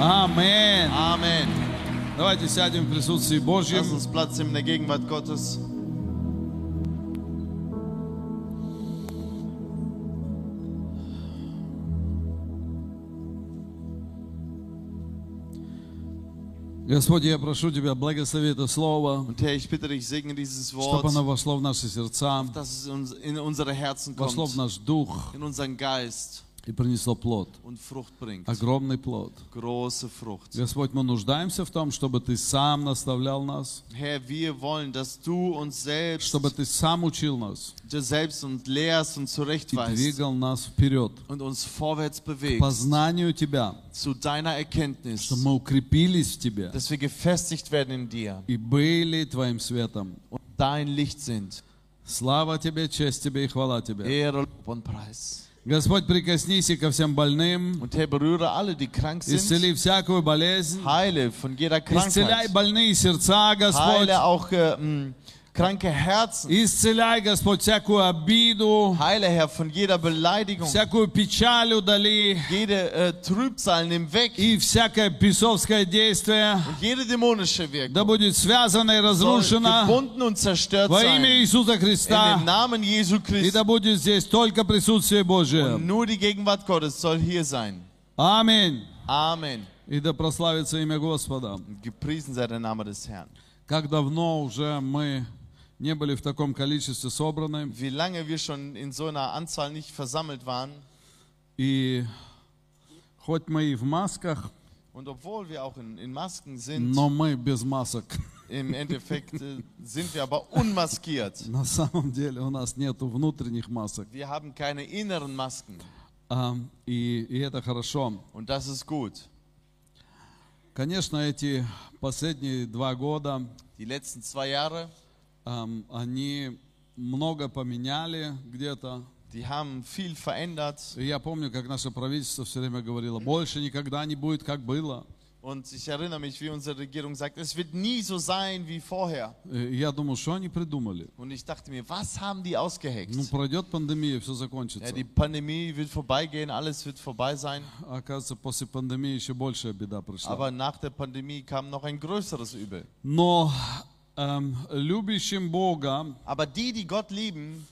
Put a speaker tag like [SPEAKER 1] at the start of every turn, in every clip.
[SPEAKER 1] Amen.
[SPEAKER 2] Amen.
[SPEAKER 1] Давайте сядем в присутствии Божьем.
[SPEAKER 2] Lass uns Platz nehmen in der Gegenwart Gottes.
[SPEAKER 1] Господи, я прошу Тебя, благослови это слово,
[SPEAKER 2] Und Herr, ich bitte dich, segne dieses
[SPEAKER 1] чтобы оно
[SPEAKER 2] Wort,
[SPEAKER 1] вошло в наши сердца,
[SPEAKER 2] dass es uns- in unsere Herzen
[SPEAKER 1] вошло в
[SPEAKER 2] kommt,
[SPEAKER 1] наш дух
[SPEAKER 2] in unseren Geist
[SPEAKER 1] и принесло плод.
[SPEAKER 2] und Frucht bringt.
[SPEAKER 1] Огромный плод.
[SPEAKER 2] Große Frucht.
[SPEAKER 1] Господь, мы нуждаемся в том, чтобы Ты сам наставлял нас,
[SPEAKER 2] Herr, wir wollen, dass du uns selbst,
[SPEAKER 1] чтобы Ты сам учил нас
[SPEAKER 2] dir selbst und lehrst und
[SPEAKER 1] и
[SPEAKER 2] zurechtweist
[SPEAKER 1] двигал нас вперед
[SPEAKER 2] und uns vorwärts
[SPEAKER 1] к
[SPEAKER 2] bewegst
[SPEAKER 1] познанию Тебя,
[SPEAKER 2] zu deiner Erkenntnis,
[SPEAKER 1] чтобы мы укрепились в Тебе
[SPEAKER 2] dass wir gefestigt werden in dir
[SPEAKER 1] и были Твоим светом.
[SPEAKER 2] und dein Licht sind.
[SPEAKER 1] Слава Тебе, честь Тебе и хвала Тебе.
[SPEAKER 2] Ehre, Lob und Preis.
[SPEAKER 1] Господь, прикоснись и ко всем больным,
[SPEAKER 2] Und Herr, berühre alle, die krank sind.
[SPEAKER 1] исцели всякую болезнь,
[SPEAKER 2] Heile von jeder
[SPEAKER 1] Исцеляй
[SPEAKER 2] Krankheit.
[SPEAKER 1] больные сердца, Господь.
[SPEAKER 2] Heile auch äh, mh, kranke Herzen.
[SPEAKER 1] Исцеляй, Господь, всякую обиду,
[SPEAKER 2] Heile, Herr, von jeder Beleidigung.
[SPEAKER 1] всякую печаль удали
[SPEAKER 2] Jede äh, Trübsal nimm weg.
[SPEAKER 1] и всякое бесовское действие.
[SPEAKER 2] Jede dämonische Wirkung
[SPEAKER 1] Да будет связано и
[SPEAKER 2] soll
[SPEAKER 1] разрушено
[SPEAKER 2] gebunden und zerstört
[SPEAKER 1] во имя
[SPEAKER 2] sein.
[SPEAKER 1] Иисуса
[SPEAKER 2] In dem
[SPEAKER 1] Христа.
[SPEAKER 2] Namen Jesu
[SPEAKER 1] И
[SPEAKER 2] Christi.
[SPEAKER 1] да будет здесь только присутствие Божие.
[SPEAKER 2] Nur die Gegenwart Gottes soll hier sein.
[SPEAKER 1] Аминь.
[SPEAKER 2] Amen.
[SPEAKER 1] И да прославится имя Господа.
[SPEAKER 2] Gepriesen sei der Name des Herrn.
[SPEAKER 1] Как давно уже мы не были в таком количестве собраны.
[SPEAKER 2] Wie lange wir schon in so einer Anzahl nicht versammelt waren
[SPEAKER 1] И хоть мы и в масках,
[SPEAKER 2] und obwohl wir auch in, in Masken sind,
[SPEAKER 1] но мы без масок.
[SPEAKER 2] im Endeffekt äh, sind wir aber unmaskiert.
[SPEAKER 1] На самом деле у нас нет внутренних масок.
[SPEAKER 2] Wir haben keine inneren Masken
[SPEAKER 1] А, И, и это хорошо.
[SPEAKER 2] und das ist gut.
[SPEAKER 1] Конечно, эти последние два года,
[SPEAKER 2] Die letzten zwei Jahre,
[SPEAKER 1] ам, они много поменяли где-то.
[SPEAKER 2] die haben viel verändert
[SPEAKER 1] И я помню, как наше правительство все время говорило, больше никогда не будет, как было.
[SPEAKER 2] und ich erinnere mich, wie unsere Regierung sagt, es wird nie so sein wie vorher.
[SPEAKER 1] И я думал, что они придумали?
[SPEAKER 2] Und ich dachte mir, was haben die
[SPEAKER 1] Ну,
[SPEAKER 2] ausgeheckt?
[SPEAKER 1] пройдет пандемия, все
[SPEAKER 2] Ja,
[SPEAKER 1] закончится.
[SPEAKER 2] die Pandemie wird vorbeigehen, alles wird vorbei sein,
[SPEAKER 1] А, Оказывается, после пандемии еще большая беда пришла.
[SPEAKER 2] aber nach der Pandemie kam noch ein größeres Übel.
[SPEAKER 1] Но ам, любящим Бога
[SPEAKER 2] Aber die, die Gott lieben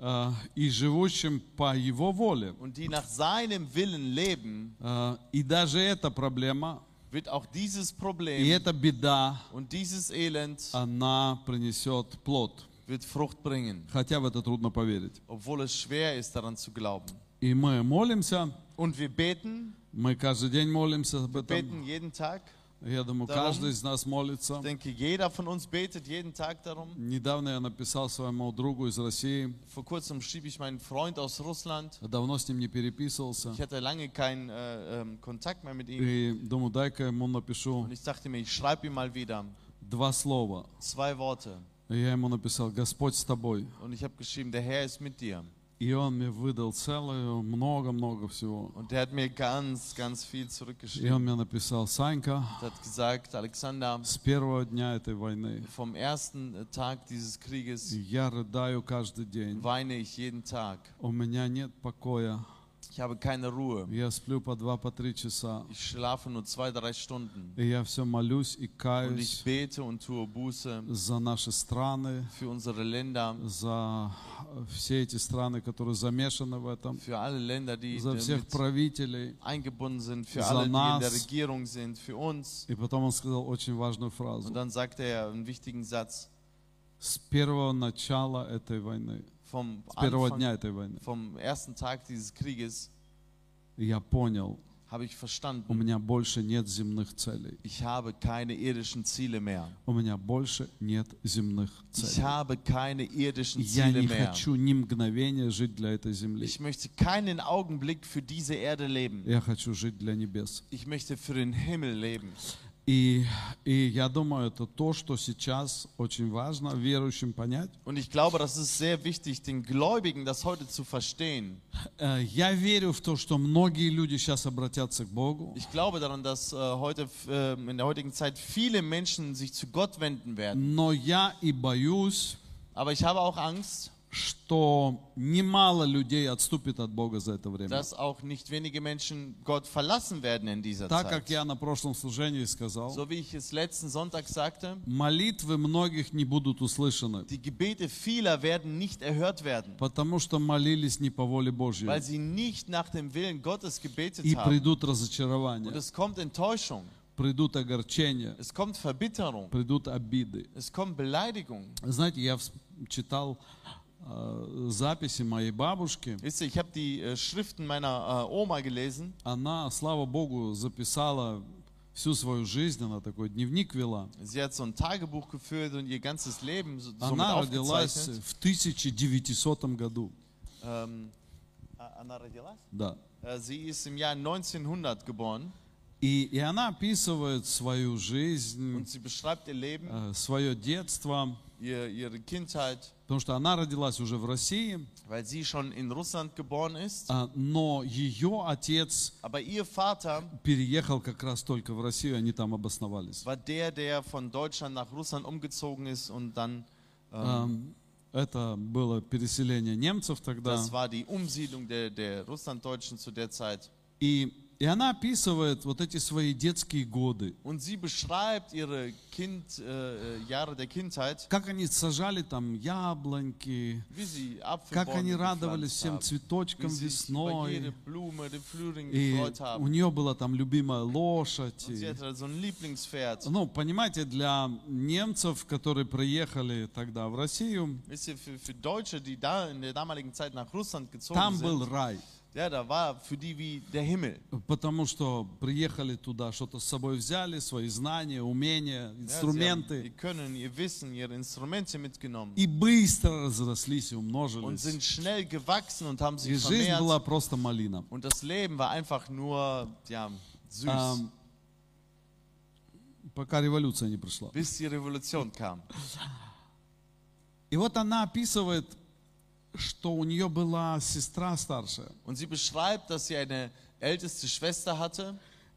[SPEAKER 1] а, и живущим по Его воле,
[SPEAKER 2] und die nach seinem Willen leben,
[SPEAKER 1] А, И даже эта проблема,
[SPEAKER 2] wird auch dieses
[SPEAKER 1] и
[SPEAKER 2] Problem
[SPEAKER 1] эта беда,
[SPEAKER 2] und dieses Elend
[SPEAKER 1] Ah. она принесет плод.
[SPEAKER 2] wird Frucht bringen,
[SPEAKER 1] Хотя в это трудно поверить.
[SPEAKER 2] obwohl es schwer ist, daran zu glauben.
[SPEAKER 1] И мы молимся,
[SPEAKER 2] Und wir beten,
[SPEAKER 1] мы каждый день молимся об этом.
[SPEAKER 2] beten jeden Tag.
[SPEAKER 1] Я думаю,
[SPEAKER 2] Здорово.
[SPEAKER 1] каждый из нас молится.
[SPEAKER 2] Ich denke, jeder von uns betet jeden Tag darum.
[SPEAKER 1] Недавно я написал своему другу из России,
[SPEAKER 2] Vor kurzem schrieb ich meinen Freund aus Russland.
[SPEAKER 1] давно с ним не переписывался.
[SPEAKER 2] Ich hatte lange keinen äh, ähm, Kontakt mehr mit ihm.
[SPEAKER 1] И думаю, дай-ка ему напишу
[SPEAKER 2] Und ich dachte mir, ich schreibe ihm mal wieder
[SPEAKER 1] два слова.
[SPEAKER 2] zwei Worte.
[SPEAKER 1] И я ему написал, Господь с тобой.
[SPEAKER 2] Und ich habe geschrieben, der Herr ist mit dir.
[SPEAKER 1] И он мне выдал целую много-много всего.
[SPEAKER 2] Und der hat mir ganz, ganz viel
[SPEAKER 1] И
[SPEAKER 2] zurückgeschrieben.
[SPEAKER 1] он мне написал, Санька,
[SPEAKER 2] Und hat gesagt, Alexander,
[SPEAKER 1] с первого dня этой войны
[SPEAKER 2] vom ersten äh, Tag dieses Krieges
[SPEAKER 1] Я рыдаю каждый день.
[SPEAKER 2] weine ich jeden Tag.
[SPEAKER 1] У меня нет покоя.
[SPEAKER 2] Ich habe keine Ruhe.
[SPEAKER 1] Я сплю по два, по три часа.
[SPEAKER 2] Ich schlafe nur zwei, drei Stunden.
[SPEAKER 1] И я все молюсь и
[SPEAKER 2] Und ich
[SPEAKER 1] каюсь
[SPEAKER 2] bete und tue Buße
[SPEAKER 1] за наши страны,
[SPEAKER 2] für unsere Länder,
[SPEAKER 1] за все эти страны, которые замешаны в этом,
[SPEAKER 2] für alle Länder, die
[SPEAKER 1] за всех
[SPEAKER 2] damit
[SPEAKER 1] правителей.
[SPEAKER 2] eingebunden sind, für
[SPEAKER 1] За
[SPEAKER 2] alle, die in der
[SPEAKER 1] нас.
[SPEAKER 2] Regierung sind, für uns.
[SPEAKER 1] И потом он сказал очень важную
[SPEAKER 2] Und
[SPEAKER 1] фразу.
[SPEAKER 2] dann sagt er einen wichtigen Satz
[SPEAKER 1] С первого начала этой войны,
[SPEAKER 2] vom,
[SPEAKER 1] с первого
[SPEAKER 2] Anfang,
[SPEAKER 1] дня этой войны,
[SPEAKER 2] vom ersten Tag dieses Krieges
[SPEAKER 1] я понял,
[SPEAKER 2] habe ich
[SPEAKER 1] у
[SPEAKER 2] verstanden,
[SPEAKER 1] меня больше нет земных целей.
[SPEAKER 2] ich habe keine irdischen Ziele mehr.
[SPEAKER 1] У меня больше нет земных
[SPEAKER 2] Ich
[SPEAKER 1] целей.
[SPEAKER 2] habe keine irdischen
[SPEAKER 1] Я
[SPEAKER 2] Ziele
[SPEAKER 1] не
[SPEAKER 2] mehr.
[SPEAKER 1] хочу ни мгновения жить для этой земли.
[SPEAKER 2] Ich möchte keinen Augenblick für diese Erde leben.
[SPEAKER 1] Я хочу жить для небес.
[SPEAKER 2] Ich möchte für den Himmel leben.
[SPEAKER 1] И, и я думаю, это то, что сейчас очень важно верующим понять.
[SPEAKER 2] Und ich glaube, das ist sehr wichtig, den Gläubigen das heute zu verstehen.
[SPEAKER 1] Э, Я верю в то, что многие люди сейчас обратятся к Богу,
[SPEAKER 2] Ich glaube daran, dass äh, heute, f- äh, in der heutigen Zeit viele Menschen sich zu Gott wenden werden.
[SPEAKER 1] но я и боюсь,
[SPEAKER 2] Aber ich habe auch Angst,
[SPEAKER 1] что немало людей отступит от Бога за это время.
[SPEAKER 2] dass auch nicht wenige Menschen Gott verlassen werden in dieser
[SPEAKER 1] Так как
[SPEAKER 2] Zeit.
[SPEAKER 1] я на прошлом служении сказал,
[SPEAKER 2] So wie ich es letzten Sonntag sagte,
[SPEAKER 1] молитвы многих не будут услышаны,
[SPEAKER 2] die Gebete vieler werden nicht erhört werden,
[SPEAKER 1] потому что молились не по воле
[SPEAKER 2] weil
[SPEAKER 1] Божьей.
[SPEAKER 2] sie nicht nach dem Willen Gottes gebetet
[SPEAKER 1] И
[SPEAKER 2] haben.
[SPEAKER 1] придут
[SPEAKER 2] Und
[SPEAKER 1] разочарования,
[SPEAKER 2] es kommt Enttäuschung,
[SPEAKER 1] придут огорчения,
[SPEAKER 2] es kommt Verbitterung,
[SPEAKER 1] придут обиды.
[SPEAKER 2] es kommen Beleidigungen.
[SPEAKER 1] Знаете, я вс- читал э, записи моей бабушки.
[SPEAKER 2] Wisst ihr, ich habe die äh, Schriften meiner äh, Oma gelesen.
[SPEAKER 1] Она, слава Богу, записала всю свою жизнь, она такой дневник вела.
[SPEAKER 2] Sie hat so ein Tagebuch geführt und ihr ganzes Leben so, somit
[SPEAKER 1] Она родилась
[SPEAKER 2] aufgezeichnet.
[SPEAKER 1] в 1900 году.
[SPEAKER 2] Ähm, Anna родилась?
[SPEAKER 1] Да.
[SPEAKER 2] Äh, Sie ist im Jahr 1900 geboren
[SPEAKER 1] И, и она описывает свою жизнь, э,
[SPEAKER 2] und sie beschreibt ihr
[SPEAKER 1] Äh.
[SPEAKER 2] Leben,
[SPEAKER 1] свое детство,
[SPEAKER 2] ihr, ihre Kindheit,
[SPEAKER 1] потому что она родилась уже в России,
[SPEAKER 2] weil sie schon in Russland geboren ist.
[SPEAKER 1] а, но ее отец
[SPEAKER 2] Aber ihr Vater
[SPEAKER 1] переехал как раз только в Россию, они там обосновались.
[SPEAKER 2] war der, der von Deutschland nach Russland umgezogen ist und dann,
[SPEAKER 1] Эм, Это было переселение немцев тогда.
[SPEAKER 2] das war die Umsiedlung der, der Russlanddeutschen zu der Zeit.
[SPEAKER 1] И, и она описывает вот эти свои детские годы,
[SPEAKER 2] Und sie beschreibt ihre kind, äh, äh, Jahre der Kindheit,
[SPEAKER 1] как они сажали там яблоньки,
[SPEAKER 2] wie sie
[SPEAKER 1] как
[SPEAKER 2] Apfelbäume
[SPEAKER 1] они радовались
[SPEAKER 2] gepflanzt
[SPEAKER 1] всем
[SPEAKER 2] haben.
[SPEAKER 1] цветочкам
[SPEAKER 2] wie sie sich über jede
[SPEAKER 1] весной.
[SPEAKER 2] Blume, den Frühling
[SPEAKER 1] И
[SPEAKER 2] gefreut
[SPEAKER 1] у
[SPEAKER 2] haben.
[SPEAKER 1] нее была там любимая лошадь.
[SPEAKER 2] Und sie
[SPEAKER 1] и-
[SPEAKER 2] hatte so ein Lieblingspferd.
[SPEAKER 1] Ну, понимаете, для немцев, которые приехали тогда в Россию,
[SPEAKER 2] Wisst ihr, für, für Deutsche, die da in der damaligen Zeit nach Russland gezogen
[SPEAKER 1] там был
[SPEAKER 2] sind,
[SPEAKER 1] рай,
[SPEAKER 2] ja, da war für die wie der Himmel.
[SPEAKER 1] потому что приехали туда, что-то с собой взяли, свои знания, умения,
[SPEAKER 2] Ja, sie haben
[SPEAKER 1] инструменты,
[SPEAKER 2] ihr Können, ihr Wissen, ihre Instrumente mitgenommen
[SPEAKER 1] и быстро разрослись и
[SPEAKER 2] und sind
[SPEAKER 1] умножились.
[SPEAKER 2] schnell gewachsen und haben
[SPEAKER 1] И
[SPEAKER 2] sich
[SPEAKER 1] жизнь была
[SPEAKER 2] vermehrt.
[SPEAKER 1] просто малина.
[SPEAKER 2] Und das Leben war einfach nur, ja, süß,
[SPEAKER 1] Ам, пока революция не пришла.
[SPEAKER 2] bis die Revolution kam.
[SPEAKER 1] И вот она описывает, что у нее была сестра старшая,
[SPEAKER 2] Und sie beschreibt, dass sie eine älteste Schwester hatte.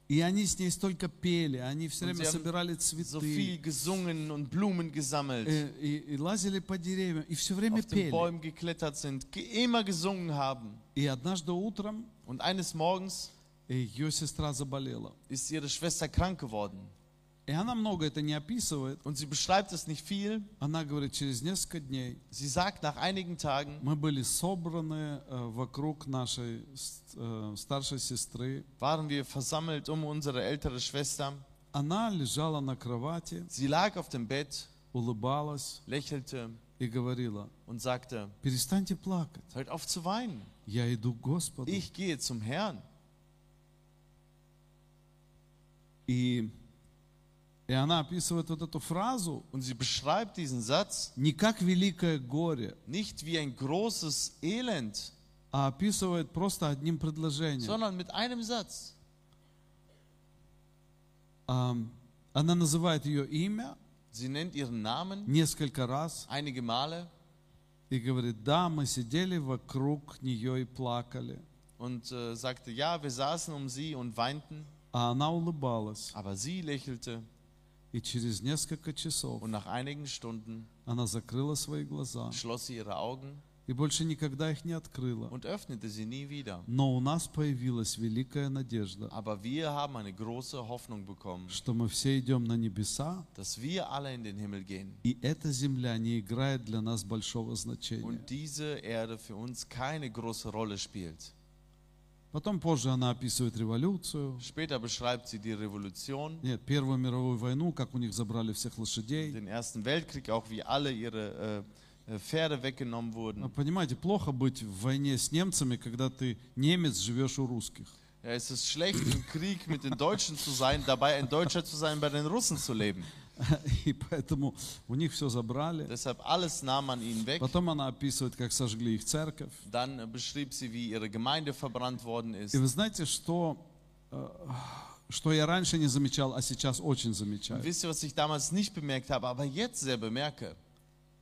[SPEAKER 1] и они с ней столько пели, они все
[SPEAKER 2] Und
[SPEAKER 1] время
[SPEAKER 2] sie haben
[SPEAKER 1] собирали
[SPEAKER 2] So
[SPEAKER 1] цветы.
[SPEAKER 2] viel gesungen und Blumen gesammelt.
[SPEAKER 1] Э, и, и лазили по деревьям, и все время
[SPEAKER 2] auf den
[SPEAKER 1] пели.
[SPEAKER 2] Bäumen geklettert sind, ge- immer gesungen haben.
[SPEAKER 1] И однажды утром
[SPEAKER 2] Und eines Morgens
[SPEAKER 1] ее сестра заболела.
[SPEAKER 2] ist ihre Schwester krank geworden.
[SPEAKER 1] И она много это не описывает.
[SPEAKER 2] Und sie beschreibt es nicht viel.
[SPEAKER 1] Она говорит, через несколько дней
[SPEAKER 2] Sie sagt, nach einigen Tagen
[SPEAKER 1] мы были собраны э, вокруг нашей с- э, старшей сестры.
[SPEAKER 2] waren wir versammelt um unsere ältere Schwester.
[SPEAKER 1] Она lежала на кровати,
[SPEAKER 2] Sie lag auf dem Bett,
[SPEAKER 1] улыбалась
[SPEAKER 2] lächelte
[SPEAKER 1] и говорила,
[SPEAKER 2] und sagte,
[SPEAKER 1] перестаньте плакать,
[SPEAKER 2] hört auf zu weinen.
[SPEAKER 1] я иду к Господу.
[SPEAKER 2] Ich gehe zum Herrn.
[SPEAKER 1] И, и она описывает вот эту фразу
[SPEAKER 2] Und sie beschreibt diesen Satz
[SPEAKER 1] не как великое горе,
[SPEAKER 2] nicht wie ein großes Elend,
[SPEAKER 1] а описывает просто одним предложением.
[SPEAKER 2] sondern mit einem Satz.
[SPEAKER 1] Ам, А, Она называет ее имя
[SPEAKER 2] Sie nennt ihren Namen
[SPEAKER 1] несколько раз
[SPEAKER 2] einige Male
[SPEAKER 1] и говорит, да, мы сидели вокруг нее и плакали.
[SPEAKER 2] und äh, sagte, ja, wir saßen um sie und weinten,
[SPEAKER 1] А она улыбалась.
[SPEAKER 2] aber sie lächelte
[SPEAKER 1] И через nесколько часов
[SPEAKER 2] und nach einigen Stunden
[SPEAKER 1] она закрыла свои глаза
[SPEAKER 2] schloss sie ihre Augen
[SPEAKER 1] и больше никогда их не открыла.
[SPEAKER 2] und öffnete sie nie wieder.
[SPEAKER 1] Но у нас появилась великая надежда,
[SPEAKER 2] Aber wir haben eine große Hoffnung bekommen,
[SPEAKER 1] что мы все идем на небеса,
[SPEAKER 2] dass wir alle in den Himmel gehen
[SPEAKER 1] и эта земля не играет для нас большого значения.
[SPEAKER 2] und diese Erde für uns keine große Rolle spielt.
[SPEAKER 1] Потом позже она описывает революцию,
[SPEAKER 2] Später beschreibt sie die Revolution,
[SPEAKER 1] нет, Первую мировую войну, как у них забрали всех лошадей.
[SPEAKER 2] den Ersten Weltkrieg, auch wie alle ihre äh, äh, Pferde weggenommen
[SPEAKER 1] Ну,
[SPEAKER 2] wurden.
[SPEAKER 1] Понимаете, плохо быть в войне с немцами, когда ты немец, живешь у русских.
[SPEAKER 2] Ja, es ist schlecht, im Krieg mit den Deutschen zu sein, dabei ein Deutscher zu sein, bei den Russen zu leben.
[SPEAKER 1] И поэтому у них все забрали.
[SPEAKER 2] Deshalb alles nahm man ihnen weg.
[SPEAKER 1] Потом она описывает, как сожгли их церковь.
[SPEAKER 2] Dann äh, beschrieb sie, wie ihre Gemeinde verbrannt worden ist.
[SPEAKER 1] И вы знаете, что, э, что я раньше не замечал, а сейчас очень
[SPEAKER 2] Und
[SPEAKER 1] замечаю.
[SPEAKER 2] wisst ihr, was ich damals nicht bemerkt habe, aber jetzt sehr bemerke?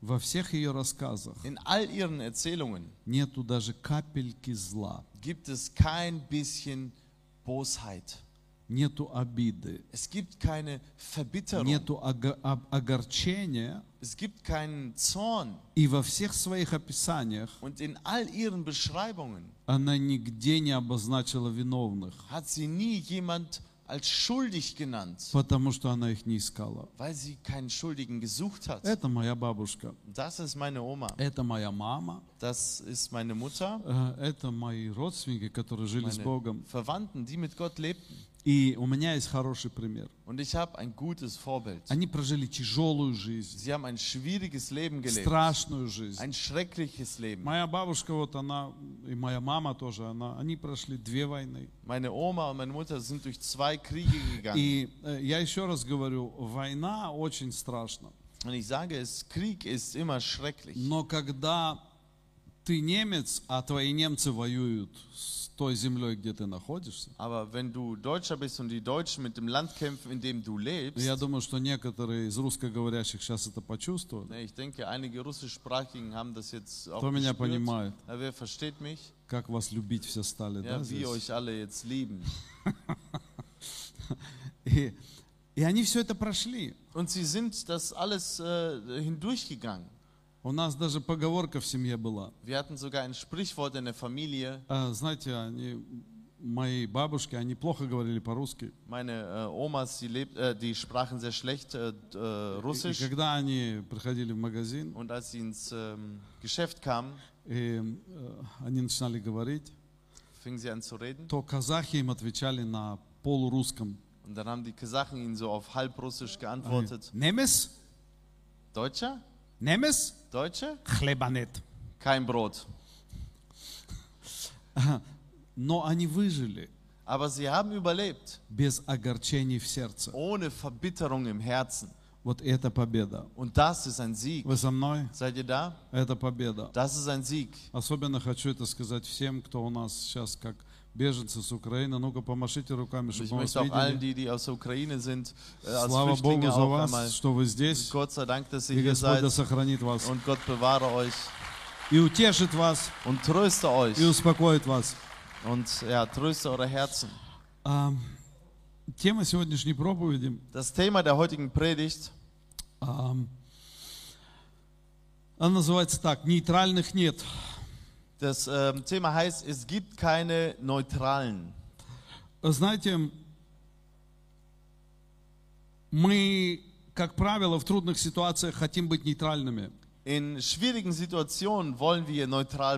[SPEAKER 1] Во всех ее рассказах
[SPEAKER 2] In all ihren Erzählungen
[SPEAKER 1] нету даже капельки зла.
[SPEAKER 2] gibt es kein bisschen Bosheit.
[SPEAKER 1] нету обиды,
[SPEAKER 2] Es gibt keine Verbitterung.
[SPEAKER 1] нету ого- об- огорчения,
[SPEAKER 2] Es gibt keinen Zorn.
[SPEAKER 1] и во всех своих описаниях
[SPEAKER 2] Und in all ihren Beschreibungen
[SPEAKER 1] она нигде не обозначила виновных,
[SPEAKER 2] hat sie nie jemand als schuldig genannt,
[SPEAKER 1] потому что она их не искала.
[SPEAKER 2] weil sie keinen Schuldigen gesucht hat.
[SPEAKER 1] Это моя бабушка,
[SPEAKER 2] Das ist meine Oma.
[SPEAKER 1] это моя мама,
[SPEAKER 2] Das ist meine Mutter.
[SPEAKER 1] э, это мои родственники, которые жили с
[SPEAKER 2] Meine
[SPEAKER 1] Богом.
[SPEAKER 2] Verwandten, die mit Gott lebten.
[SPEAKER 1] И у меня есть хороший пример.
[SPEAKER 2] Und ich habe ein gutes Vorbild.
[SPEAKER 1] Они прожили тяжелую жизнь,
[SPEAKER 2] Sie haben ein schwieriges Leben gelebt.
[SPEAKER 1] страшную жизнь.
[SPEAKER 2] Ein schreckliches Leben.
[SPEAKER 1] Моя бабушка, вот она, и моя мама тоже, она, они прошли две войны.
[SPEAKER 2] Meine Oma und meine Mutter sind durch zwei Kriege gegangen.
[SPEAKER 1] И э, я еще раз говорю, война очень страшна.
[SPEAKER 2] Und ich sage es, Krieg ist immer schrecklich.
[SPEAKER 1] Но когда ты немец, а твои немцы воюют с той землей, где ты находишься,
[SPEAKER 2] Aber wenn du Deutscher bist und die Deutschen mit dem Land kämpfen, in dem du lebst,
[SPEAKER 1] я думаю, что некоторые из русскоговорящих сейчас это почувствовали,
[SPEAKER 2] ne, ich denke, einige russischsprachigen haben das jetzt auch
[SPEAKER 1] Кто меня
[SPEAKER 2] gespürt.
[SPEAKER 1] понимает?
[SPEAKER 2] Na, wer versteht mich?
[SPEAKER 1] как вас любить все стали, да,
[SPEAKER 2] Ja, wie
[SPEAKER 1] здесь?
[SPEAKER 2] euch alle jetzt lieben.
[SPEAKER 1] И, и они все это прошли.
[SPEAKER 2] Und sie sind das alles äh, hindurchgegangen.
[SPEAKER 1] У нас даже поговорка в семье была.
[SPEAKER 2] Wir hatten sogar ein Sprichwort in der Familie.
[SPEAKER 1] А, знаете, они, мои бабушки, они плохо говорили по-рusски.
[SPEAKER 2] Meine äh, Omas, die, lebt, äh, die sprachen sehr schlecht äh, d- äh,
[SPEAKER 1] И
[SPEAKER 2] Russisch.
[SPEAKER 1] когда они приходили в магазин,
[SPEAKER 2] Und als sie ins ähm, Geschäft kamen,
[SPEAKER 1] и э, они начинали говорить,
[SPEAKER 2] fingen sie an zu reden.
[SPEAKER 1] то казахи им отвечали на полурусском.
[SPEAKER 2] Und dann haben die Kasachen ihnen so auf halbrussisch geantwortet.
[SPEAKER 1] Ah, Немес,
[SPEAKER 2] Deutscher?
[SPEAKER 1] немес,
[SPEAKER 2] Deutsche?
[SPEAKER 1] хлеба нет.
[SPEAKER 2] Kein Brot.
[SPEAKER 1] Но они выжили
[SPEAKER 2] Aber sie haben überlebt,
[SPEAKER 1] без огорчений в сердце.
[SPEAKER 2] ohne Verbitterung im Herzen.
[SPEAKER 1] Вот это победа.
[SPEAKER 2] Und das ist ein Sieg.
[SPEAKER 1] Вы со мной?
[SPEAKER 2] Seid ihr da?
[SPEAKER 1] Это победа.
[SPEAKER 2] Das ist ein Sieg.
[SPEAKER 1] Особенно хочу это сказать всем, кто у нас сейчас как беженцы с Украины. Ну-ка, помашите руками,
[SPEAKER 2] Und
[SPEAKER 1] чтобы
[SPEAKER 2] ich
[SPEAKER 1] мы вас
[SPEAKER 2] möchte auch
[SPEAKER 1] видели.
[SPEAKER 2] allen, die, die aus der Ukraine sind, äh, als
[SPEAKER 1] Слава Богу
[SPEAKER 2] Flüchtlinge
[SPEAKER 1] за
[SPEAKER 2] auch einmal.
[SPEAKER 1] вас, что вы здесь.
[SPEAKER 2] Gott sei Dank, dass ihr
[SPEAKER 1] И
[SPEAKER 2] hier
[SPEAKER 1] Господь да
[SPEAKER 2] seid.
[SPEAKER 1] сохранит вас.
[SPEAKER 2] Und Gott bewahre euch
[SPEAKER 1] И утешит вас,
[SPEAKER 2] und tröste
[SPEAKER 1] и
[SPEAKER 2] euch.
[SPEAKER 1] успокоит вас.
[SPEAKER 2] Und ja, tröste eure Herzen.
[SPEAKER 1] А, тема сегодняшней проповеди
[SPEAKER 2] Das Thema der heutigen Predigt
[SPEAKER 1] Ам, Она называется так, нейтральных нет.
[SPEAKER 2] Das ähm, Thema heißt, es gibt keine Neutralen.
[SPEAKER 1] Знаете, мы, как правило, в трудных ситуациях хотим быть нейтральными,
[SPEAKER 2] In schwierigen Situationen wollen wir neutral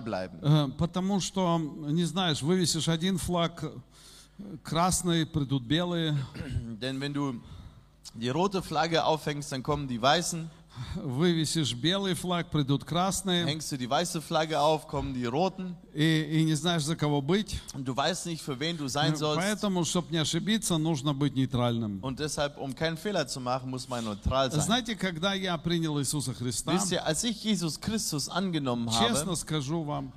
[SPEAKER 2] bleiben.
[SPEAKER 1] Э, потому что, не знаешь, вывесишь один флаг, э, красный, придут белые,
[SPEAKER 2] Denn wenn du die rote Flagge aufhängst, dann kommen die Weißen.
[SPEAKER 1] вывесишь белый флаг, придут красные,
[SPEAKER 2] Hängst du die weiße Flagge auf, kommen die Roten.
[SPEAKER 1] и, и не знаешь, за кого быть.
[SPEAKER 2] Und du weißt nicht, für wen du sein sollst.
[SPEAKER 1] Э, Поэтому, чтобы не ошибиться, нужно быть нейтральным.
[SPEAKER 2] Und deshalb, um keinen Fehler zu machen, muss man neutral sein.
[SPEAKER 1] Знаете, когда я принял Иисуса Христа,
[SPEAKER 2] Wisst ihr, als ich Jesus Christus angenommen
[SPEAKER 1] Честно
[SPEAKER 2] habe,
[SPEAKER 1] скажу вам,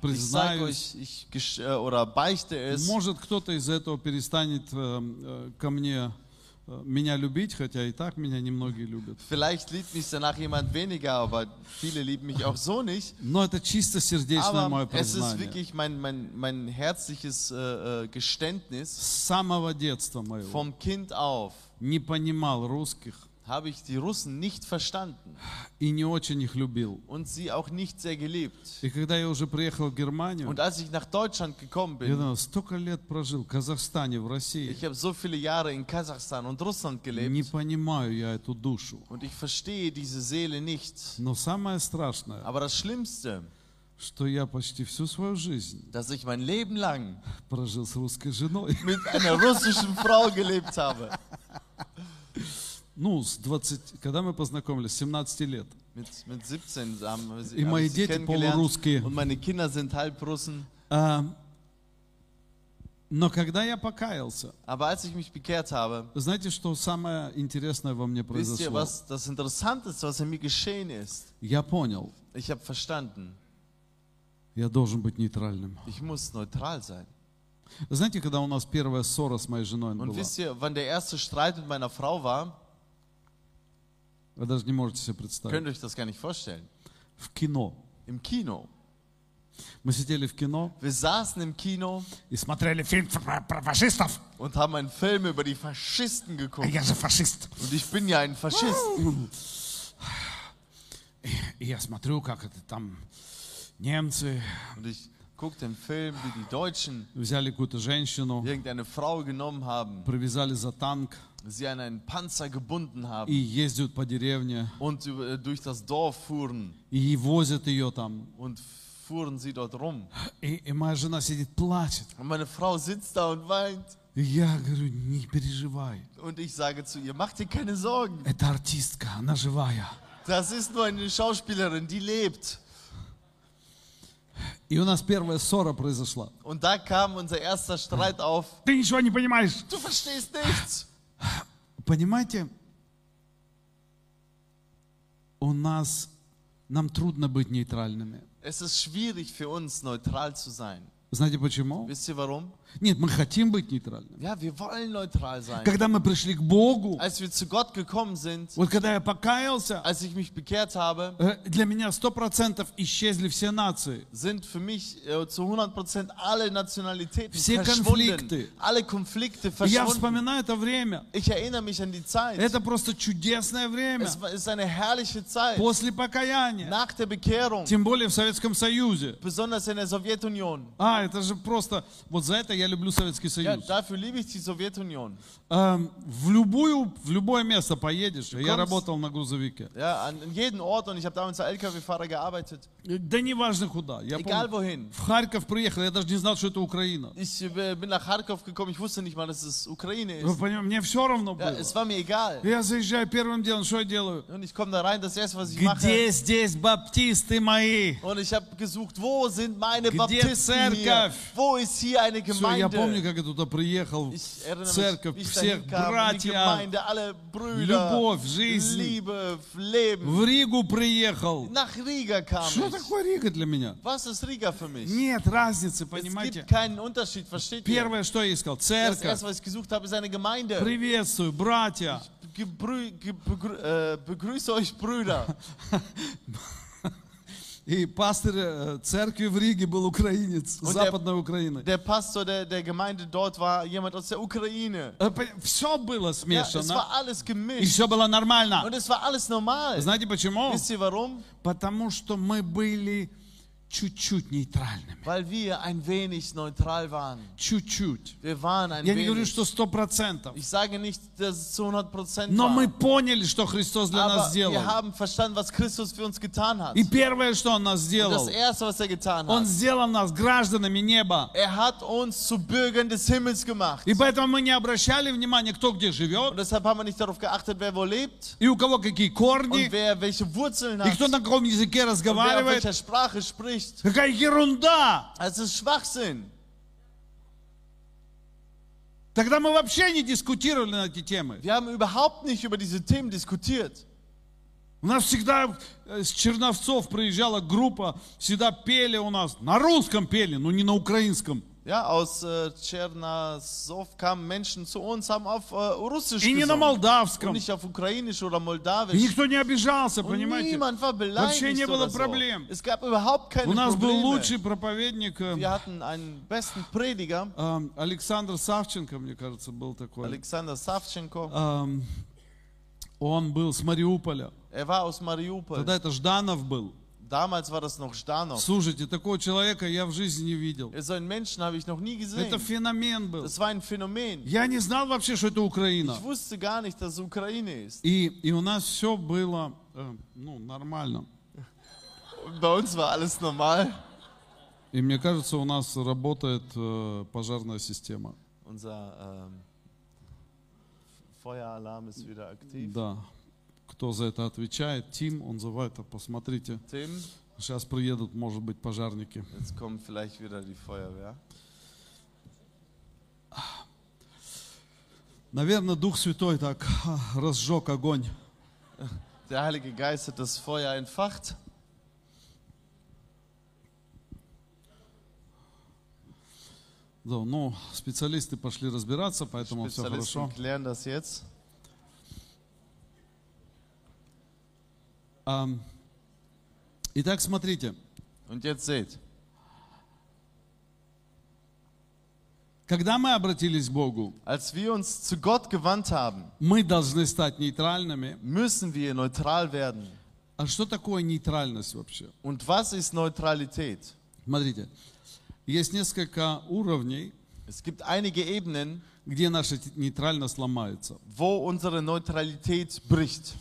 [SPEAKER 2] ich sage
[SPEAKER 1] признаюсь,
[SPEAKER 2] euch, ich gesch- äh, oder beichte es,
[SPEAKER 1] может кто-то из этого перестанет э, э, ко мне э, меня любить, хотя и так меня немногие любят.
[SPEAKER 2] vielleicht liebt mich danach jemand weniger, aber viele lieben mich auch so nicht.
[SPEAKER 1] Но это чисто сердечное мое
[SPEAKER 2] Aber es ist
[SPEAKER 1] признание.
[SPEAKER 2] wirklich mein, mein, mein herzliches äh, äh, Geständnis.
[SPEAKER 1] С самого детства моего
[SPEAKER 2] Vom Kind auf
[SPEAKER 1] не понимал русских
[SPEAKER 2] habe ich die Russen nicht verstanden
[SPEAKER 1] и не очень их любил.
[SPEAKER 2] und sie auch nicht sehr geliebt.
[SPEAKER 1] И когда я уже приехал в Германию,
[SPEAKER 2] Und als ich nach Deutschland gekommen
[SPEAKER 1] я
[SPEAKER 2] bin,
[SPEAKER 1] думал, столько лет прожил в Казахстане, в России,
[SPEAKER 2] ich habe so viele Jahre in Kasachstan und Russland
[SPEAKER 1] не
[SPEAKER 2] gelebt
[SPEAKER 1] понимаю я эту душу.
[SPEAKER 2] und ich verstehe diese Seele nicht.
[SPEAKER 1] Но самое страшное,
[SPEAKER 2] Aber das Schlimmste,
[SPEAKER 1] что я почти всю свою жизнь
[SPEAKER 2] dass ich mein Leben lang
[SPEAKER 1] прожил с русской женой.
[SPEAKER 2] mit einer russischen Frau gelebt habe.
[SPEAKER 1] Ну, с 20, когда мы познакомились, с 17 лет.
[SPEAKER 2] Mit, mit 17 haben wir sie,
[SPEAKER 1] И
[SPEAKER 2] haben
[SPEAKER 1] мои
[SPEAKER 2] wir sie
[SPEAKER 1] дети
[SPEAKER 2] kennengelernt
[SPEAKER 1] полурусские.
[SPEAKER 2] und meine Kinder sind Halbrussen.
[SPEAKER 1] А, но когда я покаялся,
[SPEAKER 2] Aber als ich mich bekehrt habe,
[SPEAKER 1] знаете, что самое интересное во мне
[SPEAKER 2] Wisst ihr,
[SPEAKER 1] произошло?
[SPEAKER 2] was das Interessante ist, was in mir geschehen ist?
[SPEAKER 1] Я понял,
[SPEAKER 2] Ich habe verstanden,
[SPEAKER 1] я должен быть нейтральным.
[SPEAKER 2] ich muss neutral sein.
[SPEAKER 1] Знаете, когда у нас первая ссора с моей женой
[SPEAKER 2] Und
[SPEAKER 1] была?
[SPEAKER 2] wisst ihr, wann der erste Streit mit meiner Frau war?
[SPEAKER 1] Вы даже не можете себе
[SPEAKER 2] Könnt
[SPEAKER 1] представить.
[SPEAKER 2] ihr euch das gar nicht vorstellen.
[SPEAKER 1] В кино.
[SPEAKER 2] Im Kino.
[SPEAKER 1] Мы сидели в кино
[SPEAKER 2] Wir saßen im Kino
[SPEAKER 1] и смотрели фильм про, про фашистов.
[SPEAKER 2] und haben einen Film über die Faschisten
[SPEAKER 1] А
[SPEAKER 2] geguckt.
[SPEAKER 1] Я же фашист.
[SPEAKER 2] Und ich bin ja ein Faschist.
[SPEAKER 1] И я смотрю, как это там немцы
[SPEAKER 2] Und ich guck den Film, wie die Deutschen
[SPEAKER 1] взяли какую-то женщину,
[SPEAKER 2] irgendeine Frau genommen haben,
[SPEAKER 1] привязали за танк
[SPEAKER 2] sie an einen Panzer gebunden
[SPEAKER 1] и
[SPEAKER 2] haben
[SPEAKER 1] ездят по деревне,
[SPEAKER 2] und über, äh, durch das Dorf fuhren
[SPEAKER 1] и возят ее там.
[SPEAKER 2] und fuhren sie dort rum.
[SPEAKER 1] И, и моя жена сидит, плачет.
[SPEAKER 2] Und meine Frau sitzt da und weint.
[SPEAKER 1] И я говорю, не переживай.
[SPEAKER 2] Und ich sage zu ihr, mach dir keine Sorgen.
[SPEAKER 1] Это артистка, она живая.
[SPEAKER 2] Das ist nur eine Schauspielerin, die lebt.
[SPEAKER 1] И у нас первая ссора произошла.
[SPEAKER 2] Und da kam unser erster Streit auf.
[SPEAKER 1] Ты ничего не понимаешь.
[SPEAKER 2] Du verstehst nichts.
[SPEAKER 1] Понимаете, у нас, нам трудно быть нейтральными.
[SPEAKER 2] Es ist schwierig für uns, neutral zu sein.
[SPEAKER 1] Знаете почему?
[SPEAKER 2] Wisst ihr warum?
[SPEAKER 1] Нет, мы хотим быть нейтральными.
[SPEAKER 2] Ja, wir wollen neutral sein.
[SPEAKER 1] Когда мы пришли к Богу,
[SPEAKER 2] Als wir zu Gott gekommen sind,
[SPEAKER 1] вот когда я покаялся,
[SPEAKER 2] als ich mich bekehrt habe,
[SPEAKER 1] э, для меня 100% исчезли все нации.
[SPEAKER 2] sind für mich äh, zu 100% alle Nationalitäten
[SPEAKER 1] Все
[SPEAKER 2] verschwunden.
[SPEAKER 1] Konflikte.
[SPEAKER 2] Alle Konflikte
[SPEAKER 1] И я
[SPEAKER 2] verschwunden.
[SPEAKER 1] вспоминаю это время.
[SPEAKER 2] Ich erinnere mich an die Zeit.
[SPEAKER 1] Это просто чудесное время.
[SPEAKER 2] Es war- ist eine herrliche Zeit.
[SPEAKER 1] После покаяния.
[SPEAKER 2] Nach der Bekehrung,
[SPEAKER 1] Тем более в Советском Союзе.
[SPEAKER 2] besonders in der Sowjetunion.
[SPEAKER 1] А, это же просто... Вот за это я люблю Советский
[SPEAKER 2] Ja,
[SPEAKER 1] Союз.
[SPEAKER 2] dafür liebe ich die Sowjetunion.
[SPEAKER 1] Эм, в, любую, в любое место поедешь. Я
[SPEAKER 2] Конс-
[SPEAKER 1] работал на грузовике.
[SPEAKER 2] Ja, an jeden Ort und ich habe damals als LKW-Fahrer gearbeitet.
[SPEAKER 1] Да неважно куда. Я
[SPEAKER 2] Egal
[SPEAKER 1] помню,
[SPEAKER 2] wohin.
[SPEAKER 1] в Харьков приехал, я даже не знал, что это Украина.
[SPEAKER 2] Ich äh, bin nach Kharkov gekommen, ich wusste nicht mal, dass es Ukraine
[SPEAKER 1] Вы
[SPEAKER 2] ist.
[SPEAKER 1] понимаете, мне все равно
[SPEAKER 2] Ja,
[SPEAKER 1] было.
[SPEAKER 2] es war mir egal.
[SPEAKER 1] Я заезжаю первым делом, что я делаю?
[SPEAKER 2] Und ich komme da rein, das erste, was ich mache.
[SPEAKER 1] Где здесь баптисты мои?
[SPEAKER 2] Und ich habe gesucht, wo sind meine
[SPEAKER 1] Где
[SPEAKER 2] Baptisten hier?
[SPEAKER 1] церковь?
[SPEAKER 2] Wo ist hier eine
[SPEAKER 1] Всё, я помню,
[SPEAKER 2] Gemeinde?
[SPEAKER 1] как я туда приехал,
[SPEAKER 2] Ich erinnere
[SPEAKER 1] в
[SPEAKER 2] mich,
[SPEAKER 1] церковь,
[SPEAKER 2] wie ich
[SPEAKER 1] всех
[SPEAKER 2] dahin kam, in die
[SPEAKER 1] братья,
[SPEAKER 2] Gemeinde, alle Brüder,
[SPEAKER 1] Любовь, жизнь.
[SPEAKER 2] Liebe, Leben.
[SPEAKER 1] в Ригу приехал.
[SPEAKER 2] Nach Riga kam
[SPEAKER 1] Что
[SPEAKER 2] ich.
[SPEAKER 1] такое Рига для меня?
[SPEAKER 2] Was ist Riga für mich?
[SPEAKER 1] Нет разницы,
[SPEAKER 2] Es
[SPEAKER 1] понимаете?
[SPEAKER 2] gibt keinen Unterschied, versteht ihr?
[SPEAKER 1] Первое, что я искал,
[SPEAKER 2] Das
[SPEAKER 1] церковь.
[SPEAKER 2] erste, was ich gesucht habe, ist eine Gemeinde.
[SPEAKER 1] Приветствую, братья.
[SPEAKER 2] Gebrü ge begrü äh, begrüße euch, Brüder.
[SPEAKER 1] И пастор э, церкви в Риге был украинец,
[SPEAKER 2] Вот я-
[SPEAKER 1] западной Украины.
[SPEAKER 2] Der Pastor der, der Gemeinde dort war jemand aus der Ukraine.
[SPEAKER 1] Все Э, было
[SPEAKER 2] Ja, es
[SPEAKER 1] смешано,
[SPEAKER 2] war alles
[SPEAKER 1] и
[SPEAKER 2] gemischt.
[SPEAKER 1] все было нормально.
[SPEAKER 2] Und es war alles normal.
[SPEAKER 1] Знаете почему?
[SPEAKER 2] Wisst ihr warum?
[SPEAKER 1] Потому что мы были чуть-чуть нейтральными.
[SPEAKER 2] Weil wir ein wenig neutral waren.
[SPEAKER 1] Чуть-чуть.
[SPEAKER 2] Wir waren ein
[SPEAKER 1] Я не говорю,
[SPEAKER 2] wenig.
[SPEAKER 1] что сто процентов.
[SPEAKER 2] Ich sage nicht, dass es zu 100 Prozent
[SPEAKER 1] Но мы
[SPEAKER 2] war.
[SPEAKER 1] поняли, что Христос для нас
[SPEAKER 2] Aber
[SPEAKER 1] сделал.
[SPEAKER 2] wir haben verstanden, was Christus für uns getan hat.
[SPEAKER 1] И
[SPEAKER 2] Und
[SPEAKER 1] первое, что Он нас
[SPEAKER 2] das
[SPEAKER 1] сделал,
[SPEAKER 2] Erste, was er getan
[SPEAKER 1] Он
[SPEAKER 2] hat,
[SPEAKER 1] сделал нас гражданами неба.
[SPEAKER 2] er hat uns zu Bürgern des Himmels gemacht.
[SPEAKER 1] И поэтому мы не обращали внимания, кто где живет,
[SPEAKER 2] Und deshalb haben wir nicht darauf geachtet, wer wo lebt
[SPEAKER 1] и у кого какие корни,
[SPEAKER 2] und wer welche Wurzeln
[SPEAKER 1] и
[SPEAKER 2] hat
[SPEAKER 1] кто
[SPEAKER 2] und
[SPEAKER 1] на каком языке
[SPEAKER 2] wer auf
[SPEAKER 1] разговаривает.
[SPEAKER 2] welcher Sprache spricht.
[SPEAKER 1] Какая ерунда!
[SPEAKER 2] Es ist Schwachsinn.
[SPEAKER 1] Тогда мы вообще не дискутировали на эти темы.
[SPEAKER 2] Wir haben überhaupt nicht über diese Themen diskutiert.
[SPEAKER 1] У нас всегда э, с Черновцов приезжала группа, всегда пели у нас, на русском пели, но не на украинском.
[SPEAKER 2] Ja, aus äh, Tschernasow kamen Menschen zu uns, haben auf äh, Russisch
[SPEAKER 1] И не на
[SPEAKER 2] gesungen und
[SPEAKER 1] молдавском.
[SPEAKER 2] nicht auf Ukrainisch oder
[SPEAKER 1] И
[SPEAKER 2] Moldawisch.
[SPEAKER 1] никто не обижался,
[SPEAKER 2] Und
[SPEAKER 1] понимаете?
[SPEAKER 2] niemand war
[SPEAKER 1] Вообще не
[SPEAKER 2] beleidigt
[SPEAKER 1] было
[SPEAKER 2] oder so.
[SPEAKER 1] проблем.
[SPEAKER 2] Es gab überhaupt keine
[SPEAKER 1] У нас был
[SPEAKER 2] Probleme.
[SPEAKER 1] лучший проповедник, э,
[SPEAKER 2] Wir hatten einen besten Prediger,
[SPEAKER 1] э, Александр Савченко, мне кажется, был такой.
[SPEAKER 2] Alexander Savchenko.
[SPEAKER 1] Эм, Он был с Мариуполя.
[SPEAKER 2] Er war aus Mariupol.
[SPEAKER 1] Тогда это Жданов был.
[SPEAKER 2] Damals war das noch Stanow.
[SPEAKER 1] Слушайте, такого человека я в жизни не видел.
[SPEAKER 2] So einen Menschen habe ich noch nie
[SPEAKER 1] Это
[SPEAKER 2] gesehen.
[SPEAKER 1] феномен был.
[SPEAKER 2] Das war ein Phänomen.
[SPEAKER 1] Я не знал вообще, что это Украина.
[SPEAKER 2] Ich wusste gar nicht, dass es Ukraine ist.
[SPEAKER 1] И, и у нас все было э, ну, нормально.
[SPEAKER 2] Und bei uns war alles normal.
[SPEAKER 1] И мне кажется, у нас работает э, пожарная система.
[SPEAKER 2] Unser ähm, Feueralarm ist wieder aktiv.
[SPEAKER 1] Да. Кто за это отвечает? Тим, он за это. Посмотрите.
[SPEAKER 2] Tim,
[SPEAKER 1] Сейчас приедут, может быть, пожарники.
[SPEAKER 2] jetzt kommen vielleicht wieder die Feuerwehr.
[SPEAKER 1] Наверное, Дух Святой так разжег огонь.
[SPEAKER 2] Der Heilige Geist hat das Feuer entfacht.
[SPEAKER 1] Да, ну, специалисты пошли разбираться, поэтому все
[SPEAKER 2] Spezialisten
[SPEAKER 1] хорошо.
[SPEAKER 2] klären das jetzt.
[SPEAKER 1] Ам, итак, смотрите.
[SPEAKER 2] Und jetzt seht,
[SPEAKER 1] Когда мы обратились к Богу,
[SPEAKER 2] Als wir uns zu Gott gewandt haben,
[SPEAKER 1] мы должны стать нейтральными.
[SPEAKER 2] müssen wir neutral werden.
[SPEAKER 1] А что такое нейтральность вообще?
[SPEAKER 2] Und was ist Neutralität?
[SPEAKER 1] Смотрите, есть несколько уровней,
[SPEAKER 2] Es gibt einige Ebenen,
[SPEAKER 1] где наша т- нейтральность ломается.
[SPEAKER 2] wo unsere Neutralität bricht.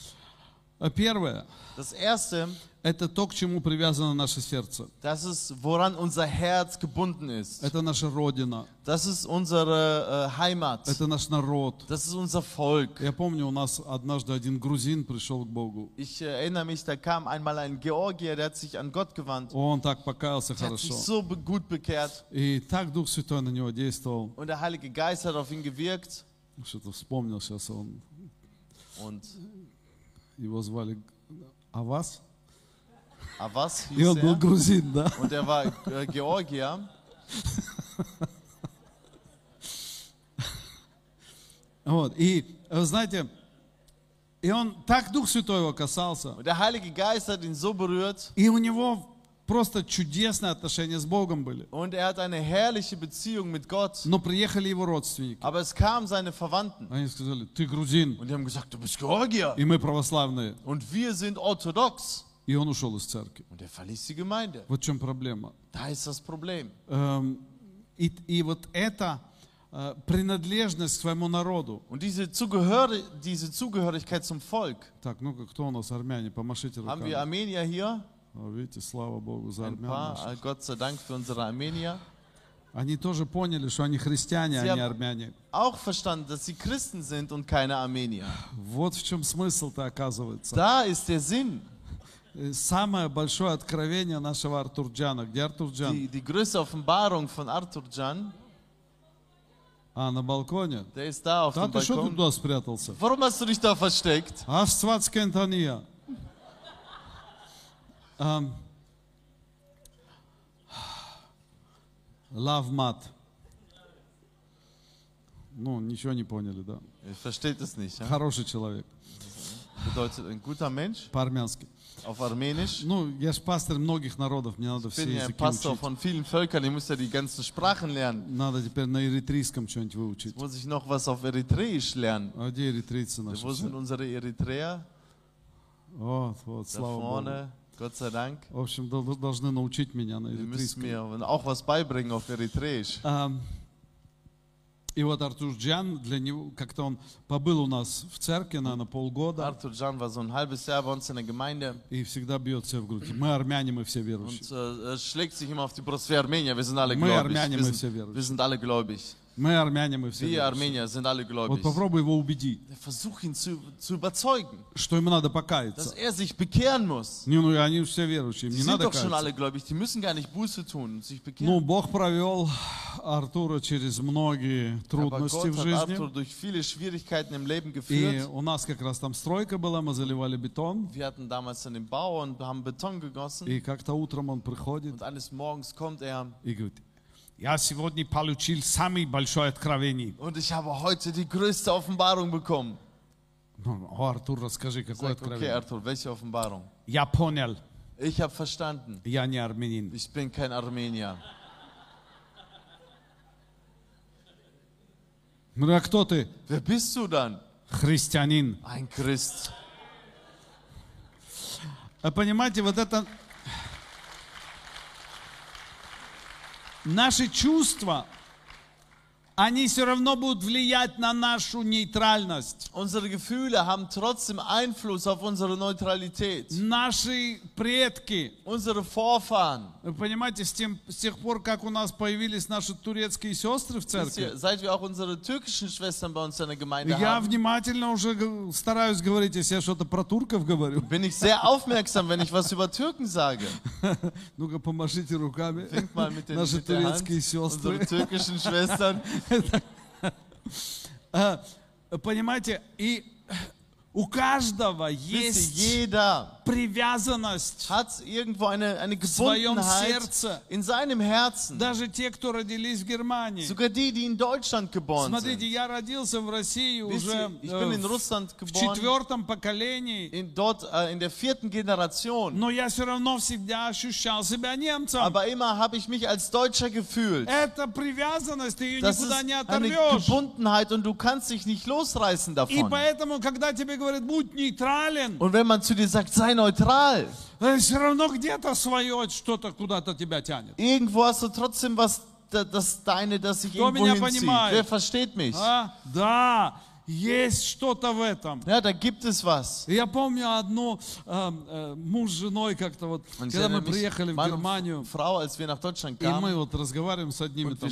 [SPEAKER 1] А Первое
[SPEAKER 2] Das erste,
[SPEAKER 1] – это то, к чему привязано наше сердце.
[SPEAKER 2] das ist, woran unser Herz gebunden ist.
[SPEAKER 1] Это наша родина,
[SPEAKER 2] Das ist unsere äh, Heimat.
[SPEAKER 1] это наш народ.
[SPEAKER 2] Das ist unser Volk.
[SPEAKER 1] Я помню, у нас однажды один грузин пришел к Богу.
[SPEAKER 2] Ich äh, erinnere mich, da kam einmal ein Georgier, der hat sich an Gott gewandt.
[SPEAKER 1] Он так покаялся
[SPEAKER 2] Der hat sich
[SPEAKER 1] хорошо.
[SPEAKER 2] so be- gut bekehrt
[SPEAKER 1] И так Дух Святой на него действовал.
[SPEAKER 2] und der Heilige Geist hat auf ihn gewirkt.
[SPEAKER 1] Что-то вспомнил сейчас он.
[SPEAKER 2] Und
[SPEAKER 1] Его звали Авас.
[SPEAKER 2] Avas
[SPEAKER 1] И
[SPEAKER 2] hieß
[SPEAKER 1] он был
[SPEAKER 2] er.
[SPEAKER 1] грузин, да?
[SPEAKER 2] Und er war äh, Georgier.
[SPEAKER 1] Вот. И, э, вы знаете, и он так Дух Святой его касался.
[SPEAKER 2] Und der Heilige Geist hat ihn so berührt
[SPEAKER 1] И у него просто чудесные отношения с Богом были.
[SPEAKER 2] und er hat eine herrliche Beziehung mit Gott.
[SPEAKER 1] Но приехали его родственники.
[SPEAKER 2] Aber es kamen seine Verwandten
[SPEAKER 1] Они сказали, ты грузин,
[SPEAKER 2] und die haben gesagt, du bist Georgier
[SPEAKER 1] и мы православные.
[SPEAKER 2] und wir sind orthodox.
[SPEAKER 1] И он ушел из церкви.
[SPEAKER 2] Und er verließ die Gemeinde.
[SPEAKER 1] Вот в чем проблема.
[SPEAKER 2] Da ist das Problem.
[SPEAKER 1] Эм, И, и вот эта э, принадлежность к своему народу.
[SPEAKER 2] Und diese, Zugehöri diese Zugehörigkeit zum Volk.
[SPEAKER 1] Так, ну-ка, кто у нас армяне? Помашите
[SPEAKER 2] Haben
[SPEAKER 1] руками.
[SPEAKER 2] wir Armenier hier?
[SPEAKER 1] О, Видите, слава Богу за
[SPEAKER 2] Ein
[SPEAKER 1] армян. наших.
[SPEAKER 2] paar, äh, Gott sei Dank für unsere Armenier.
[SPEAKER 1] Они тоже поняли, что они христиане, а
[SPEAKER 2] Sie
[SPEAKER 1] не
[SPEAKER 2] haben-
[SPEAKER 1] армяне.
[SPEAKER 2] Auch verstanden, dass sie Christen sind und keine Armenier.
[SPEAKER 1] Вот в чем смысл-то оказывается.
[SPEAKER 2] Da ist der Sinn.
[SPEAKER 1] Э, Самое большое откровение нашего Артурджана. Где Артурджан?
[SPEAKER 2] Die, die größte Offenbarung von Arthur Jan,
[SPEAKER 1] А, на балконе?
[SPEAKER 2] der ist da auf
[SPEAKER 1] Да
[SPEAKER 2] dem
[SPEAKER 1] ты что ты
[SPEAKER 2] Balkon.
[SPEAKER 1] туда спрятался?
[SPEAKER 2] Warum hast du dich da versteckt?
[SPEAKER 1] Австралийская Антония. Ам. Love мат. Ну, ничего не поняли, да?
[SPEAKER 2] Ihr versteht es nicht. Ja?
[SPEAKER 1] Хороший человек,
[SPEAKER 2] Bedeutet ein guter Mensch
[SPEAKER 1] по-армянски.
[SPEAKER 2] auf Armenisch.
[SPEAKER 1] Ну, я же пастор многих народов, мне надо
[SPEAKER 2] Ich
[SPEAKER 1] все
[SPEAKER 2] bin ja ein
[SPEAKER 1] языки
[SPEAKER 2] Pastor
[SPEAKER 1] учить.
[SPEAKER 2] von vielen Völkern, ich muss ja die ganzen Sprachen lernen.
[SPEAKER 1] Надо теперь на эритрийском что-нибудь выучить.
[SPEAKER 2] Muss ich noch was auf Eritreisch lernen?
[SPEAKER 1] А где эритрийцы наши?
[SPEAKER 2] Wo sind
[SPEAKER 1] все?
[SPEAKER 2] unsere Eritreer?
[SPEAKER 1] Вот, вот,
[SPEAKER 2] Da
[SPEAKER 1] слава Богу.
[SPEAKER 2] vorne, Gott sei Dank.
[SPEAKER 1] В общем, дол- дол- должны научить меня на
[SPEAKER 2] Die müssen
[SPEAKER 1] эритрийском.
[SPEAKER 2] mir auch was beibringen auf Eritreisch.
[SPEAKER 1] Ам, А, И вот Артур Джан, для него, как-то он побыл у нас в церкви, наверное, полгода,
[SPEAKER 2] Arthur Jan war so ein halbes Jahr bei uns in der Gemeinde
[SPEAKER 1] и всегда бьет себя в грудь. Мы армяне, мы все верующие.
[SPEAKER 2] und äh, äh, schlägt sich immer auf die Brust. Wir Armenier, wir sind alle
[SPEAKER 1] Мы
[SPEAKER 2] gläubig.
[SPEAKER 1] армяне,
[SPEAKER 2] Wir
[SPEAKER 1] мы все
[SPEAKER 2] sind, wir
[SPEAKER 1] верующие.
[SPEAKER 2] sind alle gläubig.
[SPEAKER 1] Мы армяне, мы все
[SPEAKER 2] Wir
[SPEAKER 1] верующие.
[SPEAKER 2] Armenier sind alle
[SPEAKER 1] Вот
[SPEAKER 2] gläubig.
[SPEAKER 1] попробуй его убеди,
[SPEAKER 2] Versuch ihn zu, zu überzeugen,
[SPEAKER 1] что ему надо
[SPEAKER 2] dass
[SPEAKER 1] покаяться.
[SPEAKER 2] er sich bekehren muss.
[SPEAKER 1] Не, ну они все верующие, им
[SPEAKER 2] Die
[SPEAKER 1] не
[SPEAKER 2] sind
[SPEAKER 1] надо
[SPEAKER 2] doch schon
[SPEAKER 1] каяться.
[SPEAKER 2] alle gläubig, die müssen gar nicht Buße tun und sich bekehren.
[SPEAKER 1] Ну, Бог провел Артура через многие
[SPEAKER 2] Aber
[SPEAKER 1] трудности
[SPEAKER 2] Gott
[SPEAKER 1] в
[SPEAKER 2] hat
[SPEAKER 1] жизни.
[SPEAKER 2] Arthur durch viele Schwierigkeiten im Leben
[SPEAKER 1] И
[SPEAKER 2] geführt.
[SPEAKER 1] у нас как раз там стройка была, мы заливали бетон.
[SPEAKER 2] Wir hatten damals dann den Bau und haben Beton gegossen.
[SPEAKER 1] И как-то утром он приходит
[SPEAKER 2] Und eines Morgens kommt er
[SPEAKER 1] и говорит, я сегодня получил самое большое откровение.
[SPEAKER 2] und ich habe heute die größte Offenbarung bekommen.
[SPEAKER 1] Ну, О, Артур, расскажи,
[SPEAKER 2] Ich
[SPEAKER 1] какое
[SPEAKER 2] Sag, okay,
[SPEAKER 1] откровение?
[SPEAKER 2] Arthur, welche Offenbarung?
[SPEAKER 1] Я понял,
[SPEAKER 2] Ich habe verstanden.
[SPEAKER 1] я не армянин.
[SPEAKER 2] Ich bin kein Armenier.
[SPEAKER 1] Ну, а кто ты?
[SPEAKER 2] Wer bist du dann?
[SPEAKER 1] Христианин.
[SPEAKER 2] Ein Christ.
[SPEAKER 1] А понимаете, вот это... Наши чувства, они все равно будут влиять на нашу нейтральность.
[SPEAKER 2] Unsere Gefühle haben trotzdem Einfluss auf unsere
[SPEAKER 1] Mm.
[SPEAKER 2] Neutralität.
[SPEAKER 1] Наши предки,
[SPEAKER 2] Unsere Vorfahren.
[SPEAKER 1] вы понимаете, с, тем- с тех пор, как у нас появились наши турецкие сестры в
[SPEAKER 2] Wisst
[SPEAKER 1] церкви,
[SPEAKER 2] ihr, Seit wir auch unsere türkischen Schwestern bei uns in der Gemeinde
[SPEAKER 1] я
[SPEAKER 2] haben,
[SPEAKER 1] внимательно уже г- стараюсь говорить, если я что-то про турков говорю.
[SPEAKER 2] bin ich sehr aufmerksam, wenn ich was über Türken sage.
[SPEAKER 1] Ну-ка, помашите руками.
[SPEAKER 2] Fängt mal mit den
[SPEAKER 1] Наши
[SPEAKER 2] mit der Hand,
[SPEAKER 1] турецкие сестры.
[SPEAKER 2] unsere türkischen Schwestern.
[SPEAKER 1] А, Понимаете, и у каждого
[SPEAKER 2] Wisst
[SPEAKER 1] есть
[SPEAKER 2] ihr, jeder
[SPEAKER 1] привязанность.
[SPEAKER 2] hat irgendwo eine, eine
[SPEAKER 1] своем
[SPEAKER 2] Gebundenheit
[SPEAKER 1] сердце.
[SPEAKER 2] in seinem Herzen.
[SPEAKER 1] Даже те, кто родились в Германии.
[SPEAKER 2] Sogar die, die in Deutschland geboren
[SPEAKER 1] Смотрите,
[SPEAKER 2] sind.
[SPEAKER 1] я родился в России
[SPEAKER 2] Wisst
[SPEAKER 1] уже
[SPEAKER 2] ihr, Ich
[SPEAKER 1] э,
[SPEAKER 2] bin in
[SPEAKER 1] в
[SPEAKER 2] Russland geboren,
[SPEAKER 1] четвертом поколении,
[SPEAKER 2] in, dort äh, in der vierten Generation.
[SPEAKER 1] но я все равно всегда ощущал себя немцем.
[SPEAKER 2] Aber immer habe ich mich als Deutscher gefühlt.
[SPEAKER 1] Это привязанность, ты ее
[SPEAKER 2] Das ist
[SPEAKER 1] никуда не
[SPEAKER 2] eine
[SPEAKER 1] оторвешь.
[SPEAKER 2] Gebundenheit und du kannst dich nicht losreißen
[SPEAKER 1] И
[SPEAKER 2] davon.
[SPEAKER 1] поэтому, когда тебе говорят, будь нейтрален,
[SPEAKER 2] Und wenn man zu dir sagt, sei neutral,
[SPEAKER 1] все равно где-то свое что-то куда-то тебя тянет.
[SPEAKER 2] irgendwo hast du trotzdem was, da- das Deine, das sich
[SPEAKER 1] Кто
[SPEAKER 2] irgendwo
[SPEAKER 1] меня
[SPEAKER 2] hinzieht.
[SPEAKER 1] понимает?
[SPEAKER 2] Wer versteht mich?
[SPEAKER 1] А? Да, есть что-то в этом.
[SPEAKER 2] Ja, da gibt es was.
[SPEAKER 1] Я помню одну э, э, муж с женой как-то вот,
[SPEAKER 2] Und ich
[SPEAKER 1] когда мы
[SPEAKER 2] erinnere mich,
[SPEAKER 1] приехали в
[SPEAKER 2] Mann und
[SPEAKER 1] Германию,
[SPEAKER 2] Frau, als wir nach Deutschland
[SPEAKER 1] и мы
[SPEAKER 2] kamen,
[SPEAKER 1] вот разговариваем с одними
[SPEAKER 2] und wir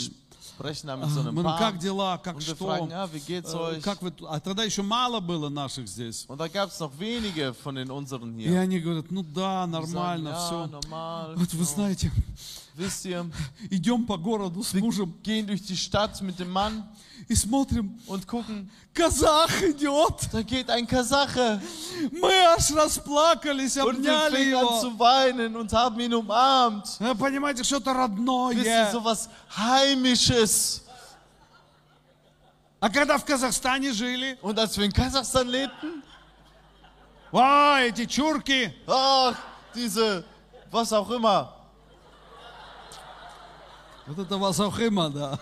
[SPEAKER 2] Ah,
[SPEAKER 1] там
[SPEAKER 2] sprechen da mit so einem
[SPEAKER 1] Мы, ну,
[SPEAKER 2] Paar
[SPEAKER 1] как дела, как
[SPEAKER 2] und wir
[SPEAKER 1] что?
[SPEAKER 2] fragen, ja, wie geht's
[SPEAKER 1] Э,
[SPEAKER 2] euch?
[SPEAKER 1] Как вы, ту- а тогда еще мало было наших здесь.
[SPEAKER 2] Und da gab es noch wenige von den unseren
[SPEAKER 1] И
[SPEAKER 2] hier.
[SPEAKER 1] они говорят, ну да,
[SPEAKER 2] Die sagen,
[SPEAKER 1] нормально,
[SPEAKER 2] ja,
[SPEAKER 1] все.
[SPEAKER 2] normal.
[SPEAKER 1] Вот вы
[SPEAKER 2] genau.
[SPEAKER 1] знаете,
[SPEAKER 2] Wisst ihr,
[SPEAKER 1] идем по городу с мужем
[SPEAKER 2] gehen durch die Stadt mit dem Mann
[SPEAKER 1] и смотрим,
[SPEAKER 2] und gucken,
[SPEAKER 1] казах идет.
[SPEAKER 2] da geht ein Kasache.
[SPEAKER 1] Мы аж расплакались,
[SPEAKER 2] Und wir
[SPEAKER 1] обняли
[SPEAKER 2] fingen an
[SPEAKER 1] его.
[SPEAKER 2] zu weinen und haben ihn umarmt.
[SPEAKER 1] Э, Понимаете, что-то
[SPEAKER 2] Wisst ihr,
[SPEAKER 1] родное.
[SPEAKER 2] sowas Heimisches.
[SPEAKER 1] А когда в Казахстане жили,
[SPEAKER 2] Und als wir in Kasachstan lebten,
[SPEAKER 1] а, эти чурки,
[SPEAKER 2] ach, diese, was auch immer.
[SPEAKER 1] вот это Васахыма, да.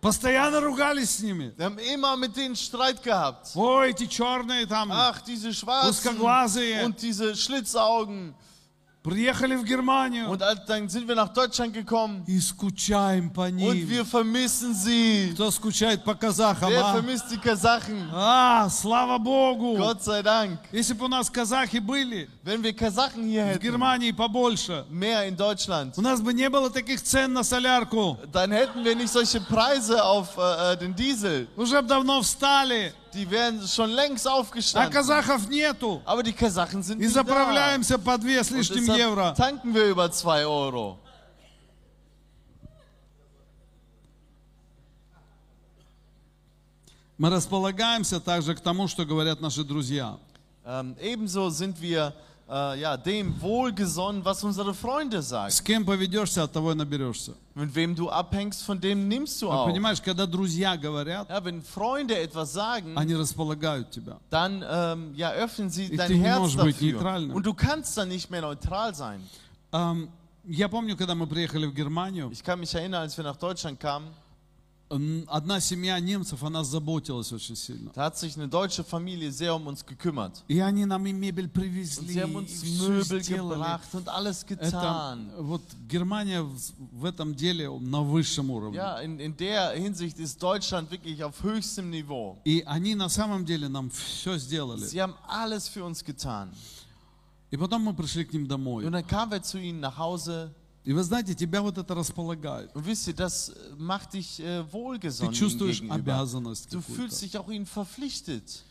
[SPEAKER 1] Постоянно ругались с ними.
[SPEAKER 2] Wir haben immer mit denen Streit gehabt.
[SPEAKER 1] Ой, эти черные там.
[SPEAKER 2] Ach, diese Schwarzen
[SPEAKER 1] Узкоглазые.
[SPEAKER 2] und diese Schlitzaugen.
[SPEAKER 1] Приехали в Германию
[SPEAKER 2] Und als- dann sind wir nach Deutschland gekommen
[SPEAKER 1] и скучаем по
[SPEAKER 2] und
[SPEAKER 1] ним.
[SPEAKER 2] wir vermissen sie.
[SPEAKER 1] Кто скучает по казахам,
[SPEAKER 2] Wer
[SPEAKER 1] а?
[SPEAKER 2] vermisst die Kasachen?
[SPEAKER 1] А, слава Богу!
[SPEAKER 2] Gott sei Dank.
[SPEAKER 1] Если бы у нас казахи были
[SPEAKER 2] Wenn wir Kasachen hier
[SPEAKER 1] в
[SPEAKER 2] hätten,
[SPEAKER 1] Германии побольше,
[SPEAKER 2] mehr in Deutschland,
[SPEAKER 1] у нас бы не было таких цен на солярку.
[SPEAKER 2] dann hätten wir nicht solche Preise auf äh, äh, den Diesel.
[SPEAKER 1] Уже бы давно встали,
[SPEAKER 2] Die wären schon längst
[SPEAKER 1] а
[SPEAKER 2] aufgestanden.
[SPEAKER 1] казахов нету.
[SPEAKER 2] Aber die Kasachen sind
[SPEAKER 1] И
[SPEAKER 2] nicht da. Und
[SPEAKER 1] заправляемся по две с лишним евро.
[SPEAKER 2] deshalb tanken wir über 2 Euro.
[SPEAKER 1] Мы располагаемся также к тому, что говорят наши друзья.
[SPEAKER 2] Ähm, ebenso sind wir äh, ja, dem wohlgesonnen, was unsere Freunde sagen.
[SPEAKER 1] С кем поведешься, от того и наберешься.
[SPEAKER 2] Mit wem du abhängst, von dem nimmst du auch.
[SPEAKER 1] Понимаешь, когда друзья говорят,
[SPEAKER 2] Ja, wenn Freunde etwas sagen,
[SPEAKER 1] они располагают тебя.
[SPEAKER 2] dann ähm, ja, öffnen sie
[SPEAKER 1] Ich
[SPEAKER 2] dein
[SPEAKER 1] denke,
[SPEAKER 2] Herz
[SPEAKER 1] может быть,
[SPEAKER 2] dafür.
[SPEAKER 1] neutral, ne?
[SPEAKER 2] Und du kannst dann nicht mehr neutral sein.
[SPEAKER 1] Ам, Я помню, когда мы приехали в Германию,
[SPEAKER 2] Ich kann mich erinnern, als wir nach Deutschland kamen,
[SPEAKER 1] м, одна семья немцев, она заботилась очень сильно.
[SPEAKER 2] da hat sich eine deutsche Familie sehr um uns gekümmert.
[SPEAKER 1] И они нам и мебель
[SPEAKER 2] Und
[SPEAKER 1] привезли,
[SPEAKER 2] sie haben
[SPEAKER 1] и
[SPEAKER 2] uns
[SPEAKER 1] всё
[SPEAKER 2] Möbel
[SPEAKER 1] сделали.
[SPEAKER 2] gebracht und alles
[SPEAKER 1] Это,
[SPEAKER 2] getan.
[SPEAKER 1] вот Германия в в этом деле на высшем уровне.
[SPEAKER 2] Ja, in, in der Hinsicht ist Deutschland wirklich auf höchstem Niveau.
[SPEAKER 1] И они на самом деле нам все сделали.
[SPEAKER 2] Sie haben alles für uns getan.
[SPEAKER 1] И потом мы пришли к ним
[SPEAKER 2] Und
[SPEAKER 1] домой.
[SPEAKER 2] dann kamen wir zu ihnen nach Hause.
[SPEAKER 1] И вы знаете, тебя вот это располагает.
[SPEAKER 2] Und wisst ihr, das äh, macht dich äh,
[SPEAKER 1] Ты
[SPEAKER 2] wohlgesonnen ihnen
[SPEAKER 1] чувствуешь
[SPEAKER 2] gegenüber.
[SPEAKER 1] обязанность
[SPEAKER 2] Du
[SPEAKER 1] какую-то.
[SPEAKER 2] fühlst dich auch ihnen verpflichtet.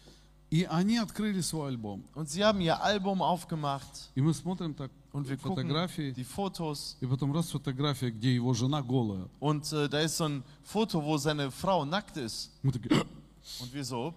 [SPEAKER 1] И они открыли свой альбом.
[SPEAKER 2] Und sie haben ihr Album aufgemacht
[SPEAKER 1] И мы смотрим так
[SPEAKER 2] und wir gucken
[SPEAKER 1] фотографии.
[SPEAKER 2] die Fotos.
[SPEAKER 1] И потом раз фотография, где его жена голая.
[SPEAKER 2] Und äh, da ist so ein Foto, wo seine Frau nackt ist.
[SPEAKER 1] Мы такие,
[SPEAKER 2] Und wir so.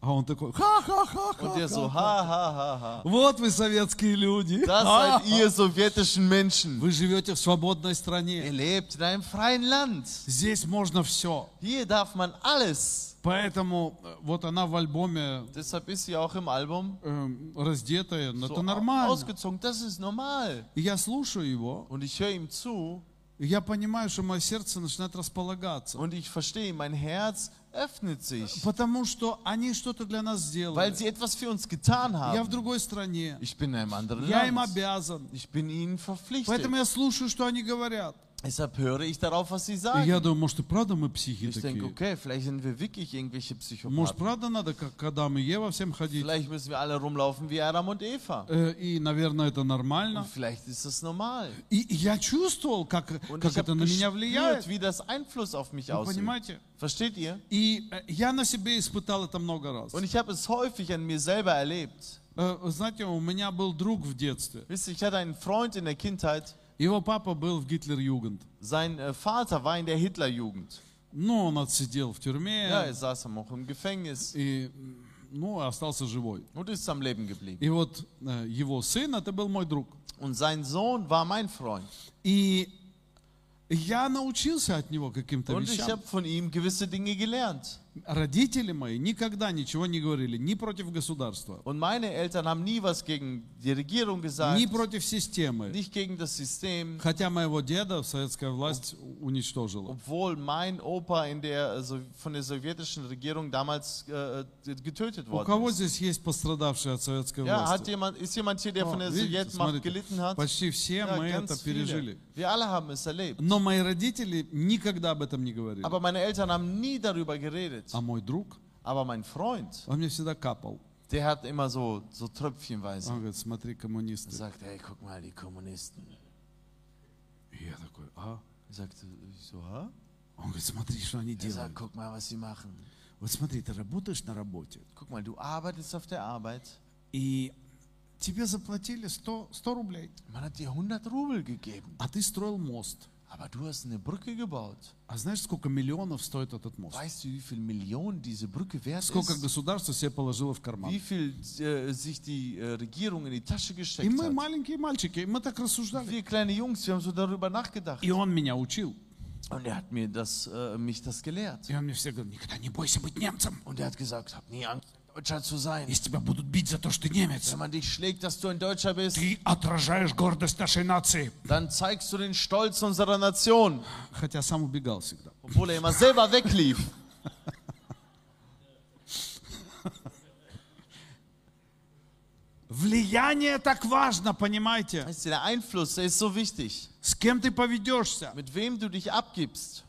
[SPEAKER 1] а он такой, ха-ха-ха.
[SPEAKER 2] Und der so, ha, ha, ha, ha.
[SPEAKER 1] Вот вы советские люди.
[SPEAKER 2] Das
[SPEAKER 1] А,
[SPEAKER 2] seid ihr sowjetischen Menschen.
[SPEAKER 1] Вы живете в свободной
[SPEAKER 2] Ihr
[SPEAKER 1] стране.
[SPEAKER 2] lebt in einem freien Land.
[SPEAKER 1] Здесь можно все.
[SPEAKER 2] Hier darf man alles.
[SPEAKER 1] Поэтому э, вот она в альбоме
[SPEAKER 2] Deshalb ist sie auch im Album
[SPEAKER 1] эм, раздетая, но
[SPEAKER 2] so
[SPEAKER 1] это нормально.
[SPEAKER 2] ausgezogen. Das ist normal.
[SPEAKER 1] И я слушаю его,
[SPEAKER 2] Und ich höre ihm zu
[SPEAKER 1] и я понимаю, что мое сердце начинает располагаться.
[SPEAKER 2] und ich verstehe, mein Herz öffnet sich,
[SPEAKER 1] Потому что они что-то для нас сделали.
[SPEAKER 2] weil sie etwas für uns getan
[SPEAKER 1] Я в
[SPEAKER 2] haben.
[SPEAKER 1] другой стране.
[SPEAKER 2] Ich bin in einem anderen
[SPEAKER 1] Я им
[SPEAKER 2] Land.
[SPEAKER 1] обязан.
[SPEAKER 2] Ich bin ihnen verpflichtet.
[SPEAKER 1] Поэтому я слушаю, что они говорят.
[SPEAKER 2] Deshalb höre ich darauf, was sie
[SPEAKER 1] И я
[SPEAKER 2] sagen.
[SPEAKER 1] думаю, может и правда мы психи
[SPEAKER 2] Ich denke,
[SPEAKER 1] такие?
[SPEAKER 2] okay, vielleicht sind wir wirklich irgendwelche
[SPEAKER 1] Может,
[SPEAKER 2] Psychopathen.
[SPEAKER 1] правда надо, как Адам и Ева, всем ходить?
[SPEAKER 2] Vielleicht müssen wir alle rumlaufen wie Adam und Eva.
[SPEAKER 1] Э, И, наверное, это
[SPEAKER 2] Und
[SPEAKER 1] нормально.
[SPEAKER 2] vielleicht ist das normal.
[SPEAKER 1] И и я чувствовал, как,
[SPEAKER 2] Und
[SPEAKER 1] как
[SPEAKER 2] ich
[SPEAKER 1] это
[SPEAKER 2] habe
[SPEAKER 1] на меня
[SPEAKER 2] gespürt,
[SPEAKER 1] влияет.
[SPEAKER 2] wie das Einfluss auf mich
[SPEAKER 1] Вы
[SPEAKER 2] ausübt.
[SPEAKER 1] понимаете?
[SPEAKER 2] Versteht ihr?
[SPEAKER 1] И э, я на себе испытал это много раз.
[SPEAKER 2] Und ich habe es häufig an mir selber erlebt.
[SPEAKER 1] Э, Знаете, у меня был друг в детстве.
[SPEAKER 2] Wisst ihr, ich hatte einen Freund in der Kindheit.
[SPEAKER 1] Его папа был в Гитлер-Югенд.
[SPEAKER 2] Sein äh, Vater war in der Hitlerjugend.
[SPEAKER 1] Ну, он отсидел в тюрьме.
[SPEAKER 2] Ja, er saß dann auch im Gefängnis.
[SPEAKER 1] И, м, ну, остался живой.
[SPEAKER 2] und ist am Leben geblieben.
[SPEAKER 1] И вот э, его сын, это был мой друг.
[SPEAKER 2] Und sein Sohn war mein Freund.
[SPEAKER 1] И я научился от него каким-то
[SPEAKER 2] Und ich
[SPEAKER 1] вещам.
[SPEAKER 2] habe von ihm gewisse Dinge gelernt.
[SPEAKER 1] Родители мои никогда ничего не говорили ни против государства,
[SPEAKER 2] Und meine Eltern haben nie was gegen die Regierung gesagt,
[SPEAKER 1] ни против системы.
[SPEAKER 2] nicht gegen das System,
[SPEAKER 1] Хотя моего деда советская власть уничтожила.
[SPEAKER 2] obwohl mein Opa in der, also von der sowjetischen Regierung damals äh, getötet
[SPEAKER 1] У
[SPEAKER 2] worden
[SPEAKER 1] кого
[SPEAKER 2] ist.
[SPEAKER 1] здесь есть пострадавшие от советской
[SPEAKER 2] Ja, hat
[SPEAKER 1] власти?
[SPEAKER 2] jemand, ist jemand hier, der
[SPEAKER 1] О,
[SPEAKER 2] von der
[SPEAKER 1] видите,
[SPEAKER 2] Sowjetmacht
[SPEAKER 1] смотрите,
[SPEAKER 2] gelitten hat?
[SPEAKER 1] почти все
[SPEAKER 2] Ja,
[SPEAKER 1] мы это
[SPEAKER 2] ganz viele.
[SPEAKER 1] пережили.
[SPEAKER 2] Wir alle haben es erlebt.
[SPEAKER 1] Но мои родители никогда об этом не говорили.
[SPEAKER 2] Aber meine Eltern haben nie darüber geredet.
[SPEAKER 1] А мой друг,
[SPEAKER 2] Aber mein Freund,
[SPEAKER 1] он мне всегда капал.
[SPEAKER 2] der hat immer so, so tröpfchenweise
[SPEAKER 1] Он говорит, смотри, коммунисты.
[SPEAKER 2] gesagt, hey, guck mal, die Kommunisten.
[SPEAKER 1] И я такой, а?
[SPEAKER 2] Ich sagte, ich so, hä?
[SPEAKER 1] Он говорит, смотри, что они
[SPEAKER 2] Er sagt,
[SPEAKER 1] делают.
[SPEAKER 2] guck mal, was sie machen.
[SPEAKER 1] Вот смотри, ты работаешь на работе,
[SPEAKER 2] Guck mal, du arbeitest auf der Arbeit.
[SPEAKER 1] и тебе заплатили 100, 100 рублей,
[SPEAKER 2] Man hat dir 100 Rubel gegeben,
[SPEAKER 1] а ты строил мост.
[SPEAKER 2] aber du hast eine Brücke gebaut.
[SPEAKER 1] А знаешь, сколько миллионов стоит этот мост?
[SPEAKER 2] Weißt du, wie viel Millionen diese Brücke wert
[SPEAKER 1] Сколько
[SPEAKER 2] ist?
[SPEAKER 1] государство себе положило в
[SPEAKER 2] Wie
[SPEAKER 1] карман?
[SPEAKER 2] viel äh, sich die äh, Regierung in die Tasche
[SPEAKER 1] И
[SPEAKER 2] gesteckt
[SPEAKER 1] мы
[SPEAKER 2] hat?
[SPEAKER 1] маленькие мальчики, и мы так рассуждали.
[SPEAKER 2] Wir kleine Jungs, wir haben so darüber nachgedacht.
[SPEAKER 1] И он меня учил.
[SPEAKER 2] Und er hat mir das, äh, mich das gelehrt.
[SPEAKER 1] И он мне все говорил, никогда не бойся быть немцем.
[SPEAKER 2] Und er hat gesagt, hab nie Angst, ein Deutscher zu sein.
[SPEAKER 1] Если тебя будут бить за то, что ты немец,
[SPEAKER 2] Wenn man dich schlägt, dass du ein Deutscher bist,
[SPEAKER 1] ты отражаешь гордость нашей нации.
[SPEAKER 2] dann zeigst du den Stolz unserer Nation.
[SPEAKER 1] Хотя сам убегал всегда.
[SPEAKER 2] Obwohl er immer selber weglief.
[SPEAKER 1] Влияние так важно, понимаете?
[SPEAKER 2] Weißt du, der Einfluss, der ist so wichtig.
[SPEAKER 1] С кем ты поведешься?
[SPEAKER 2] Mit wem du dich abgibst.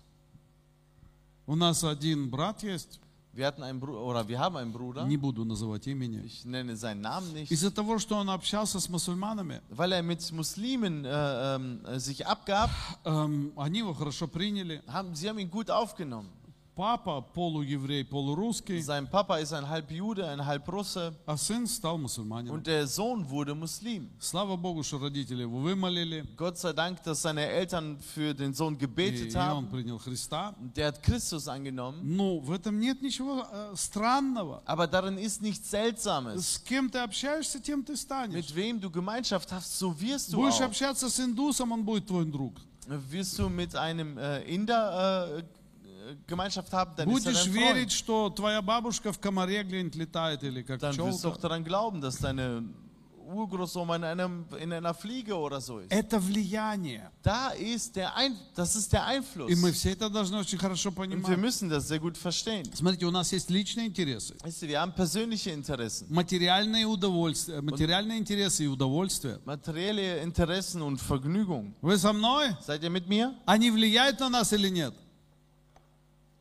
[SPEAKER 1] У нас один брат есть,
[SPEAKER 2] Wir hatten einen Bruder, oder wir haben einen Bruder.
[SPEAKER 1] не буду называть имени.
[SPEAKER 2] Ich nenne seinen Namen nicht.
[SPEAKER 1] Из-за того, что он общался с мусульманами,
[SPEAKER 2] Weil er mit Muslimen äh, ähm, äh, sich abgab,
[SPEAKER 1] эм, они его хорошо приняли.
[SPEAKER 2] haben, sie haben ihn gut aufgenommen.
[SPEAKER 1] Папа полуеврей, полурусский,
[SPEAKER 2] Sein Papa ist ein Halbjude, ein Halbrusse.
[SPEAKER 1] а сын стал мусульманином.
[SPEAKER 2] Und der Sohn wurde Muslim.
[SPEAKER 1] Слава Богу, что родители его вымолили,
[SPEAKER 2] Gott sei Dank, dass seine Eltern für den Sohn
[SPEAKER 1] и, и
[SPEAKER 2] gebetet
[SPEAKER 1] он
[SPEAKER 2] haben.
[SPEAKER 1] принял Христа.
[SPEAKER 2] Der hat Christus angenommen.
[SPEAKER 1] Ну, в этом нет ничего э, странного.
[SPEAKER 2] Aber darin ist nichts Seltsames.
[SPEAKER 1] С кем ты общаешься, тем ты станешь.
[SPEAKER 2] Mit wem du Gemeinschaft hast, so wirst du
[SPEAKER 1] Будешь
[SPEAKER 2] auch.
[SPEAKER 1] общаться с индусом, он будет твой друг.
[SPEAKER 2] Wirst du mit einem äh, Inder äh, äh, Gemeinschaft haben, dann ist er
[SPEAKER 1] Будешь
[SPEAKER 2] dein Freund.
[SPEAKER 1] верить, что твоя бабушка в комаре где-нибудь летает или как
[SPEAKER 2] Dann wirst du
[SPEAKER 1] пчелка.
[SPEAKER 2] doch daran glauben, dass deine Urgroßoma in, einem, in einer Fliege oder so ist.
[SPEAKER 1] Это влияние.
[SPEAKER 2] Da ist der Ein das ist der Einfluss.
[SPEAKER 1] И мы все это должны очень хорошо
[SPEAKER 2] Und wir
[SPEAKER 1] понимать.
[SPEAKER 2] müssen das sehr gut verstehen.
[SPEAKER 1] Смотрите, у нас есть личные интересы,
[SPEAKER 2] Weißt du, wir haben persönliche Interessen,
[SPEAKER 1] материальные удовольствия, материальные интересы и удовольствия.
[SPEAKER 2] materielle Interessen und Vergnügung.
[SPEAKER 1] Вы со мной?
[SPEAKER 2] Seid ihr mit mir?
[SPEAKER 1] Они влияют на нас или нет?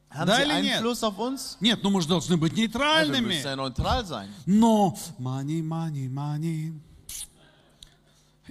[SPEAKER 2] Haben
[SPEAKER 1] Da
[SPEAKER 2] sie
[SPEAKER 1] или нет?
[SPEAKER 2] Einfluss auf uns?
[SPEAKER 1] Нет, ну мы же должны быть
[SPEAKER 2] Ja, wir müssen
[SPEAKER 1] нейтральными.
[SPEAKER 2] ja neutral sein.
[SPEAKER 1] Но мани, мани, мани.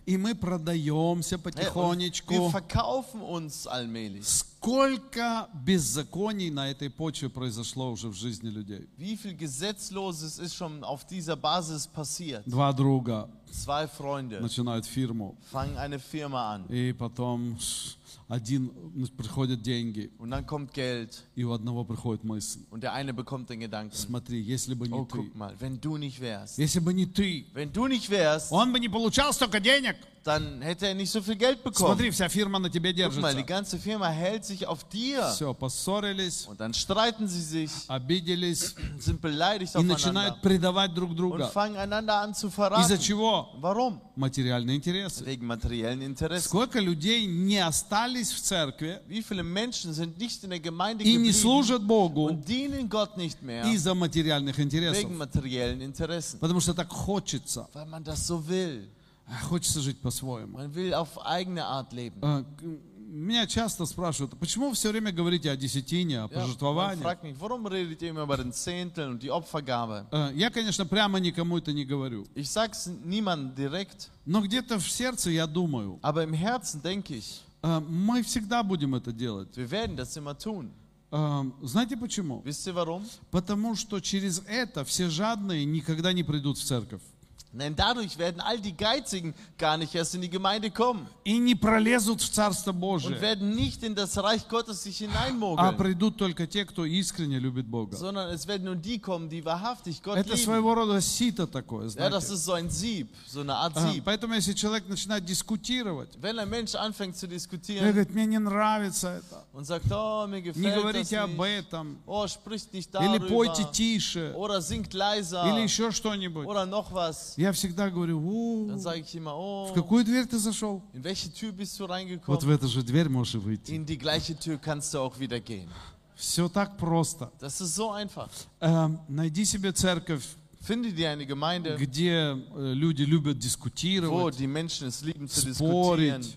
[SPEAKER 1] И мы продаемся
[SPEAKER 2] Ja, und Wir
[SPEAKER 1] потихонечку.
[SPEAKER 2] verkaufen uns allmählich.
[SPEAKER 1] Сколько беззаконий на этой почве произошло уже в жизни людей?
[SPEAKER 2] Wie viel Gesetzloses ist schon auf dieser Basis passiert?
[SPEAKER 1] Два друга
[SPEAKER 2] Zwei Freunde
[SPEAKER 1] начинают фирму,
[SPEAKER 2] fangen eine Firma an
[SPEAKER 1] и потом ш, один ну, приходят деньги,
[SPEAKER 2] und dann kommt Geld
[SPEAKER 1] и у одного приходит мысль.
[SPEAKER 2] und der eine bekommt den Gedanken,
[SPEAKER 1] Смотри, если бы не
[SPEAKER 2] oh
[SPEAKER 1] ты,
[SPEAKER 2] guck mal, wenn du nicht wärst,
[SPEAKER 1] если бы не ты,
[SPEAKER 2] wenn du nicht wärst,
[SPEAKER 1] он бы не получал столько денег.
[SPEAKER 2] dann hätte er nicht so viel Geld bekommen.
[SPEAKER 1] Смотри, вся фирма на тебе
[SPEAKER 2] Guck mal,
[SPEAKER 1] держится.
[SPEAKER 2] die ganze Firma hält sich auf dir
[SPEAKER 1] Все, поссорились,
[SPEAKER 2] und dann streiten sie sich,
[SPEAKER 1] обиделись
[SPEAKER 2] sind beleidigt
[SPEAKER 1] и начинают
[SPEAKER 2] aufeinander
[SPEAKER 1] предавать друг
[SPEAKER 2] und
[SPEAKER 1] друга.
[SPEAKER 2] fangen einander an zu
[SPEAKER 1] Из-за
[SPEAKER 2] verraten.
[SPEAKER 1] чего?
[SPEAKER 2] Warum?
[SPEAKER 1] Материальные интересы.
[SPEAKER 2] Wegen materiellen Interessen.
[SPEAKER 1] Сколько людей не остались в церкви
[SPEAKER 2] Wie viele Menschen sind nicht in der Gemeinde
[SPEAKER 1] и не
[SPEAKER 2] geblieben
[SPEAKER 1] служат Богу
[SPEAKER 2] und dienen Gott nicht mehr
[SPEAKER 1] из-за материальных интересов?
[SPEAKER 2] wegen materiellen Interessen?
[SPEAKER 1] Потому что так хочется.
[SPEAKER 2] Weil man das so will.
[SPEAKER 1] А, Хочется жить по-своему.
[SPEAKER 2] Man will auf eigene Art leben.
[SPEAKER 1] А, к- Меня часто спрашивают, «А почему вы все время говорите о десятине, о
[SPEAKER 2] Ja, man
[SPEAKER 1] пожертвовании?
[SPEAKER 2] fragt mich, warum redet ihr immer über den Zehntel und die Opfergabe?
[SPEAKER 1] Э, Я, конечно, прямо никому это не говорю.
[SPEAKER 2] Ich sag's niemandem direkt,
[SPEAKER 1] Но где-то в сердце я думаю,
[SPEAKER 2] aber im Herzen denke ich,
[SPEAKER 1] э, мы всегда будем это делать.
[SPEAKER 2] wir werden das immer tun.
[SPEAKER 1] Э, Знаете почему?
[SPEAKER 2] Wisst ihr warum?
[SPEAKER 1] Потому что через это все жадные никогда не придут в церковь.
[SPEAKER 2] Denn dadurch werden all die Geizigen gar nicht erst in die Gemeinde kommen
[SPEAKER 1] и не пролезут в Царство
[SPEAKER 2] und
[SPEAKER 1] Божие,
[SPEAKER 2] werden nicht in das Reich Gottes sich
[SPEAKER 1] а
[SPEAKER 2] hineinmogeln,
[SPEAKER 1] придут только те, кто искренне любит Бога.
[SPEAKER 2] sondern es werden nur die kommen, die wahrhaftig Gott
[SPEAKER 1] Это
[SPEAKER 2] lieben.
[SPEAKER 1] своего рода сито такое,
[SPEAKER 2] Ja, das
[SPEAKER 1] знаете.
[SPEAKER 2] ist so ein Sieb, so eine Art
[SPEAKER 1] Ага,
[SPEAKER 2] Sieb.
[SPEAKER 1] Поэтому если человек начинает дискутировать,
[SPEAKER 2] Wenn ein Mensch anfängt zu
[SPEAKER 1] он
[SPEAKER 2] diskutieren
[SPEAKER 1] говорит, мне не нравится это,
[SPEAKER 2] und sagt, oh, mir
[SPEAKER 1] не
[SPEAKER 2] gefällt das
[SPEAKER 1] говорите об
[SPEAKER 2] nicht,
[SPEAKER 1] этом,
[SPEAKER 2] oh, spricht nicht
[SPEAKER 1] или пойте
[SPEAKER 2] darüber
[SPEAKER 1] тише,
[SPEAKER 2] oder singt
[SPEAKER 1] или
[SPEAKER 2] leiser
[SPEAKER 1] еще что-нибудь.
[SPEAKER 2] oder noch was,
[SPEAKER 1] Я всегда говорю, «У,
[SPEAKER 2] dann sage ich immer,
[SPEAKER 1] в
[SPEAKER 2] oh,
[SPEAKER 1] какую дверь ты зашел?
[SPEAKER 2] in welche Tür bist du
[SPEAKER 1] Вот в
[SPEAKER 2] reingekommen?
[SPEAKER 1] эту же дверь можешь и выйти.
[SPEAKER 2] In die gleiche Tür kannst du auch wieder gehen.
[SPEAKER 1] Все так просто.
[SPEAKER 2] Das ist so einfach.
[SPEAKER 1] Эм, найди себе церковь,
[SPEAKER 2] Finde dir eine Gemeinde,
[SPEAKER 1] где э, люди любят
[SPEAKER 2] wo
[SPEAKER 1] дискутировать,
[SPEAKER 2] die Menschen es lieben zu
[SPEAKER 1] Sporit.
[SPEAKER 2] diskutieren,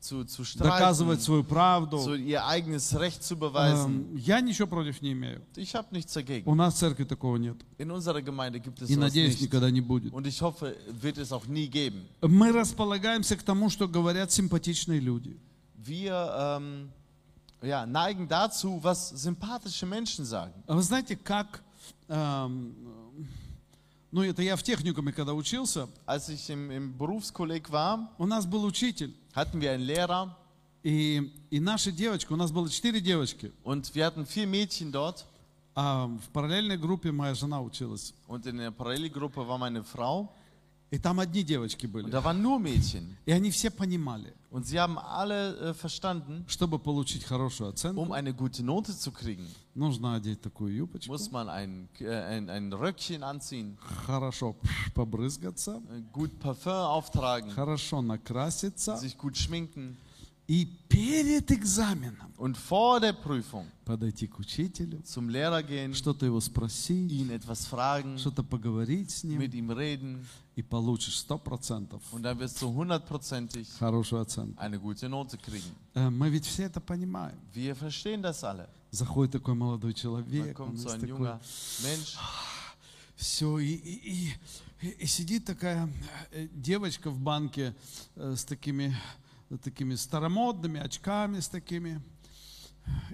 [SPEAKER 2] zu, zu
[SPEAKER 1] доказывать
[SPEAKER 2] streiten,
[SPEAKER 1] свою
[SPEAKER 2] so
[SPEAKER 1] правду.
[SPEAKER 2] ihr eigenes Recht zu beweisen.
[SPEAKER 1] Эм, я ничего против не имею.
[SPEAKER 2] Ich habe nichts dagegen.
[SPEAKER 1] У нас в церкви такого нет.
[SPEAKER 2] In unserer Gemeinde gibt es
[SPEAKER 1] И,
[SPEAKER 2] sowas
[SPEAKER 1] надеюсь,
[SPEAKER 2] nicht.
[SPEAKER 1] никогда не будет.
[SPEAKER 2] Und ich hoffe, wird es auch nie geben.
[SPEAKER 1] Мы располагаемся к тому, что говорят симпатичные люди.
[SPEAKER 2] Wir ähm, ja, neigen dazu, was sympathische Menschen sagen.
[SPEAKER 1] А Вы знаете, как... эм, э, ну, это я в техникуме, когда учился,
[SPEAKER 2] Als ich im, im Berufskolleg war,
[SPEAKER 1] у нас был учитель.
[SPEAKER 2] hatten wir einen Lehrer
[SPEAKER 1] И, и наши девочки, у нас было четыре девочки,
[SPEAKER 2] und wir hatten vier Mädchen dort.
[SPEAKER 1] а в параллельной группе моя жена училась.
[SPEAKER 2] Und in der Parallelgruppe war meine Frau
[SPEAKER 1] И там одни девочки
[SPEAKER 2] und
[SPEAKER 1] были.
[SPEAKER 2] da waren nur Mädchen.
[SPEAKER 1] И они все понимали,
[SPEAKER 2] Und sie haben alle äh, verstanden,
[SPEAKER 1] чтобы получить хорошую оценку,
[SPEAKER 2] um eine gute Note zu kriegen,
[SPEAKER 1] нужно одеть такую юбочку,
[SPEAKER 2] muss man ein, äh, ein, ein Röckchen anziehen,
[SPEAKER 1] хорошо пш, побрызгаться,
[SPEAKER 2] äh, gut Parfum auftragen,
[SPEAKER 1] хорошо накраситься.
[SPEAKER 2] sich gut schminken
[SPEAKER 1] И перед экзаменом
[SPEAKER 2] und vor der Prüfung
[SPEAKER 1] подойти к учителю,
[SPEAKER 2] zum Lehrer gehen,
[SPEAKER 1] что-то его спросить,
[SPEAKER 2] ihn etwas fragen,
[SPEAKER 1] что-то поговорить с ним,
[SPEAKER 2] mit ihm reden
[SPEAKER 1] и получишь сто процентов
[SPEAKER 2] und dann wirst du hundertprozentig
[SPEAKER 1] хорошую оценку.
[SPEAKER 2] eine gute Note kriegen.
[SPEAKER 1] Э, Мы ведь все это понимаем.
[SPEAKER 2] Wir verstehen das alle.
[SPEAKER 1] Заходит такой молодой
[SPEAKER 2] Dann
[SPEAKER 1] человек, он
[SPEAKER 2] kommt so
[SPEAKER 1] весь
[SPEAKER 2] ein
[SPEAKER 1] такой,
[SPEAKER 2] junger Mensch
[SPEAKER 1] Все, и, и- и- и сидит такая э, девочка в банке э, с такими, такими старомодными очками, с такими.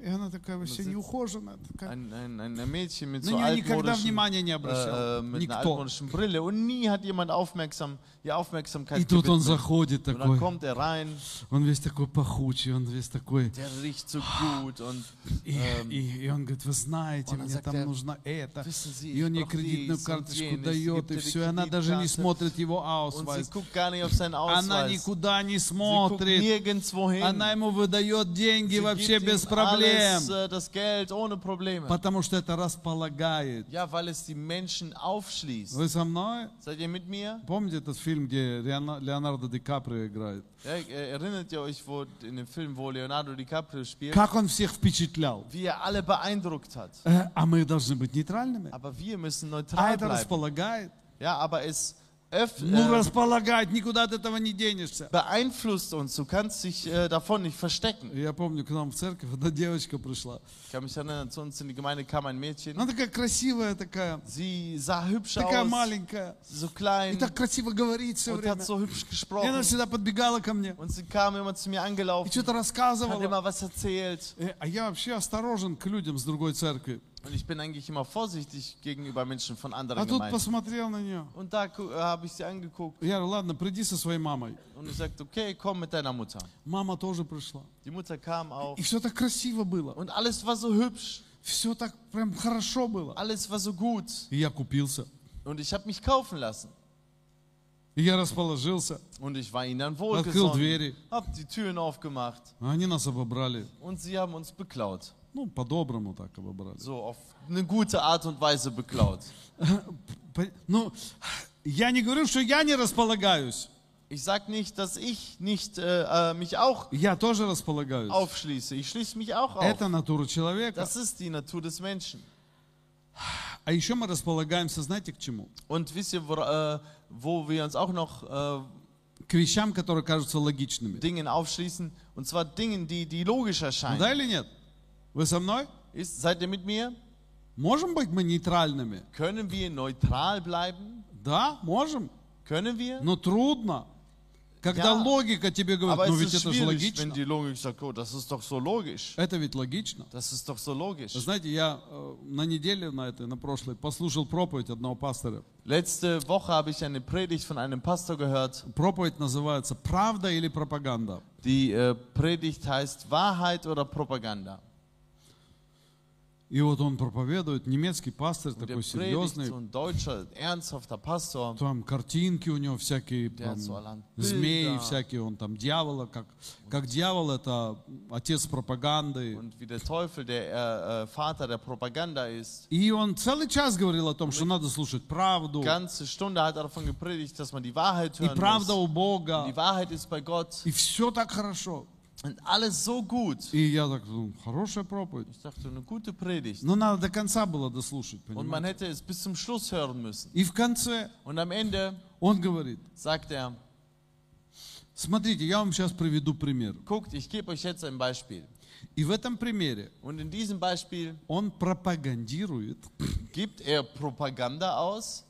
[SPEAKER 1] И она такая вообще
[SPEAKER 2] Называется-
[SPEAKER 1] неухоженная. Такая.
[SPEAKER 2] Ein, ein, ein Mädchen mit
[SPEAKER 1] На
[SPEAKER 2] so
[SPEAKER 1] нее никогда
[SPEAKER 2] altmodischen,
[SPEAKER 1] внимания не
[SPEAKER 2] äh, äh,
[SPEAKER 1] обращал.
[SPEAKER 2] mit einer
[SPEAKER 1] Никто.
[SPEAKER 2] altmodischen Brille und nie hat jemand aufmerksam, ihr Aufmerksamkeit
[SPEAKER 1] И тут он
[SPEAKER 2] gewidmet.
[SPEAKER 1] заходит
[SPEAKER 2] Und dann
[SPEAKER 1] такой,
[SPEAKER 2] kommt er rein,
[SPEAKER 1] он весь такой пахучий, он весь такой.
[SPEAKER 2] der riecht so gut und
[SPEAKER 1] И,
[SPEAKER 2] Ähm,
[SPEAKER 1] и- и он говорит, вы знаете,
[SPEAKER 2] он
[SPEAKER 1] мне
[SPEAKER 2] sagt,
[SPEAKER 1] там
[SPEAKER 2] «Я-
[SPEAKER 1] нужно это.
[SPEAKER 2] wissen Sie,
[SPEAKER 1] И он
[SPEAKER 2] ich
[SPEAKER 1] ей
[SPEAKER 2] brauch
[SPEAKER 1] кредитную
[SPEAKER 2] dies und
[SPEAKER 1] карточку
[SPEAKER 2] jenes, ich geb
[SPEAKER 1] дает,
[SPEAKER 2] dir
[SPEAKER 1] и
[SPEAKER 2] die
[SPEAKER 1] все, и она даже не
[SPEAKER 2] Kreditkarte.
[SPEAKER 1] смотрит его
[SPEAKER 2] Und
[SPEAKER 1] аусвайс.
[SPEAKER 2] sie guckt gar nicht auf seinen
[SPEAKER 1] Она
[SPEAKER 2] Ausweis. Sie
[SPEAKER 1] никуда не
[SPEAKER 2] guckt
[SPEAKER 1] смотрит.
[SPEAKER 2] nirgendwo hin.
[SPEAKER 1] Она ему выдает деньги
[SPEAKER 2] Sie
[SPEAKER 1] вообще
[SPEAKER 2] gibt ihm
[SPEAKER 1] без проблем.
[SPEAKER 2] Alles, äh, das Geld ohne Probleme.
[SPEAKER 1] Потому что это располагает.
[SPEAKER 2] Ja, weil es die Menschen aufschließt.
[SPEAKER 1] Вы со мной?
[SPEAKER 2] Seid ihr mit mir?
[SPEAKER 1] Помните этот фильм, где Реона- Леонардо Ди Каприо играет?
[SPEAKER 2] Ja, äh, erinnert ihr euch wo, in dem Film, wo Leonardo DiCaprio spielt,
[SPEAKER 1] Как он всех впечатлял.
[SPEAKER 2] wie er alle beeindruckt hat?
[SPEAKER 1] Э, А мы должны быть нейтральными.
[SPEAKER 2] Aber wir müssen
[SPEAKER 1] А
[SPEAKER 2] neutral
[SPEAKER 1] это
[SPEAKER 2] bleiben.
[SPEAKER 1] располагает.
[SPEAKER 2] Ja, aber es öff,
[SPEAKER 1] Ну,
[SPEAKER 2] äh,
[SPEAKER 1] располагает, никуда от этого не денешься.
[SPEAKER 2] beeinflusst uns. Du kannst dich äh, davon nicht verstecken.
[SPEAKER 1] Я помню, к нам в церковь одна девочка пришла.
[SPEAKER 2] Ich kann mich erinnern, zu uns in die Gemeinde kam ein Mädchen.
[SPEAKER 1] Она такая красивая такая,
[SPEAKER 2] Sie sah hübsch
[SPEAKER 1] такая
[SPEAKER 2] aus,
[SPEAKER 1] маленькая.
[SPEAKER 2] so
[SPEAKER 1] И
[SPEAKER 2] klein
[SPEAKER 1] так красиво говорит все
[SPEAKER 2] und
[SPEAKER 1] время.
[SPEAKER 2] hat so hübsch
[SPEAKER 1] И она
[SPEAKER 2] gesprochen.
[SPEAKER 1] всегда подбегала ко мне.
[SPEAKER 2] Und sie kam immer zu mir
[SPEAKER 1] И
[SPEAKER 2] angelaufen,
[SPEAKER 1] что-то
[SPEAKER 2] hat
[SPEAKER 1] рассказывала.
[SPEAKER 2] immer was erzählt.
[SPEAKER 1] Э, А я вообще осторожен к людям с другой церкви.
[SPEAKER 2] Und ich bin eigentlich immer vorsichtig gegenüber Menschen von
[SPEAKER 1] А
[SPEAKER 2] anderen
[SPEAKER 1] тут
[SPEAKER 2] Gemeinden.
[SPEAKER 1] посмотрел на нее.
[SPEAKER 2] Und da gu- äh, habe ich sie angeguckt
[SPEAKER 1] Я говорю, ладно, приди со своей мамой.
[SPEAKER 2] und ich sagte, okay, komm mit deiner Mutter.
[SPEAKER 1] Мама тоже пришла.
[SPEAKER 2] Die Mutter kam auch
[SPEAKER 1] И все так красиво было.
[SPEAKER 2] und alles war so hübsch,
[SPEAKER 1] Все так прям хорошо было.
[SPEAKER 2] alles war so gut.
[SPEAKER 1] И я купился.
[SPEAKER 2] Und ich habe mich kaufen lassen.
[SPEAKER 1] И я расположился.
[SPEAKER 2] Und ich war ihnen dann
[SPEAKER 1] Открыл
[SPEAKER 2] wohlgesonnen,
[SPEAKER 1] двери.
[SPEAKER 2] hab die Türen aufgemacht
[SPEAKER 1] А Они нас обобрали.
[SPEAKER 2] und sie haben uns beklaut.
[SPEAKER 1] Ну, по-доброму так обобрали.
[SPEAKER 2] So auf eine gute Art und Weise beklaut.
[SPEAKER 1] Пон- Ну, я не говорю, что я не располагаюсь.
[SPEAKER 2] Ich sag nicht, dass ich nicht äh, äh, mich auch
[SPEAKER 1] Я тоже располагаюсь.
[SPEAKER 2] aufschließe. Ich schließe mich auch auf.
[SPEAKER 1] Это натура человека.
[SPEAKER 2] Das ist die Natur des Menschen.
[SPEAKER 1] А еще мы располагаемся, знаете, к чему?
[SPEAKER 2] Und wisst ihr, wo, äh, wo wir uns auch noch
[SPEAKER 1] К вещам, которые кажутся
[SPEAKER 2] äh,
[SPEAKER 1] логичными.
[SPEAKER 2] Dingen aufschließen? Und zwar Dingen, die, die logisch
[SPEAKER 1] Ну Да
[SPEAKER 2] erscheinen.
[SPEAKER 1] или нет? Вы со мной?
[SPEAKER 2] Ist, seid ihr mit mir?
[SPEAKER 1] Можем быть мы нейтральными?
[SPEAKER 2] Können wir neutral bleiben?
[SPEAKER 1] Да, можем,
[SPEAKER 2] Können wir?
[SPEAKER 1] но трудно. Когда
[SPEAKER 2] Ja.
[SPEAKER 1] логика тебе говорит,
[SPEAKER 2] Aber
[SPEAKER 1] ну
[SPEAKER 2] es
[SPEAKER 1] ведь
[SPEAKER 2] ist
[SPEAKER 1] это же
[SPEAKER 2] schwierig,
[SPEAKER 1] логично.
[SPEAKER 2] wenn die Logik sagt, oh, das ist doch so logisch.
[SPEAKER 1] Это ведь логично.
[SPEAKER 2] Das ist doch so logisch.
[SPEAKER 1] Знаете, я э, на неделе на этой, на прошлой, послушал проповедь одного пастора.
[SPEAKER 2] Letzte Woche habe ich eine Predigt von einem Pastor gehört.
[SPEAKER 1] Проповедь называется «Правда или пропаганда?».
[SPEAKER 2] Die äh, Predigt heißt Wahrheit oder Propaganda.
[SPEAKER 1] И вот он проповедует, немецкий пастор
[SPEAKER 2] Der
[SPEAKER 1] такой
[SPEAKER 2] predigt
[SPEAKER 1] серьезный,
[SPEAKER 2] so ein deutscher, ernsthafter Pastor.
[SPEAKER 1] там картинки у него всякие,
[SPEAKER 2] Der
[SPEAKER 1] там,
[SPEAKER 2] hat so allerhand
[SPEAKER 1] змеи
[SPEAKER 2] Bilder.
[SPEAKER 1] всякие, он там дьявола, как, как дьявол это отец пропаганды.
[SPEAKER 2] Und wie der Teufel der äh, äh, Vater der Propaganda ist.
[SPEAKER 1] И он целый час говорил о том, что надо слушать правду,
[SPEAKER 2] Die ganze Stunde hat er davon gepredigt, dass man die Wahrheit
[SPEAKER 1] и
[SPEAKER 2] hören
[SPEAKER 1] правда
[SPEAKER 2] muss.
[SPEAKER 1] у Бога,
[SPEAKER 2] Die Wahrheit ist bei Gott.
[SPEAKER 1] и все так хорошо.
[SPEAKER 2] Und alles so gut.
[SPEAKER 1] И я так думаю, хорошая проповедь.
[SPEAKER 2] Ich dachte, eine gute Predigt.
[SPEAKER 1] Но надо до конца было дослушать,
[SPEAKER 2] Und
[SPEAKER 1] понимаете?
[SPEAKER 2] man hätte es bis zum Schluss hören müssen.
[SPEAKER 1] И в конце
[SPEAKER 2] Und am Ende
[SPEAKER 1] он говорит,
[SPEAKER 2] sagt er,
[SPEAKER 1] смотрите, я вам сейчас приведу пример.
[SPEAKER 2] guckt, ich gebe euch jetzt ein Beispiel.
[SPEAKER 1] И в этом примере
[SPEAKER 2] Und in diesem Beispiel
[SPEAKER 1] он пропагандирует
[SPEAKER 2] gibt er Propaganda aus,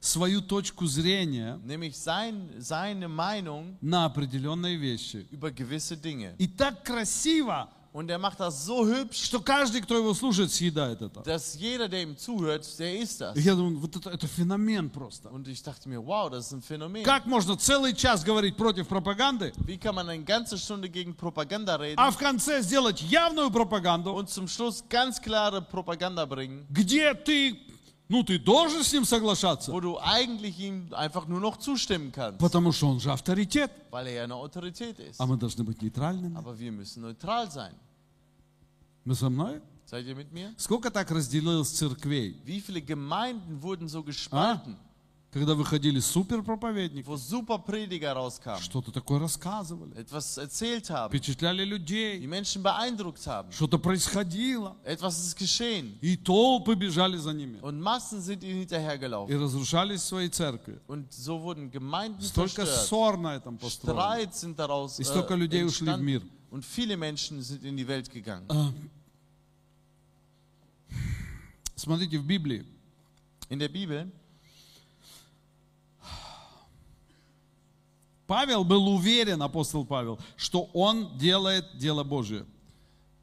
[SPEAKER 1] свою точку зрения
[SPEAKER 2] nämlich sein, seine Meinung
[SPEAKER 1] на определенные вещи.
[SPEAKER 2] über gewisse Dinge.
[SPEAKER 1] И так красиво,
[SPEAKER 2] Und er macht das so hübsch,
[SPEAKER 1] что каждый, кто его слушает, съедает это.
[SPEAKER 2] dass jeder, der ihm zuhört, der ist das.
[SPEAKER 1] И я думаю, вот это, это феномен просто.
[SPEAKER 2] Und ich dachte mir, wow, das ist ein Phänomen.
[SPEAKER 1] Как можно целый час говорить против пропаганды,
[SPEAKER 2] Wie kann man eine ganze Stunde gegen Propaganda reden
[SPEAKER 1] а в конце сделать явную пропаганду,
[SPEAKER 2] und zum Schluss ganz klare Propaganda bringen,
[SPEAKER 1] где ты, ну ты должен с ним соглашаться,
[SPEAKER 2] wo du eigentlich ihm einfach nur noch zustimmen kannst,
[SPEAKER 1] потому что он же авторитет,
[SPEAKER 2] weil er ja eine Autorität ist.
[SPEAKER 1] а мы должны быть нейтральными.
[SPEAKER 2] Aber wir müssen neutral sein.
[SPEAKER 1] Вы со мной?
[SPEAKER 2] Seid ihr mit mir?
[SPEAKER 1] Сколько так разделилось церквей,
[SPEAKER 2] Wie viele Gemeinden wurden so gespalten,
[SPEAKER 1] когда выходили суперпроповедники,
[SPEAKER 2] wo super Prediger rauskamen,
[SPEAKER 1] что-то такое рассказывали,
[SPEAKER 2] etwas erzählt haben,
[SPEAKER 1] впечатляли
[SPEAKER 2] die
[SPEAKER 1] людей,
[SPEAKER 2] Menschen beeindruckt haben,
[SPEAKER 1] что-то происходило,
[SPEAKER 2] etwas ist geschehen
[SPEAKER 1] и толпы бежали за ними
[SPEAKER 2] und Massen sind ihnen
[SPEAKER 1] и
[SPEAKER 2] hinterhergelaufen.
[SPEAKER 1] разрушались свои церкви.
[SPEAKER 2] Und so wurden Gemeinden
[SPEAKER 1] Столько
[SPEAKER 2] zerstört.
[SPEAKER 1] ссор на этом построено.
[SPEAKER 2] Streit sind daraus äh,
[SPEAKER 1] И столько людей ушли в
[SPEAKER 2] entstanden.
[SPEAKER 1] мир.
[SPEAKER 2] Und viele Menschen sind in die Welt gegangen.
[SPEAKER 1] Смотрите, в Библии
[SPEAKER 2] In der Bibel,
[SPEAKER 1] Павел был уверен, апостол Павел, что он делает дело Божие.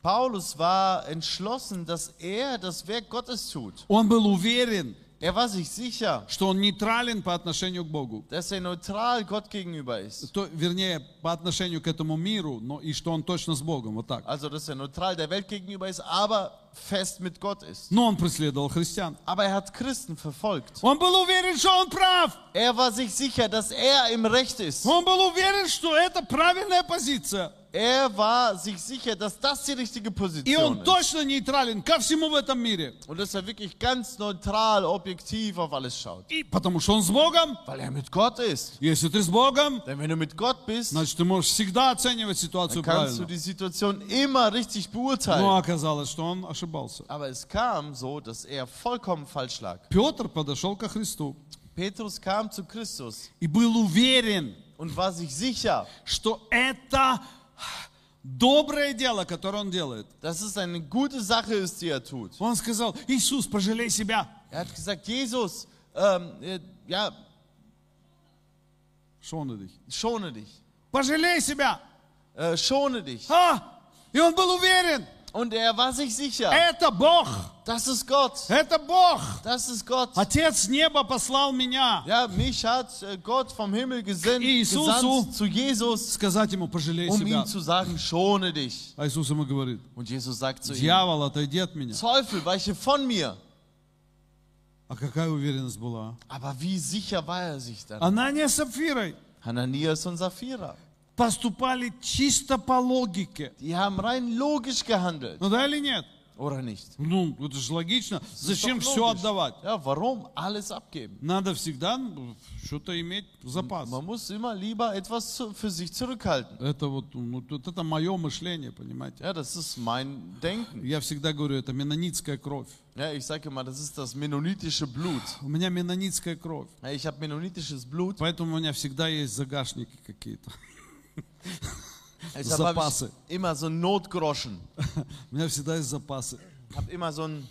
[SPEAKER 2] Paulus war entschlossen, dass er das Werk Gottes tut.
[SPEAKER 1] Он был уверен,
[SPEAKER 2] Er war sich sicher,
[SPEAKER 1] что он нейтрален по отношению к Богу.
[SPEAKER 2] dass er neutral Gott gegenüber ist.
[SPEAKER 1] То- вернее, по отношению к этому миру, но и что он точно с Богом, вот так.
[SPEAKER 2] Also, dass er neutral der Welt gegenüber ist, aber fest mit Gott ist.
[SPEAKER 1] Но он преследовал христиан.
[SPEAKER 2] Aber er hat Christen verfolgt.
[SPEAKER 1] Он был уверен, что он прав.
[SPEAKER 2] Er war sich sicher, dass er im Recht ist.
[SPEAKER 1] Он был уверен, что это правильная позиция.
[SPEAKER 2] Er war sich sicher, dass das die richtige
[SPEAKER 1] И он
[SPEAKER 2] Position ist.
[SPEAKER 1] точно нейтрален ко всему в этом мире.
[SPEAKER 2] Und dass er wirklich ganz neutral, objektiv auf alles schaut.
[SPEAKER 1] И потому что он с Богом.
[SPEAKER 2] Weil er mit Gott ist.
[SPEAKER 1] Если ты с Богом,
[SPEAKER 2] Denn wenn du mit Gott bist,
[SPEAKER 1] значит, ты можешь всегда оценивать
[SPEAKER 2] dann
[SPEAKER 1] ситуацию
[SPEAKER 2] kannst du
[SPEAKER 1] правильно.
[SPEAKER 2] die Situation immer richtig
[SPEAKER 1] Но
[SPEAKER 2] beurteilen.
[SPEAKER 1] оказалось, что он ошибался.
[SPEAKER 2] Aber es kam so, dass er vollkommen falsch lag.
[SPEAKER 1] Петр подошел ко Христу
[SPEAKER 2] Petrus kam zu Christus
[SPEAKER 1] и был уверен,
[SPEAKER 2] und war sich sicher,
[SPEAKER 1] что это доброе дело, которое он делает.
[SPEAKER 2] dass es eine gute Sache ist, die er tut.
[SPEAKER 1] Он сказал, Иисус, пожалей себя.
[SPEAKER 2] Er hat gesagt, Jesus, ähm, äh, ja,
[SPEAKER 1] Шон dich.
[SPEAKER 2] schone dich,
[SPEAKER 1] Пожалей себя.
[SPEAKER 2] äh, schone dich.
[SPEAKER 1] А! И он был уверен,
[SPEAKER 2] Und er war sich sicher,
[SPEAKER 1] это Бог,
[SPEAKER 2] das ist Gott,
[SPEAKER 1] это Бог.
[SPEAKER 2] das ist Gott.
[SPEAKER 1] Отец неба послал меня.
[SPEAKER 2] Ja, mich hat äh, Gott vom Himmel gesendet,
[SPEAKER 1] Jesus zu-
[SPEAKER 2] gesandt zu Jesus,
[SPEAKER 1] Сказать ему, пожалей
[SPEAKER 2] um
[SPEAKER 1] себя.
[SPEAKER 2] ihm zu sagen, schone dich.
[SPEAKER 1] А Иисус ему говорит,
[SPEAKER 2] Und Jesus sagt zu ihm,
[SPEAKER 1] дьявол, отойди от меня.
[SPEAKER 2] Teufel, weiche von mir.
[SPEAKER 1] А какая уверенность была?
[SPEAKER 2] Aber wie sicher war er sich dann?
[SPEAKER 1] Анания с Сапфирой
[SPEAKER 2] Hananias und Sapphira,
[SPEAKER 1] поступали чисто по логике.
[SPEAKER 2] die haben rein logisch gehandelt,
[SPEAKER 1] Ну да или нет?
[SPEAKER 2] oder nicht?
[SPEAKER 1] Ну, это же логично.
[SPEAKER 2] Das ist
[SPEAKER 1] Зачем
[SPEAKER 2] doch
[SPEAKER 1] все
[SPEAKER 2] logisch.
[SPEAKER 1] отдавать?
[SPEAKER 2] Ja, warum? Alles abgeben.
[SPEAKER 1] Надо всегда ну, что-то иметь в запас.
[SPEAKER 2] Man muss immer lieber etwas zu- für sich zurückhalten.
[SPEAKER 1] Это вот, ну, вот это мое мышление, понимаете?
[SPEAKER 2] Ja, das ist mein Denken.
[SPEAKER 1] Я всегда говорю, это менонитская кровь.
[SPEAKER 2] Ja, ich sage immer, das ist das mennonitische Blut.
[SPEAKER 1] У меня менонитская кровь.
[SPEAKER 2] Ja, ich habe mennonitisches Blut.
[SPEAKER 1] Поэтому у меня всегда есть загашники какие-то.
[SPEAKER 2] Deshalb hab
[SPEAKER 1] Запасы.
[SPEAKER 2] ich immer so einen Notgroschen.
[SPEAKER 1] У меня всегда есть запасы.
[SPEAKER 2] Ich habe immer so ein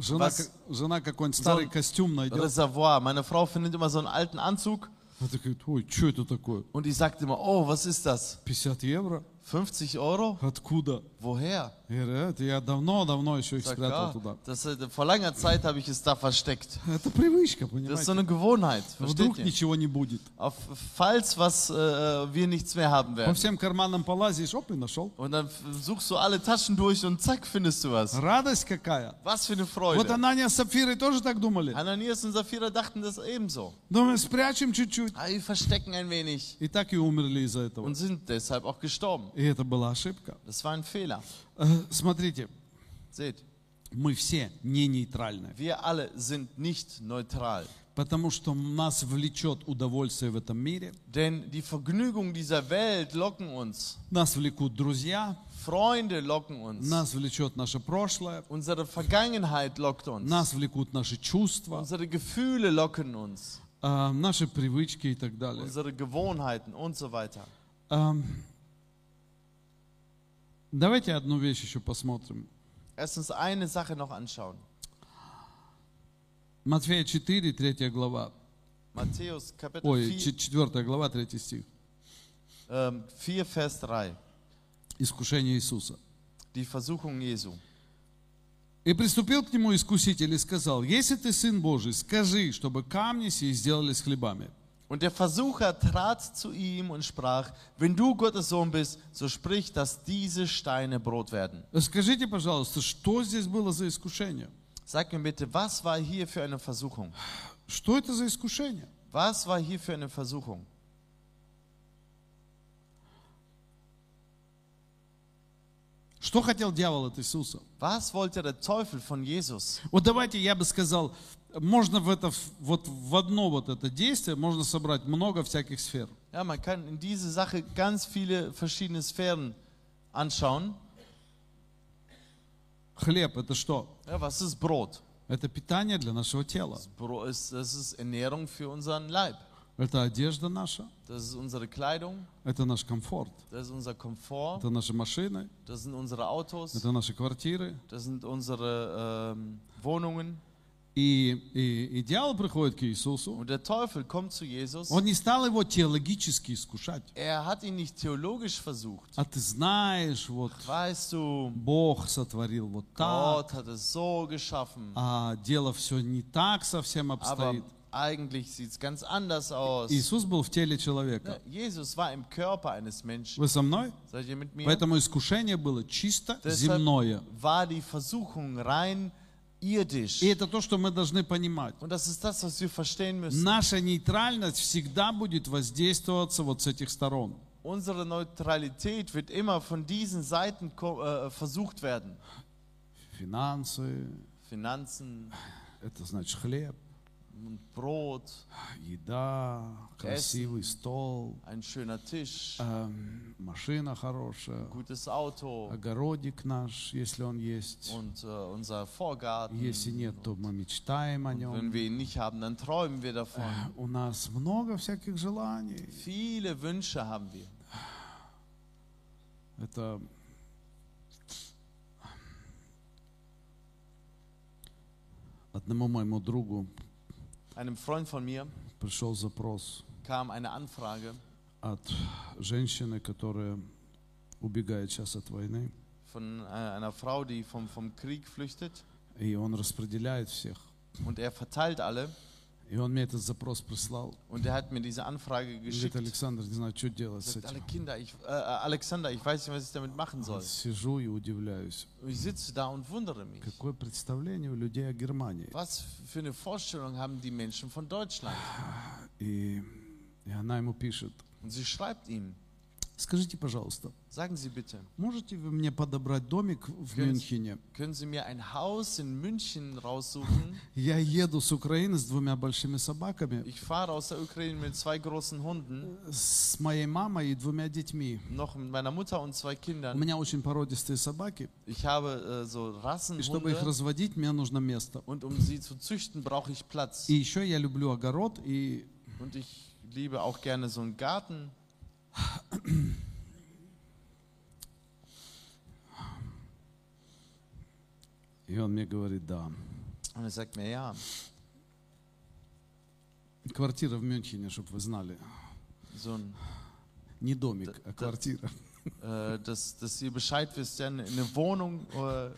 [SPEAKER 1] Жена,
[SPEAKER 2] Вас-
[SPEAKER 1] как- жена какой-нибудь старый
[SPEAKER 2] Зон-
[SPEAKER 1] костюм найдет.
[SPEAKER 2] Reservoir. Meine Frau findet immer so einen alten Anzug
[SPEAKER 1] Она такая, ой, что это такое?
[SPEAKER 2] Und ich sagte immer, oh, was ist das?
[SPEAKER 1] 50 евро?
[SPEAKER 2] 50 Euro?
[SPEAKER 1] Откуда?
[SPEAKER 2] Woher?
[SPEAKER 1] Я говорю, «Э, «Это я давно-давно еще их
[SPEAKER 2] Sag,
[SPEAKER 1] спрятал
[SPEAKER 2] ja,
[SPEAKER 1] туда.
[SPEAKER 2] das, äh, vor langer Zeit habe ich es da versteckt.
[SPEAKER 1] Это привычка,
[SPEAKER 2] Das ist
[SPEAKER 1] понимаете?
[SPEAKER 2] so eine Gewohnheit,
[SPEAKER 1] Вдруг
[SPEAKER 2] versteht ihr?
[SPEAKER 1] ничего не будет.
[SPEAKER 2] Auf, falls was äh, wir nichts mehr haben
[SPEAKER 1] По
[SPEAKER 2] werden.
[SPEAKER 1] всем карманам полазишь, оп, и нашел.
[SPEAKER 2] Und dann f- suchst du alle Taschen durch und zack, findest du was.
[SPEAKER 1] Радость какая.
[SPEAKER 2] Was für eine
[SPEAKER 1] Вот
[SPEAKER 2] Freude.
[SPEAKER 1] Анания с Сапфирой тоже так думали.
[SPEAKER 2] Hananias und Sapphira dachten das ebenso.
[SPEAKER 1] Думаем, спрячем чуть-чуть.
[SPEAKER 2] Ah, wir verstecken ein wenig.
[SPEAKER 1] И так и умерли из-за этого.
[SPEAKER 2] Und sind deshalb auch gestorben.
[SPEAKER 1] И это была ошибка.
[SPEAKER 2] Das war ein Fehler.
[SPEAKER 1] Э, Смотрите,
[SPEAKER 2] Seht,
[SPEAKER 1] мы все не нейтральны,
[SPEAKER 2] wir alle sind nicht neutral.
[SPEAKER 1] потому что нас влечет удовольствие в этом мире,
[SPEAKER 2] Denn die Vergnügungen dieser Welt locken uns.
[SPEAKER 1] нас влекут друзья,
[SPEAKER 2] Freunde locken uns.
[SPEAKER 1] нас влечет наше прошлое,
[SPEAKER 2] Unsere Vergangenheit lockt uns.
[SPEAKER 1] нас влекут наши чувства,
[SPEAKER 2] Unsere Gefühle locken uns.
[SPEAKER 1] э, наши привычки и так далее.
[SPEAKER 2] Unsere Gewohnheiten und so weiter.
[SPEAKER 1] Эм, Давайте одну вещь еще посмотрим.
[SPEAKER 2] Erst uns eine Sache noch anschauen.
[SPEAKER 1] Матфея 4, 3 глава.
[SPEAKER 2] Matthäus Kapitel
[SPEAKER 1] Ой,
[SPEAKER 2] 4,
[SPEAKER 1] 4 глава, 3 стих.
[SPEAKER 2] ähm, 4, Vers 3.
[SPEAKER 1] Искушение Иисуса.
[SPEAKER 2] Die Versuchung Jesu.
[SPEAKER 1] И приступил к нему искуситель и сказал, если ты сын Божий, скажи, чтобы камни сии сделались хлебами.
[SPEAKER 2] Und der Versucher trat zu ihm und sprach, wenn du Gottes Sohn bist, so sprich, dass diese Steine Brot werden.
[SPEAKER 1] Скажите, пожалуйста, что здесь было за искушение?
[SPEAKER 2] Sag mir bitte, was war hier für eine Versuchung?
[SPEAKER 1] Что это за искушение?
[SPEAKER 2] Was war hier für eine Versuchung?
[SPEAKER 1] Что хотел дьявол от Иисуса?
[SPEAKER 2] Was wollte der Teufel von Jesus?
[SPEAKER 1] Вот давайте я бы сказал, можно в это, вот в одно вот это действие можно собрать много всяких сфер.
[SPEAKER 2] Ja, man kann in diese Sache ganz viele verschiedene Sphären anschauen.
[SPEAKER 1] Хлеб это что?
[SPEAKER 2] Ja, was ist Brot?
[SPEAKER 1] Это питание для нашего тела.
[SPEAKER 2] Bro ist, das ist Ernährung für unseren Leib.
[SPEAKER 1] Это одежда наша,
[SPEAKER 2] Das ist unsere Kleidung,
[SPEAKER 1] это наш комфорт,
[SPEAKER 2] das ist unser Komfort,
[SPEAKER 1] это наши машины,
[SPEAKER 2] das sind unsere Autos,
[SPEAKER 1] это наши квартиры.
[SPEAKER 2] das sind unsere ähm, Wohnungen.
[SPEAKER 1] И, и, и дьявол приходит к Иисусу.
[SPEAKER 2] Und der Teufel kommt zu Jesus.
[SPEAKER 1] Он не стал его теологически искушать.
[SPEAKER 2] Er hat ihn nicht theologisch versucht.
[SPEAKER 1] А ты знаешь, вот
[SPEAKER 2] Weißt du,
[SPEAKER 1] Бог сотворил вот так,
[SPEAKER 2] Gott hat es so geschaffen,
[SPEAKER 1] а дело все не так совсем
[SPEAKER 2] aber
[SPEAKER 1] обстоит.
[SPEAKER 2] eigentlich sieht es ganz anders aus.
[SPEAKER 1] Иисус был в теле
[SPEAKER 2] Ja,
[SPEAKER 1] человека.
[SPEAKER 2] Jesus war im Körper eines Menschen.
[SPEAKER 1] Вы со мной?
[SPEAKER 2] Seid ihr mit mir?
[SPEAKER 1] Поэтому искушение было чисто
[SPEAKER 2] Deshalb
[SPEAKER 1] земное.
[SPEAKER 2] war die Versuchung rein irdisch.
[SPEAKER 1] И это то, что мы должны понимать.
[SPEAKER 2] Und das ist das, was wir verstehen müssen.
[SPEAKER 1] Наша нейтральность всегда будет воздействоваться вот с этих сторон.
[SPEAKER 2] Unsere Neutralität wird immer von diesen Seiten ko- äh, versucht werden.
[SPEAKER 1] Финансы,
[SPEAKER 2] Finanzen,
[SPEAKER 1] это значит хлеб,
[SPEAKER 2] Brot,
[SPEAKER 1] еда, красивый стол,
[SPEAKER 2] ein schöner
[SPEAKER 1] Ah.
[SPEAKER 2] Tisch,
[SPEAKER 1] эм, машина хорошая,
[SPEAKER 2] gutes
[SPEAKER 1] Ah,
[SPEAKER 2] Auto
[SPEAKER 1] огородик наш, если он есть.
[SPEAKER 2] und äh, unser Vorgarten.
[SPEAKER 1] Если нет, то мы мечтаем о
[SPEAKER 2] Wenn
[SPEAKER 1] нем.
[SPEAKER 2] wir ihn nicht haben, dann träumen wir davon.
[SPEAKER 1] У нас много всяких желаний.
[SPEAKER 2] Viele Wünsche haben wir.
[SPEAKER 1] Это одному моему другу
[SPEAKER 2] Einem Freund von mir
[SPEAKER 1] пришел запрос
[SPEAKER 2] kam eine Anfrage
[SPEAKER 1] от женщины, которая убегает сейчас от войны,
[SPEAKER 2] von äh, einer Frau, die vom, vom Krieg flüchtet
[SPEAKER 1] и он распределяет всех.
[SPEAKER 2] und er verteilt alle.
[SPEAKER 1] И он мне этот запрос прислал.
[SPEAKER 2] Und er hat mir diese Anfrage
[SPEAKER 1] Он Говорит,
[SPEAKER 2] geschickt.
[SPEAKER 1] Александр, не знаю, что делать с
[SPEAKER 2] Sagt, alle
[SPEAKER 1] этим.
[SPEAKER 2] Kinder, ich, äh, Alexander, ich weiß nicht, was ich damit machen soll.
[SPEAKER 1] Сижу и удивляюсь.
[SPEAKER 2] Und ich sitze da und wundere mich.
[SPEAKER 1] Какое представление у людей о Германии.
[SPEAKER 2] Was für eine Vorstellung haben die Menschen von Deutschland?
[SPEAKER 1] И, и она ему пишет,
[SPEAKER 2] Und sie schreibt ihm,
[SPEAKER 1] скажите, пожалуйста,
[SPEAKER 2] sagen Sie bitte,
[SPEAKER 1] можете вы мне подобрать домик в
[SPEAKER 2] Конечно.
[SPEAKER 1] Мюнхене?
[SPEAKER 2] können Sie mir ein Haus in München raussuchen?
[SPEAKER 1] Я еду с Украины с двумя большими собаками,
[SPEAKER 2] Ich fahre aus der Ukraine mit zwei großen Hunden,
[SPEAKER 1] с моей мамой и двумя детьми.
[SPEAKER 2] noch mit meiner Mutter und zwei
[SPEAKER 1] У
[SPEAKER 2] Kindern.
[SPEAKER 1] меня очень породистые собаки,
[SPEAKER 2] Ich habe äh, so
[SPEAKER 1] и чтобы их
[SPEAKER 2] Rassenhunde
[SPEAKER 1] разводить, мне нужно место.
[SPEAKER 2] und um sie zu züchten, brauche ich Platz.
[SPEAKER 1] И еще я люблю огород, и
[SPEAKER 2] Und ich liebe auch gerne so einen Garten.
[SPEAKER 1] И он мне говорит, да.
[SPEAKER 2] Und er sagt mir, ja,
[SPEAKER 1] Квартира в Мюнхене, чтобы вы знали.
[SPEAKER 2] So ein,
[SPEAKER 1] Не домик, а
[SPEAKER 2] да.
[SPEAKER 1] квартира.
[SPEAKER 2] äh, dass, dass ihr Bescheid wisst, ja, eine- eine Wohnung äh,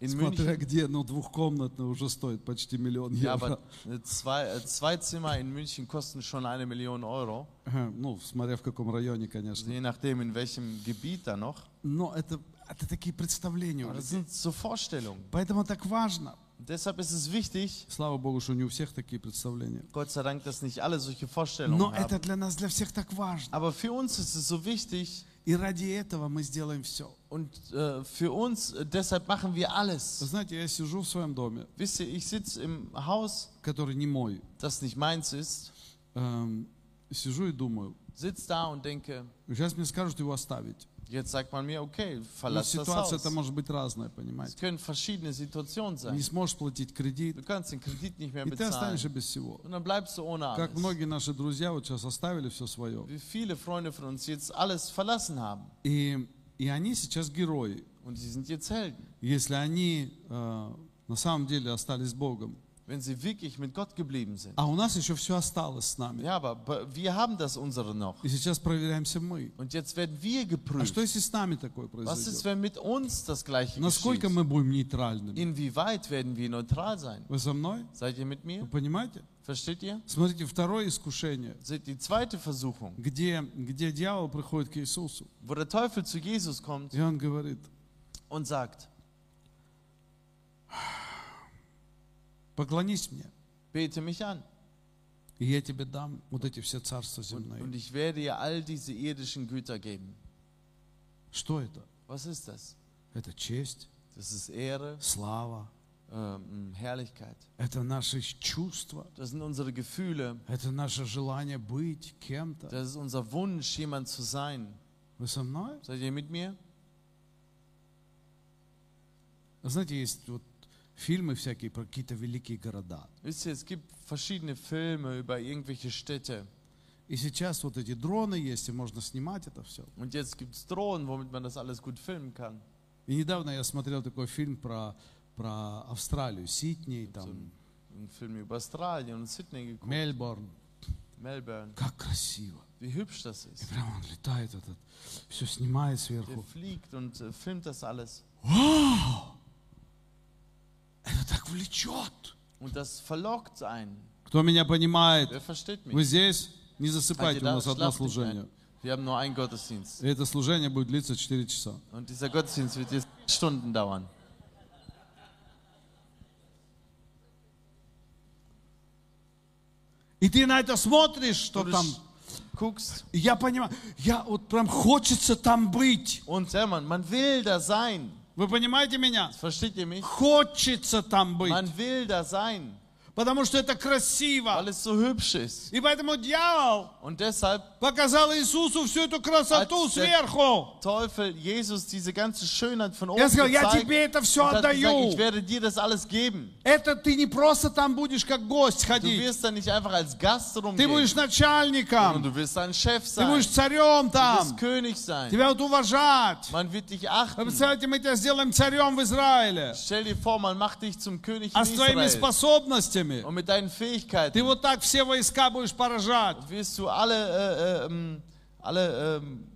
[SPEAKER 2] in
[SPEAKER 1] Смотря
[SPEAKER 2] München.
[SPEAKER 1] где, но двухкомнатная уже стоит почти миллион
[SPEAKER 2] Ja,
[SPEAKER 1] евро.
[SPEAKER 2] aber äh, zwei, äh, zwei Zimmer in München kosten schon eine Million Euro.
[SPEAKER 1] Ага, Ну, смотря в каком районе,
[SPEAKER 2] Also
[SPEAKER 1] конечно.
[SPEAKER 2] je nachdem, in welchem Gebiet da noch.
[SPEAKER 1] Но это, это такие представления. у
[SPEAKER 2] Aber das
[SPEAKER 1] людей.
[SPEAKER 2] sind so Vorstellungen.
[SPEAKER 1] Поэтому так важно.
[SPEAKER 2] Deshalb ist es wichtig,
[SPEAKER 1] Слава Богу, что не у всех такие представления.
[SPEAKER 2] Gott sei Dank, dass nicht alle solche
[SPEAKER 1] Но
[SPEAKER 2] Vorstellungen
[SPEAKER 1] это
[SPEAKER 2] haben.
[SPEAKER 1] для нас, для всех так важно.
[SPEAKER 2] Aber für uns ist es so wichtig
[SPEAKER 1] И ради этого мы сделаем все.
[SPEAKER 2] und äh, für uns, äh, deshalb machen wir
[SPEAKER 1] Вы
[SPEAKER 2] alles.
[SPEAKER 1] знаете, я сижу в своем доме,
[SPEAKER 2] Wisst ihr, ich sitze im Haus,
[SPEAKER 1] который не мой.
[SPEAKER 2] das nicht meins ist,
[SPEAKER 1] Эм, сижу и думаю.
[SPEAKER 2] sitze da und denke,
[SPEAKER 1] Сейчас мне скажут его оставить.
[SPEAKER 2] jetzt sagt man mir, okay,
[SPEAKER 1] Но
[SPEAKER 2] verlass das Haus.
[SPEAKER 1] ситуация-то может быть разная,
[SPEAKER 2] Es
[SPEAKER 1] понимаете.
[SPEAKER 2] können verschiedene Situationen
[SPEAKER 1] Не
[SPEAKER 2] sein.
[SPEAKER 1] сможешь платить
[SPEAKER 2] Du
[SPEAKER 1] кредит,
[SPEAKER 2] kannst den Kredit nicht mehr
[SPEAKER 1] и ты останешься
[SPEAKER 2] bezahlen
[SPEAKER 1] без всего.
[SPEAKER 2] und dann bleibst du ohne
[SPEAKER 1] Как
[SPEAKER 2] alles.
[SPEAKER 1] многие наши друзья вот сейчас оставили все свое.
[SPEAKER 2] Wie viele Freunde von uns jetzt alles verlassen haben
[SPEAKER 1] И, и они сейчас герои.
[SPEAKER 2] und die sind jetzt Helden,
[SPEAKER 1] Если они э, на самом деле остались с Богом.
[SPEAKER 2] wenn sie wirklich mit Gott geblieben sind.
[SPEAKER 1] А у нас еще все осталось с нами.
[SPEAKER 2] Ja, aber be- wir haben das unsere noch.
[SPEAKER 1] И сейчас проверяемся мы.
[SPEAKER 2] Und jetzt werden wir
[SPEAKER 1] А что
[SPEAKER 2] geprüft.
[SPEAKER 1] если с нами такое
[SPEAKER 2] Was ist,
[SPEAKER 1] произойдет?
[SPEAKER 2] wenn mit uns das Gleiche
[SPEAKER 1] Насколько
[SPEAKER 2] geschieht?
[SPEAKER 1] мы будем нейтральными?
[SPEAKER 2] Inwieweit werden wir neutral sein?
[SPEAKER 1] Вы со мной?
[SPEAKER 2] Seid ihr mit
[SPEAKER 1] Вы
[SPEAKER 2] mir?
[SPEAKER 1] понимаете?
[SPEAKER 2] Versteht ihr?
[SPEAKER 1] Смотрите, второе искушение,
[SPEAKER 2] Seht Die zweite Versuchung,
[SPEAKER 1] где, где дьявол приходит к Иисусу.
[SPEAKER 2] wo der Teufel zu Jesus kommt
[SPEAKER 1] И он говорит,
[SPEAKER 2] und sagt,
[SPEAKER 1] поклонись мне,
[SPEAKER 2] bete mich an.
[SPEAKER 1] и я тебе дам вот эти все царства земные.
[SPEAKER 2] Und ich werde ihr all diese irdischen Güter geben.
[SPEAKER 1] Что это?
[SPEAKER 2] Was ist das?
[SPEAKER 1] Это честь,
[SPEAKER 2] Das ist Ehre,
[SPEAKER 1] слава,
[SPEAKER 2] ähm, Herrlichkeit.
[SPEAKER 1] это наши чувства,
[SPEAKER 2] Das sind unsere Gefühle.
[SPEAKER 1] это наше желание быть кем-то.
[SPEAKER 2] Das ist unser Wunsch, jemand zu sein.
[SPEAKER 1] Вы со мной?
[SPEAKER 2] Seid ihr mit mir?
[SPEAKER 1] Знаете, есть вот фильмы всякие про какие-то великие города.
[SPEAKER 2] Wisst ihr, es gibt verschiedene Filme über irgendwelche Städte.
[SPEAKER 1] И сейчас вот эти дроны есть, и можно снимать это все.
[SPEAKER 2] Und jetzt gibt es Drohnen, womit man das alles gut filmen kann.
[SPEAKER 1] И недавно я смотрел такой фильм про, про Австралию, Сидней,
[SPEAKER 2] So
[SPEAKER 1] там,
[SPEAKER 2] ein, ein Film über Australien und Sydney geguckt.
[SPEAKER 1] Мельбурн.
[SPEAKER 2] Melbourne.
[SPEAKER 1] Как красиво.
[SPEAKER 2] Wie hübsch das
[SPEAKER 1] И
[SPEAKER 2] ist.
[SPEAKER 1] прямо он летает этот, все снимает
[SPEAKER 2] Der
[SPEAKER 1] сверху.
[SPEAKER 2] fliegt und äh, filmt das alles.
[SPEAKER 1] Это так влечет.
[SPEAKER 2] Und das verlockt einen.
[SPEAKER 1] Кто меня понимает,
[SPEAKER 2] Wer versteht mich?
[SPEAKER 1] вы здесь, не
[SPEAKER 2] Seid ihr
[SPEAKER 1] засыпайте, у
[SPEAKER 2] da?
[SPEAKER 1] нас одно
[SPEAKER 2] Schlaft nicht
[SPEAKER 1] служение.
[SPEAKER 2] ein. Wir haben nur einen Gottesdienst.
[SPEAKER 1] И это служение будет длиться 4 часа.
[SPEAKER 2] Und dieser Gottesdienst wird jetzt Stunden dauern.
[SPEAKER 1] И ты на это смотришь, что
[SPEAKER 2] Du
[SPEAKER 1] там...
[SPEAKER 2] sch- guckst
[SPEAKER 1] И Я понимаю, я вот прям хочется там быть.
[SPEAKER 2] und Hermann, man will da sein.
[SPEAKER 1] Вы понимаете меня?
[SPEAKER 2] Versteht ihr mich?
[SPEAKER 1] Хочется там быть.
[SPEAKER 2] Man will da sein,
[SPEAKER 1] Потому что это красиво.
[SPEAKER 2] weil es so hübsch ist.
[SPEAKER 1] И поэтому дьявол
[SPEAKER 2] Und deshalb
[SPEAKER 1] показал Иисусу всю эту красоту
[SPEAKER 2] Отец.
[SPEAKER 1] сверху.
[SPEAKER 2] Teufel, Jesus, diese ganze Schönheit von oben
[SPEAKER 1] Er hat gesagt,
[SPEAKER 2] gezeigt,
[SPEAKER 1] "Ja, тебе это всё
[SPEAKER 2] und hat
[SPEAKER 1] отдаю."
[SPEAKER 2] gesagt, ich werde dir das alles geben.
[SPEAKER 1] Это ты не просто там будешь как гость
[SPEAKER 2] Du
[SPEAKER 1] ходить.
[SPEAKER 2] wirst da nicht einfach als Gast
[SPEAKER 1] Ты
[SPEAKER 2] rumgehen,
[SPEAKER 1] будешь
[SPEAKER 2] und
[SPEAKER 1] начальником.
[SPEAKER 2] du wirst ein Chef
[SPEAKER 1] Ты
[SPEAKER 2] sein,
[SPEAKER 1] будешь царем
[SPEAKER 2] du wirst
[SPEAKER 1] там.
[SPEAKER 2] König sein.
[SPEAKER 1] Тебя будут уважать.
[SPEAKER 2] Man wird dich
[SPEAKER 1] Вы
[SPEAKER 2] achten.
[SPEAKER 1] представляете, мы тебя сделаем царем в Израиле.
[SPEAKER 2] Stell dir vor, man macht dich zum König in
[SPEAKER 1] А с твоими
[SPEAKER 2] Israel.
[SPEAKER 1] способностями
[SPEAKER 2] Und mit deinen
[SPEAKER 1] ты
[SPEAKER 2] Fähigkeiten
[SPEAKER 1] вот так все войска будешь поражать.
[SPEAKER 2] wirst du alle, äh, äh, ähm, alle ähm,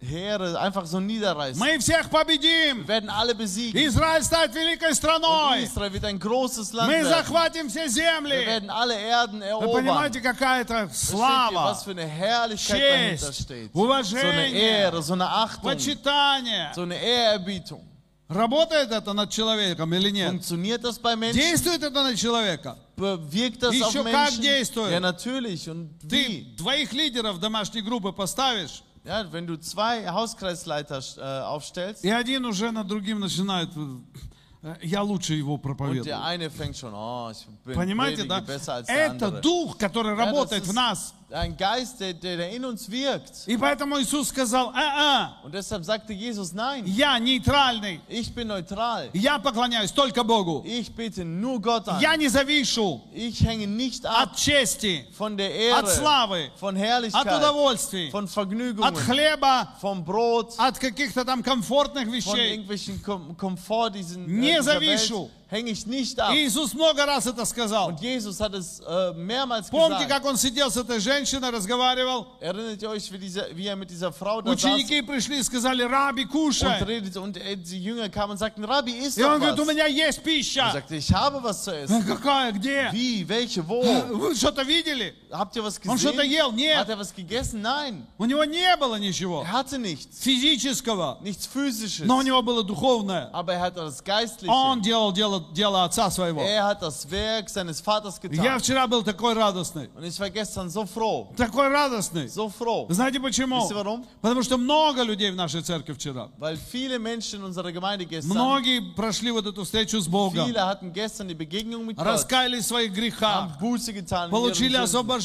[SPEAKER 2] Heere einfach so niederreißen.
[SPEAKER 1] Мы всех победим.
[SPEAKER 2] Wir werden alle besiegen.
[SPEAKER 1] Израиль станет великой
[SPEAKER 2] Und
[SPEAKER 1] страной.
[SPEAKER 2] Israel wird ein großes Land
[SPEAKER 1] Мы
[SPEAKER 2] werden.
[SPEAKER 1] захватим все
[SPEAKER 2] Wir
[SPEAKER 1] земли.
[SPEAKER 2] werden alle Erden
[SPEAKER 1] Вы
[SPEAKER 2] erobern.
[SPEAKER 1] понимаете, какая это
[SPEAKER 2] Versteht ihr,
[SPEAKER 1] слава,
[SPEAKER 2] was für eine Herrlichkeit dahinter
[SPEAKER 1] честь,
[SPEAKER 2] steht? So eine
[SPEAKER 1] уважение,
[SPEAKER 2] Ehre, so eine Achtung,
[SPEAKER 1] почитание.
[SPEAKER 2] so eine Ehrerbietung.
[SPEAKER 1] Работает это над человеком или нет?
[SPEAKER 2] Funktioniert das bei Menschen?
[SPEAKER 1] Действует это на человека?
[SPEAKER 2] Wirkt das
[SPEAKER 1] Еще
[SPEAKER 2] auf
[SPEAKER 1] как
[SPEAKER 2] Menschen?
[SPEAKER 1] действует.
[SPEAKER 2] Ja, natürlich. Und
[SPEAKER 1] Ты
[SPEAKER 2] wie?
[SPEAKER 1] двоих лидеров домашней группы поставишь,
[SPEAKER 2] Ja, wenn du zwei Hauskreisleiter äh, aufstellst
[SPEAKER 1] и один уже над другим начинает, э, я лучше его
[SPEAKER 2] und der
[SPEAKER 1] проповедую.
[SPEAKER 2] eine fängt schon, oh, ich bin
[SPEAKER 1] Понимаете,
[SPEAKER 2] predige
[SPEAKER 1] да?
[SPEAKER 2] besser als der
[SPEAKER 1] Это
[SPEAKER 2] andere.
[SPEAKER 1] дух, который
[SPEAKER 2] Ja, das
[SPEAKER 1] работает в
[SPEAKER 2] ist
[SPEAKER 1] нас.
[SPEAKER 2] Ein Geist, der, der, der in uns wirkt.
[SPEAKER 1] И поэтому Иисус сказал, а-а,
[SPEAKER 2] Und deshalb sagte Jesus, nein,
[SPEAKER 1] я нейтральный,
[SPEAKER 2] ich bin neutral.
[SPEAKER 1] я поклоняюсь только Богу.
[SPEAKER 2] Ich bete nur Gott an.
[SPEAKER 1] Я не завишу
[SPEAKER 2] Ich hänge nicht ab
[SPEAKER 1] от чести,
[SPEAKER 2] von der
[SPEAKER 1] от
[SPEAKER 2] Ehre,
[SPEAKER 1] славы,
[SPEAKER 2] von
[SPEAKER 1] от
[SPEAKER 2] Herrlichkeit,
[SPEAKER 1] удовольствий,
[SPEAKER 2] von
[SPEAKER 1] от
[SPEAKER 2] Vergnügungen,
[SPEAKER 1] хлеба,
[SPEAKER 2] vom Brot,
[SPEAKER 1] от каких-то там комфортных
[SPEAKER 2] von
[SPEAKER 1] вещей.
[SPEAKER 2] irgendwelchen Kom Komfort diesen
[SPEAKER 1] Не
[SPEAKER 2] dieser
[SPEAKER 1] завишу.
[SPEAKER 2] Welt, hänge ich nicht ab.
[SPEAKER 1] Иисус много раз это сказал.
[SPEAKER 2] Und Jesus hat es äh, mehrmals
[SPEAKER 1] Помните,
[SPEAKER 2] gesagt.
[SPEAKER 1] как он сидел с этой женщиной, разговаривал?
[SPEAKER 2] Erinnert ihr euch, wie, diese, wie er mit dieser Frau da saß
[SPEAKER 1] Ученики пришли и сказали, Раби,
[SPEAKER 2] und
[SPEAKER 1] кушай.
[SPEAKER 2] redete und äh, die Jünger kamen und sagten, Rabbi, isst
[SPEAKER 1] И он
[SPEAKER 2] doch
[SPEAKER 1] говорит, у
[SPEAKER 2] was.
[SPEAKER 1] меня есть
[SPEAKER 2] Er
[SPEAKER 1] пища. Э,
[SPEAKER 2] sagte, ich habe was zu essen.
[SPEAKER 1] Какая, где?
[SPEAKER 2] Wie, welche, wo?
[SPEAKER 1] Вы что-то видели?
[SPEAKER 2] Habt ihr was
[SPEAKER 1] Он что-то
[SPEAKER 2] gesehen?
[SPEAKER 1] ел?
[SPEAKER 2] Hat
[SPEAKER 1] Нет.
[SPEAKER 2] er was gegessen? Nein,
[SPEAKER 1] У него не было ничего
[SPEAKER 2] er hatte nichts.
[SPEAKER 1] физического,
[SPEAKER 2] Nichts Physisches.
[SPEAKER 1] но у него было духовное. А
[SPEAKER 2] Aber er hat das Geistliche.
[SPEAKER 1] Он делал дело, дело отца своего.
[SPEAKER 2] Er hat das Werk seines Vaters
[SPEAKER 1] Я
[SPEAKER 2] getan.
[SPEAKER 1] вчера был такой радостный.
[SPEAKER 2] Und ich war gestern so froh.
[SPEAKER 1] Такой радостный.
[SPEAKER 2] So froh.
[SPEAKER 1] Знаете почему?
[SPEAKER 2] Wisst ihr warum?
[SPEAKER 1] Потому что много людей в нашей церкви вчера.
[SPEAKER 2] Weil viele Menschen in unserer Gemeinde gestern,
[SPEAKER 1] Многие прошли вот эту встречу с Богом.
[SPEAKER 2] viele hatten gestern die Begegnung mit Gott,
[SPEAKER 1] Раскаялись в своих
[SPEAKER 2] haben
[SPEAKER 1] грехах.
[SPEAKER 2] Buße getan, mit ihren
[SPEAKER 1] Получили
[SPEAKER 2] Sünden, haben
[SPEAKER 1] освобождение.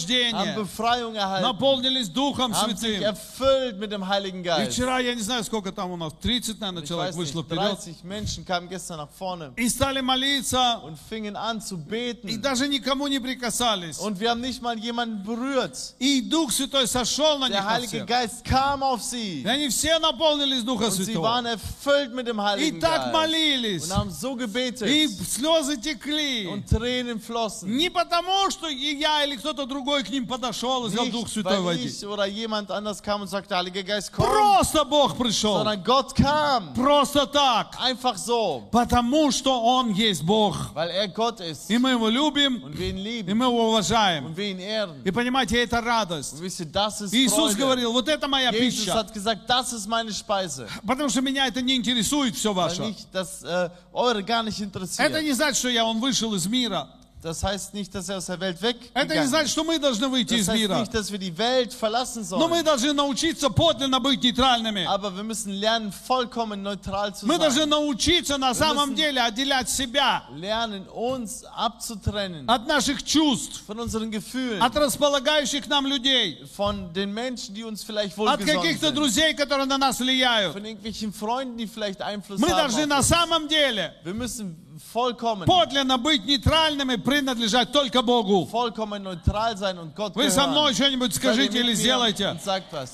[SPEAKER 2] Befreiung erhalten,
[SPEAKER 1] Наполнились Духом
[SPEAKER 2] haben sich
[SPEAKER 1] Святым.
[SPEAKER 2] erfüllt mit dem Heiligen
[SPEAKER 1] И
[SPEAKER 2] Geist.
[SPEAKER 1] вчера, я не знаю, сколько там у нас, 30, наверное,
[SPEAKER 2] Ich
[SPEAKER 1] человек
[SPEAKER 2] weiß
[SPEAKER 1] вышло
[SPEAKER 2] nicht,
[SPEAKER 1] вперед.
[SPEAKER 2] 30 Menschen kamen gestern nach vorne
[SPEAKER 1] И стали молиться.
[SPEAKER 2] und fingen an zu
[SPEAKER 1] И
[SPEAKER 2] beten.
[SPEAKER 1] даже никому не прикасались.
[SPEAKER 2] Und wir haben nicht mal jemanden berührt.
[SPEAKER 1] И Дух Святой сошел на них
[SPEAKER 2] Der
[SPEAKER 1] на всех.
[SPEAKER 2] Heilige Geist kam auf
[SPEAKER 1] И
[SPEAKER 2] sie.
[SPEAKER 1] они все наполнились Духа
[SPEAKER 2] Und sie waren
[SPEAKER 1] Святого.
[SPEAKER 2] erfüllt mit dem
[SPEAKER 1] И
[SPEAKER 2] Heiligen
[SPEAKER 1] так
[SPEAKER 2] Geist.
[SPEAKER 1] молились.
[SPEAKER 2] Und haben so
[SPEAKER 1] И
[SPEAKER 2] gebetet.
[SPEAKER 1] слезы текли.
[SPEAKER 2] Und Tränen flossen.
[SPEAKER 1] Не потому, что и я или кто-то другой к ним подошел и сказал Дух
[SPEAKER 2] Nicht,
[SPEAKER 1] Святой
[SPEAKER 2] weil
[SPEAKER 1] водить.
[SPEAKER 2] ich oder jemand anders kam und sagte, Heiliger Geist, komm.
[SPEAKER 1] Просто Бог пришел.
[SPEAKER 2] Sondern Gott kam.
[SPEAKER 1] Просто так.
[SPEAKER 2] Einfach so.
[SPEAKER 1] Потому что Он есть Бог.
[SPEAKER 2] Weil er Gott ist.
[SPEAKER 1] И мы Его любим,
[SPEAKER 2] Und wir ihn
[SPEAKER 1] и
[SPEAKER 2] lieben.
[SPEAKER 1] мы Его уважаем.
[SPEAKER 2] Und wir ihn ehren.
[SPEAKER 1] И понимаете, это радость.
[SPEAKER 2] Und wisst ihr, das ist
[SPEAKER 1] Иисус
[SPEAKER 2] Freude.
[SPEAKER 1] говорил, вот это моя
[SPEAKER 2] Jesus
[SPEAKER 1] пища.
[SPEAKER 2] hat gesagt, das ist meine Speise.
[SPEAKER 1] Потому что меня это не интересует все
[SPEAKER 2] Weil
[SPEAKER 1] ваше.
[SPEAKER 2] mich das äh, eure gar nicht interessiert.
[SPEAKER 1] Это не значит, что я, он вышел из мира.
[SPEAKER 2] Das heißt nicht, dass er aus der Welt
[SPEAKER 1] Это не
[SPEAKER 2] weggegangen
[SPEAKER 1] значит,
[SPEAKER 2] ist.
[SPEAKER 1] что мы должны выйти
[SPEAKER 2] Das
[SPEAKER 1] из
[SPEAKER 2] heißt
[SPEAKER 1] мира.
[SPEAKER 2] nicht, dass wir die Welt verlassen
[SPEAKER 1] Но мы
[SPEAKER 2] sollen.
[SPEAKER 1] должны научиться подлинно быть нейтральными.
[SPEAKER 2] Aber wir müssen lernen, vollkommen neutral zu
[SPEAKER 1] Мы должны
[SPEAKER 2] sein.
[SPEAKER 1] научиться на самом
[SPEAKER 2] müssen-
[SPEAKER 1] деле отделять себя
[SPEAKER 2] Lernen, uns abzutrennen
[SPEAKER 1] от наших чувств,
[SPEAKER 2] von unseren Gefühlen,
[SPEAKER 1] от располагающих нам людей,
[SPEAKER 2] von den Menschen, die uns vielleicht
[SPEAKER 1] от
[SPEAKER 2] wohlgesonnen
[SPEAKER 1] каких-то
[SPEAKER 2] sind,
[SPEAKER 1] друзей, которые на нас влияют.
[SPEAKER 2] von irgendwelchen Freunden, die vielleicht Einfluss
[SPEAKER 1] Мы
[SPEAKER 2] haben.
[SPEAKER 1] должны
[SPEAKER 2] auf
[SPEAKER 1] на
[SPEAKER 2] uns.
[SPEAKER 1] самом деле
[SPEAKER 2] Wir müssen vollkommen,
[SPEAKER 1] подлинно быть нейтральными, принадлежать только Богу.
[SPEAKER 2] vollkommen neutral sein und Gott
[SPEAKER 1] Вы со мной
[SPEAKER 2] gehören.
[SPEAKER 1] что-нибудь
[SPEAKER 2] Seid ihr
[SPEAKER 1] скажите или
[SPEAKER 2] mit mir
[SPEAKER 1] сделайте,
[SPEAKER 2] und sagt was.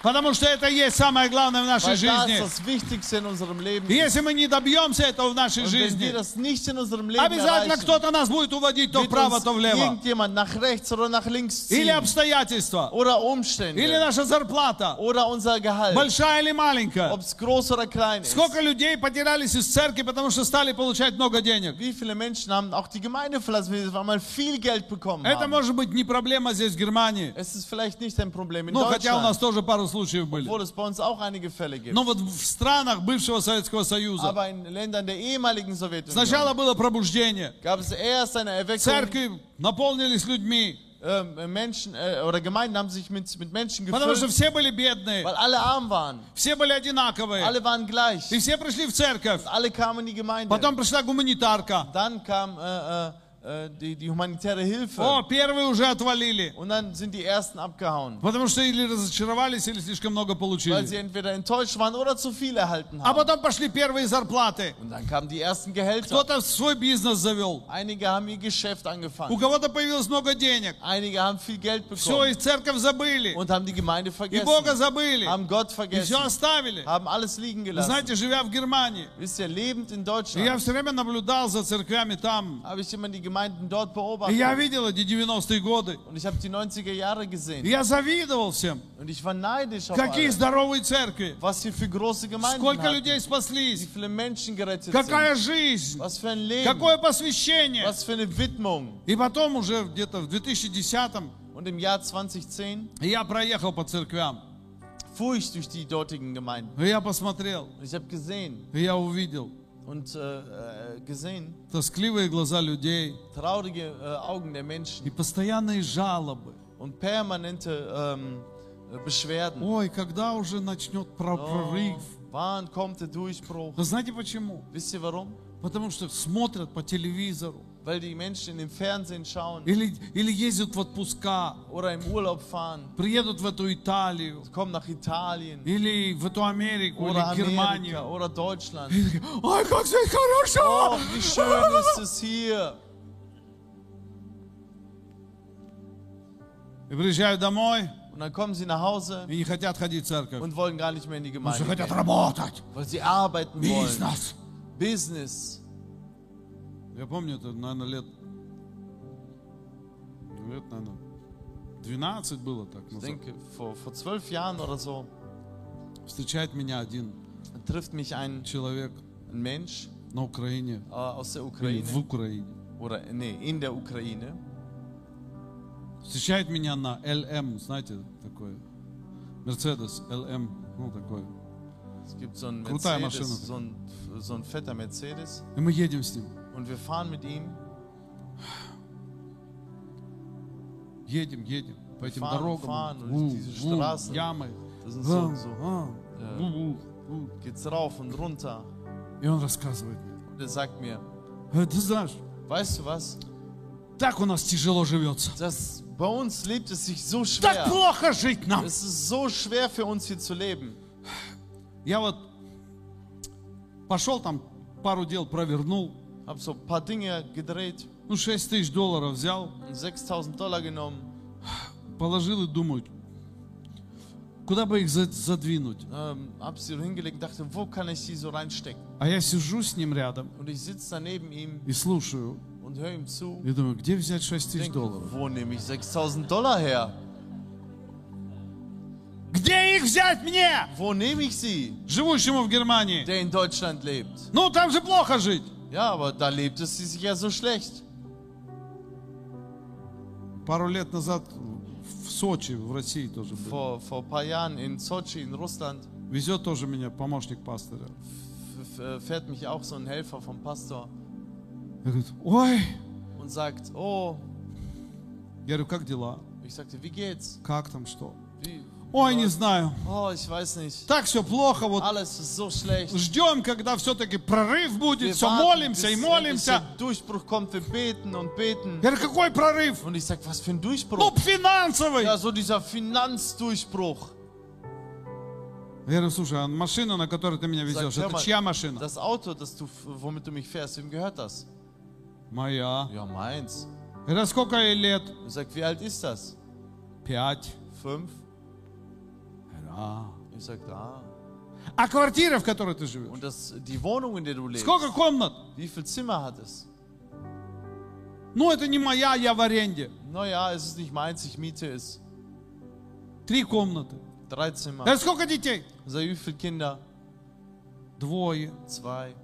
[SPEAKER 1] потому что это и есть самое главное в нашей
[SPEAKER 2] Weil das
[SPEAKER 1] жизни.
[SPEAKER 2] ist das Wichtigste in unserem Leben.
[SPEAKER 1] И Если мы не добьемся этого в нашей
[SPEAKER 2] Und wenn wir
[SPEAKER 1] жизни,
[SPEAKER 2] das nicht in unserem Leben
[SPEAKER 1] обязательно
[SPEAKER 2] erreichen,
[SPEAKER 1] кто-то нас будет уводить то
[SPEAKER 2] wird
[SPEAKER 1] вправо,
[SPEAKER 2] uns
[SPEAKER 1] то влево.
[SPEAKER 2] irgendjemand nach rechts oder nach links
[SPEAKER 1] Или
[SPEAKER 2] ziehen.
[SPEAKER 1] обстоятельства,
[SPEAKER 2] Oder Umstände.
[SPEAKER 1] или наша зарплата,
[SPEAKER 2] Oder unser Gehalt.
[SPEAKER 1] большая или маленькая.
[SPEAKER 2] Ob es groß oder klein ist.
[SPEAKER 1] Сколько людей потерялись из церкви, потому что стали получать много денег.
[SPEAKER 2] Wie viele Menschen haben auch die Gemeinde verlassen, weil sie auf einmal viel Geld bekommen
[SPEAKER 1] Это
[SPEAKER 2] haben.
[SPEAKER 1] может быть не проблема здесь, в Германии.
[SPEAKER 2] Es ist vielleicht nicht ein Problem in
[SPEAKER 1] Ну, хотя у нас
[SPEAKER 2] Deutschland,
[SPEAKER 1] тоже пару случаев были.
[SPEAKER 2] obwohl es bei uns auch einige Fälle gibt.
[SPEAKER 1] Но вот в странах бывшего Советского Союза
[SPEAKER 2] Aber in Ländern der ehemaligen
[SPEAKER 1] сначала
[SPEAKER 2] Sowjetunion
[SPEAKER 1] было пробуждение.
[SPEAKER 2] gab es erst eine Erweckung.
[SPEAKER 1] Церкви наполнились людьми,
[SPEAKER 2] Ähm, Menschen äh, oder Gemeinden haben sich mit, mit Menschen
[SPEAKER 1] потому что
[SPEAKER 2] gefüllt,
[SPEAKER 1] все были бедные,
[SPEAKER 2] weil alle arm waren.
[SPEAKER 1] все были одинаковые.
[SPEAKER 2] Alle waren gleich.
[SPEAKER 1] И все пришли в церковь.
[SPEAKER 2] Alle kamen in die Gemeinde.
[SPEAKER 1] Потом пришла гуманитарка.
[SPEAKER 2] Dann kam äh, äh, äh, die, die humanitäre
[SPEAKER 1] О,
[SPEAKER 2] Hilfe.
[SPEAKER 1] первые уже отвалили.
[SPEAKER 2] Und dann sind die ersten abgehauen,
[SPEAKER 1] Потому что или разочаровались, или slishком много
[SPEAKER 2] weil sie
[SPEAKER 1] получили.
[SPEAKER 2] entweder enttäuscht waren oder zu viel erhalten
[SPEAKER 1] А
[SPEAKER 2] haben.
[SPEAKER 1] потом пошли первые зарплаты.
[SPEAKER 2] Und dann kamen die ersten Gehälter.
[SPEAKER 1] Кто-то свой бизнес завел.
[SPEAKER 2] Einige haben ihr Geschäft
[SPEAKER 1] У
[SPEAKER 2] angefangen.
[SPEAKER 1] кого-то появилось много денег.
[SPEAKER 2] Einige haben viel Geld
[SPEAKER 1] Все, и
[SPEAKER 2] bekommen
[SPEAKER 1] церковь забыли.
[SPEAKER 2] und haben die Gemeinde
[SPEAKER 1] И Бога
[SPEAKER 2] vergessen,
[SPEAKER 1] забыли.
[SPEAKER 2] haben Gott
[SPEAKER 1] И все
[SPEAKER 2] vergessen,
[SPEAKER 1] оставили.
[SPEAKER 2] haben alles liegen
[SPEAKER 1] Вы
[SPEAKER 2] gelassen.
[SPEAKER 1] знаете, живя в Германии,
[SPEAKER 2] Wisst ihr, lebend in
[SPEAKER 1] и я
[SPEAKER 2] Deutschland
[SPEAKER 1] все время наблюдал за церквями там.
[SPEAKER 2] habe ich immer die Gemeinden dort
[SPEAKER 1] И я
[SPEAKER 2] beobachtet.
[SPEAKER 1] видел эти 90-е годы.
[SPEAKER 2] Und ich habe die 90er Jahre
[SPEAKER 1] И
[SPEAKER 2] gesehen.
[SPEAKER 1] я завидовал всем.
[SPEAKER 2] Und ich war neidisch auf
[SPEAKER 1] Какие
[SPEAKER 2] alle,
[SPEAKER 1] здоровые церкви.
[SPEAKER 2] was hier für große Gemeinden
[SPEAKER 1] Сколько
[SPEAKER 2] hatten,
[SPEAKER 1] людей
[SPEAKER 2] wie
[SPEAKER 1] спаслись.
[SPEAKER 2] viele Menschen gerettet sind.
[SPEAKER 1] Какая жизнь.
[SPEAKER 2] Was für ein Leben,
[SPEAKER 1] Какое посвящение.
[SPEAKER 2] was für eine Widmung.
[SPEAKER 1] И потом уже где-то в 2010
[SPEAKER 2] Und im Jahr 2010
[SPEAKER 1] я проехал по церквям.
[SPEAKER 2] fuhr ich durch die dortigen Gemeinden.
[SPEAKER 1] И я посмотрел.
[SPEAKER 2] Und ich habe gesehen
[SPEAKER 1] И я увидел
[SPEAKER 2] und äh, äh, gesehen,
[SPEAKER 1] тоскливые глаза людей
[SPEAKER 2] traurige äh, Augen der Menschen
[SPEAKER 1] и постоянные жалобы.
[SPEAKER 2] und permanente ähm, äh, Beschwerden.
[SPEAKER 1] Ой, когда уже начнет про- прорыв?
[SPEAKER 2] wann kommt der Durchbruch?
[SPEAKER 1] Вы знаете почему?
[SPEAKER 2] Wisst ihr warum?
[SPEAKER 1] Потому что смотрят по телевизору
[SPEAKER 2] Weil die Menschen in dem Fernsehen schauen
[SPEAKER 1] или, или ездят в отпуска,
[SPEAKER 2] oder im Urlaub fahren,
[SPEAKER 1] приедут в эту Италию
[SPEAKER 2] kommen nach Italien
[SPEAKER 1] или в эту Америку
[SPEAKER 2] oder
[SPEAKER 1] или
[SPEAKER 2] Amerika
[SPEAKER 1] Германию.
[SPEAKER 2] oder Deutschland.
[SPEAKER 1] Ой, как здесь хорошо!
[SPEAKER 2] Oh, wie schön ist es hier.
[SPEAKER 1] И приезжают домой
[SPEAKER 2] Und dann kommen sie nach Hause
[SPEAKER 1] и не хотят ходить в церковь.
[SPEAKER 2] und wollen gar nicht mehr in die
[SPEAKER 1] Потому что
[SPEAKER 2] Gemeinde
[SPEAKER 1] хотят
[SPEAKER 2] gehen,
[SPEAKER 1] работать.
[SPEAKER 2] weil sie arbeiten wollen.
[SPEAKER 1] Бизнес.
[SPEAKER 2] Business.
[SPEAKER 1] Я помню, это, наверное, лет, лет, наверное, 12 было так
[SPEAKER 2] Ich
[SPEAKER 1] назад.
[SPEAKER 2] denke, vor, vor zwölf Jahren oder so
[SPEAKER 1] Встречает меня один
[SPEAKER 2] trifft mich ein,
[SPEAKER 1] человек
[SPEAKER 2] ein Mensch
[SPEAKER 1] на Украине,
[SPEAKER 2] äh, aus der
[SPEAKER 1] или в
[SPEAKER 2] Ukraine.
[SPEAKER 1] Украине.
[SPEAKER 2] Oder, nee, in der Ukraine.
[SPEAKER 1] Встречает меня на LM, знаете, такой, Мерседес LM, ну такой.
[SPEAKER 2] Es gibt so einen
[SPEAKER 1] Krutaya
[SPEAKER 2] Mercedes,
[SPEAKER 1] Maschine.
[SPEAKER 2] so ein, so ein fetter Mercedes.
[SPEAKER 1] И мы едем с ним,
[SPEAKER 2] Und wir fahren mit ihm,
[SPEAKER 1] едем, едем по этим
[SPEAKER 2] Fahren,
[SPEAKER 1] дорогам,
[SPEAKER 2] fahren, und
[SPEAKER 1] Ву,
[SPEAKER 2] diese
[SPEAKER 1] ву,
[SPEAKER 2] Straßen.
[SPEAKER 1] ямы,
[SPEAKER 2] das sind so,
[SPEAKER 1] Вам,
[SPEAKER 2] so
[SPEAKER 1] вам,
[SPEAKER 2] äh,
[SPEAKER 1] ву, ву, ву.
[SPEAKER 2] geht's rauf und runter.
[SPEAKER 1] И он рассказывает мне,
[SPEAKER 2] Und er sagt mir,
[SPEAKER 1] «Э, ты знаешь,
[SPEAKER 2] weißt du was,
[SPEAKER 1] так у нас тяжело живется,
[SPEAKER 2] das, bei uns lebt es sich so
[SPEAKER 1] так
[SPEAKER 2] schwer.
[SPEAKER 1] плохо жить нам.
[SPEAKER 2] Es ist so schwer für uns hier zu leben.
[SPEAKER 1] Я вот пошел там, пару дел провернул,
[SPEAKER 2] Hab so ein paar Dinge gedreht,
[SPEAKER 1] ну 6 тысяч долларов взял,
[SPEAKER 2] 6000 Dollar genommen,
[SPEAKER 1] положил и думаю, куда бы их за- задвинуть.
[SPEAKER 2] ähm, hab sie hingelegt und dachte, wo kann ich sie so reinstecken?
[SPEAKER 1] А я сижу с ним рядом
[SPEAKER 2] Und ich sitze daneben ihm
[SPEAKER 1] и слушаю,
[SPEAKER 2] und höre ihm zu.
[SPEAKER 1] и думаю, где взять 6 тысяч
[SPEAKER 2] Denke,
[SPEAKER 1] долларов?
[SPEAKER 2] wo nehme ich 6000 Dollar her?
[SPEAKER 1] Где их взять мне,
[SPEAKER 2] Wo nehme ich sie,
[SPEAKER 1] живущему в Германии?
[SPEAKER 2] der in Deutschland lebt?
[SPEAKER 1] Ну, там же плохо жить.
[SPEAKER 2] Ja, aber da lebt es sich ja so schlecht.
[SPEAKER 1] Пару лет назад в Сочи, в России тоже был.
[SPEAKER 2] Vor, vor ein paar Jahren in Sochi, in Russland,
[SPEAKER 1] Везет тоже меня помощник пастыря.
[SPEAKER 2] f- f- fährt mich auch so ein Helfer vom Pastor
[SPEAKER 1] Я говорю, ой.
[SPEAKER 2] und sagt, oh,
[SPEAKER 1] Я говорю, как дела?
[SPEAKER 2] ich sagte, wie geht's?
[SPEAKER 1] Как там, что?
[SPEAKER 2] Wie?
[SPEAKER 1] Ой, не знаю.
[SPEAKER 2] Oh, ich weiß nicht.
[SPEAKER 1] Так все плохо, вот
[SPEAKER 2] Alles ist so schlecht.
[SPEAKER 1] ждем, когда все-таки прорыв будет,
[SPEAKER 2] Wir
[SPEAKER 1] все
[SPEAKER 2] warten, bis
[SPEAKER 1] молимся и молимся.
[SPEAKER 2] ein Durchbruch kommt, wir beten und beten.
[SPEAKER 1] Я говорю, какой прорыв?
[SPEAKER 2] Und ich sag, was für ein Durchbruch?
[SPEAKER 1] Ну, финансовый.
[SPEAKER 2] Ja,
[SPEAKER 1] Я
[SPEAKER 2] so dieser Finanzdurchbruch.
[SPEAKER 1] говорю, слушай, а машина, на которой ты меня везешь,
[SPEAKER 2] hör
[SPEAKER 1] это
[SPEAKER 2] mal,
[SPEAKER 1] чья машина?
[SPEAKER 2] Das Auto, das du, womit du mich fährst, wem gehört das?
[SPEAKER 1] Моя.
[SPEAKER 2] Ja, meins.
[SPEAKER 1] Это сколько ей лет?
[SPEAKER 2] Er sagt, wie alt ist das?
[SPEAKER 1] Пять.
[SPEAKER 2] Fünf?
[SPEAKER 1] Я говорю, «А».
[SPEAKER 2] Ich sag, ah.
[SPEAKER 1] А квартира, в которой ты живешь?
[SPEAKER 2] Und das, die Wohnung, in der du lebst,
[SPEAKER 1] Сколько комнат?
[SPEAKER 2] wie viel Zimmer hat es?
[SPEAKER 1] Ну, это не моя, я в аренде.
[SPEAKER 2] Naja, es ist nicht meins, ich miete es.
[SPEAKER 1] Три комнаты.
[SPEAKER 2] Drei Zimmer.
[SPEAKER 1] Это сколько детей?
[SPEAKER 2] Ich sag, wie viele Kinder?
[SPEAKER 1] Двое.
[SPEAKER 2] Zwei.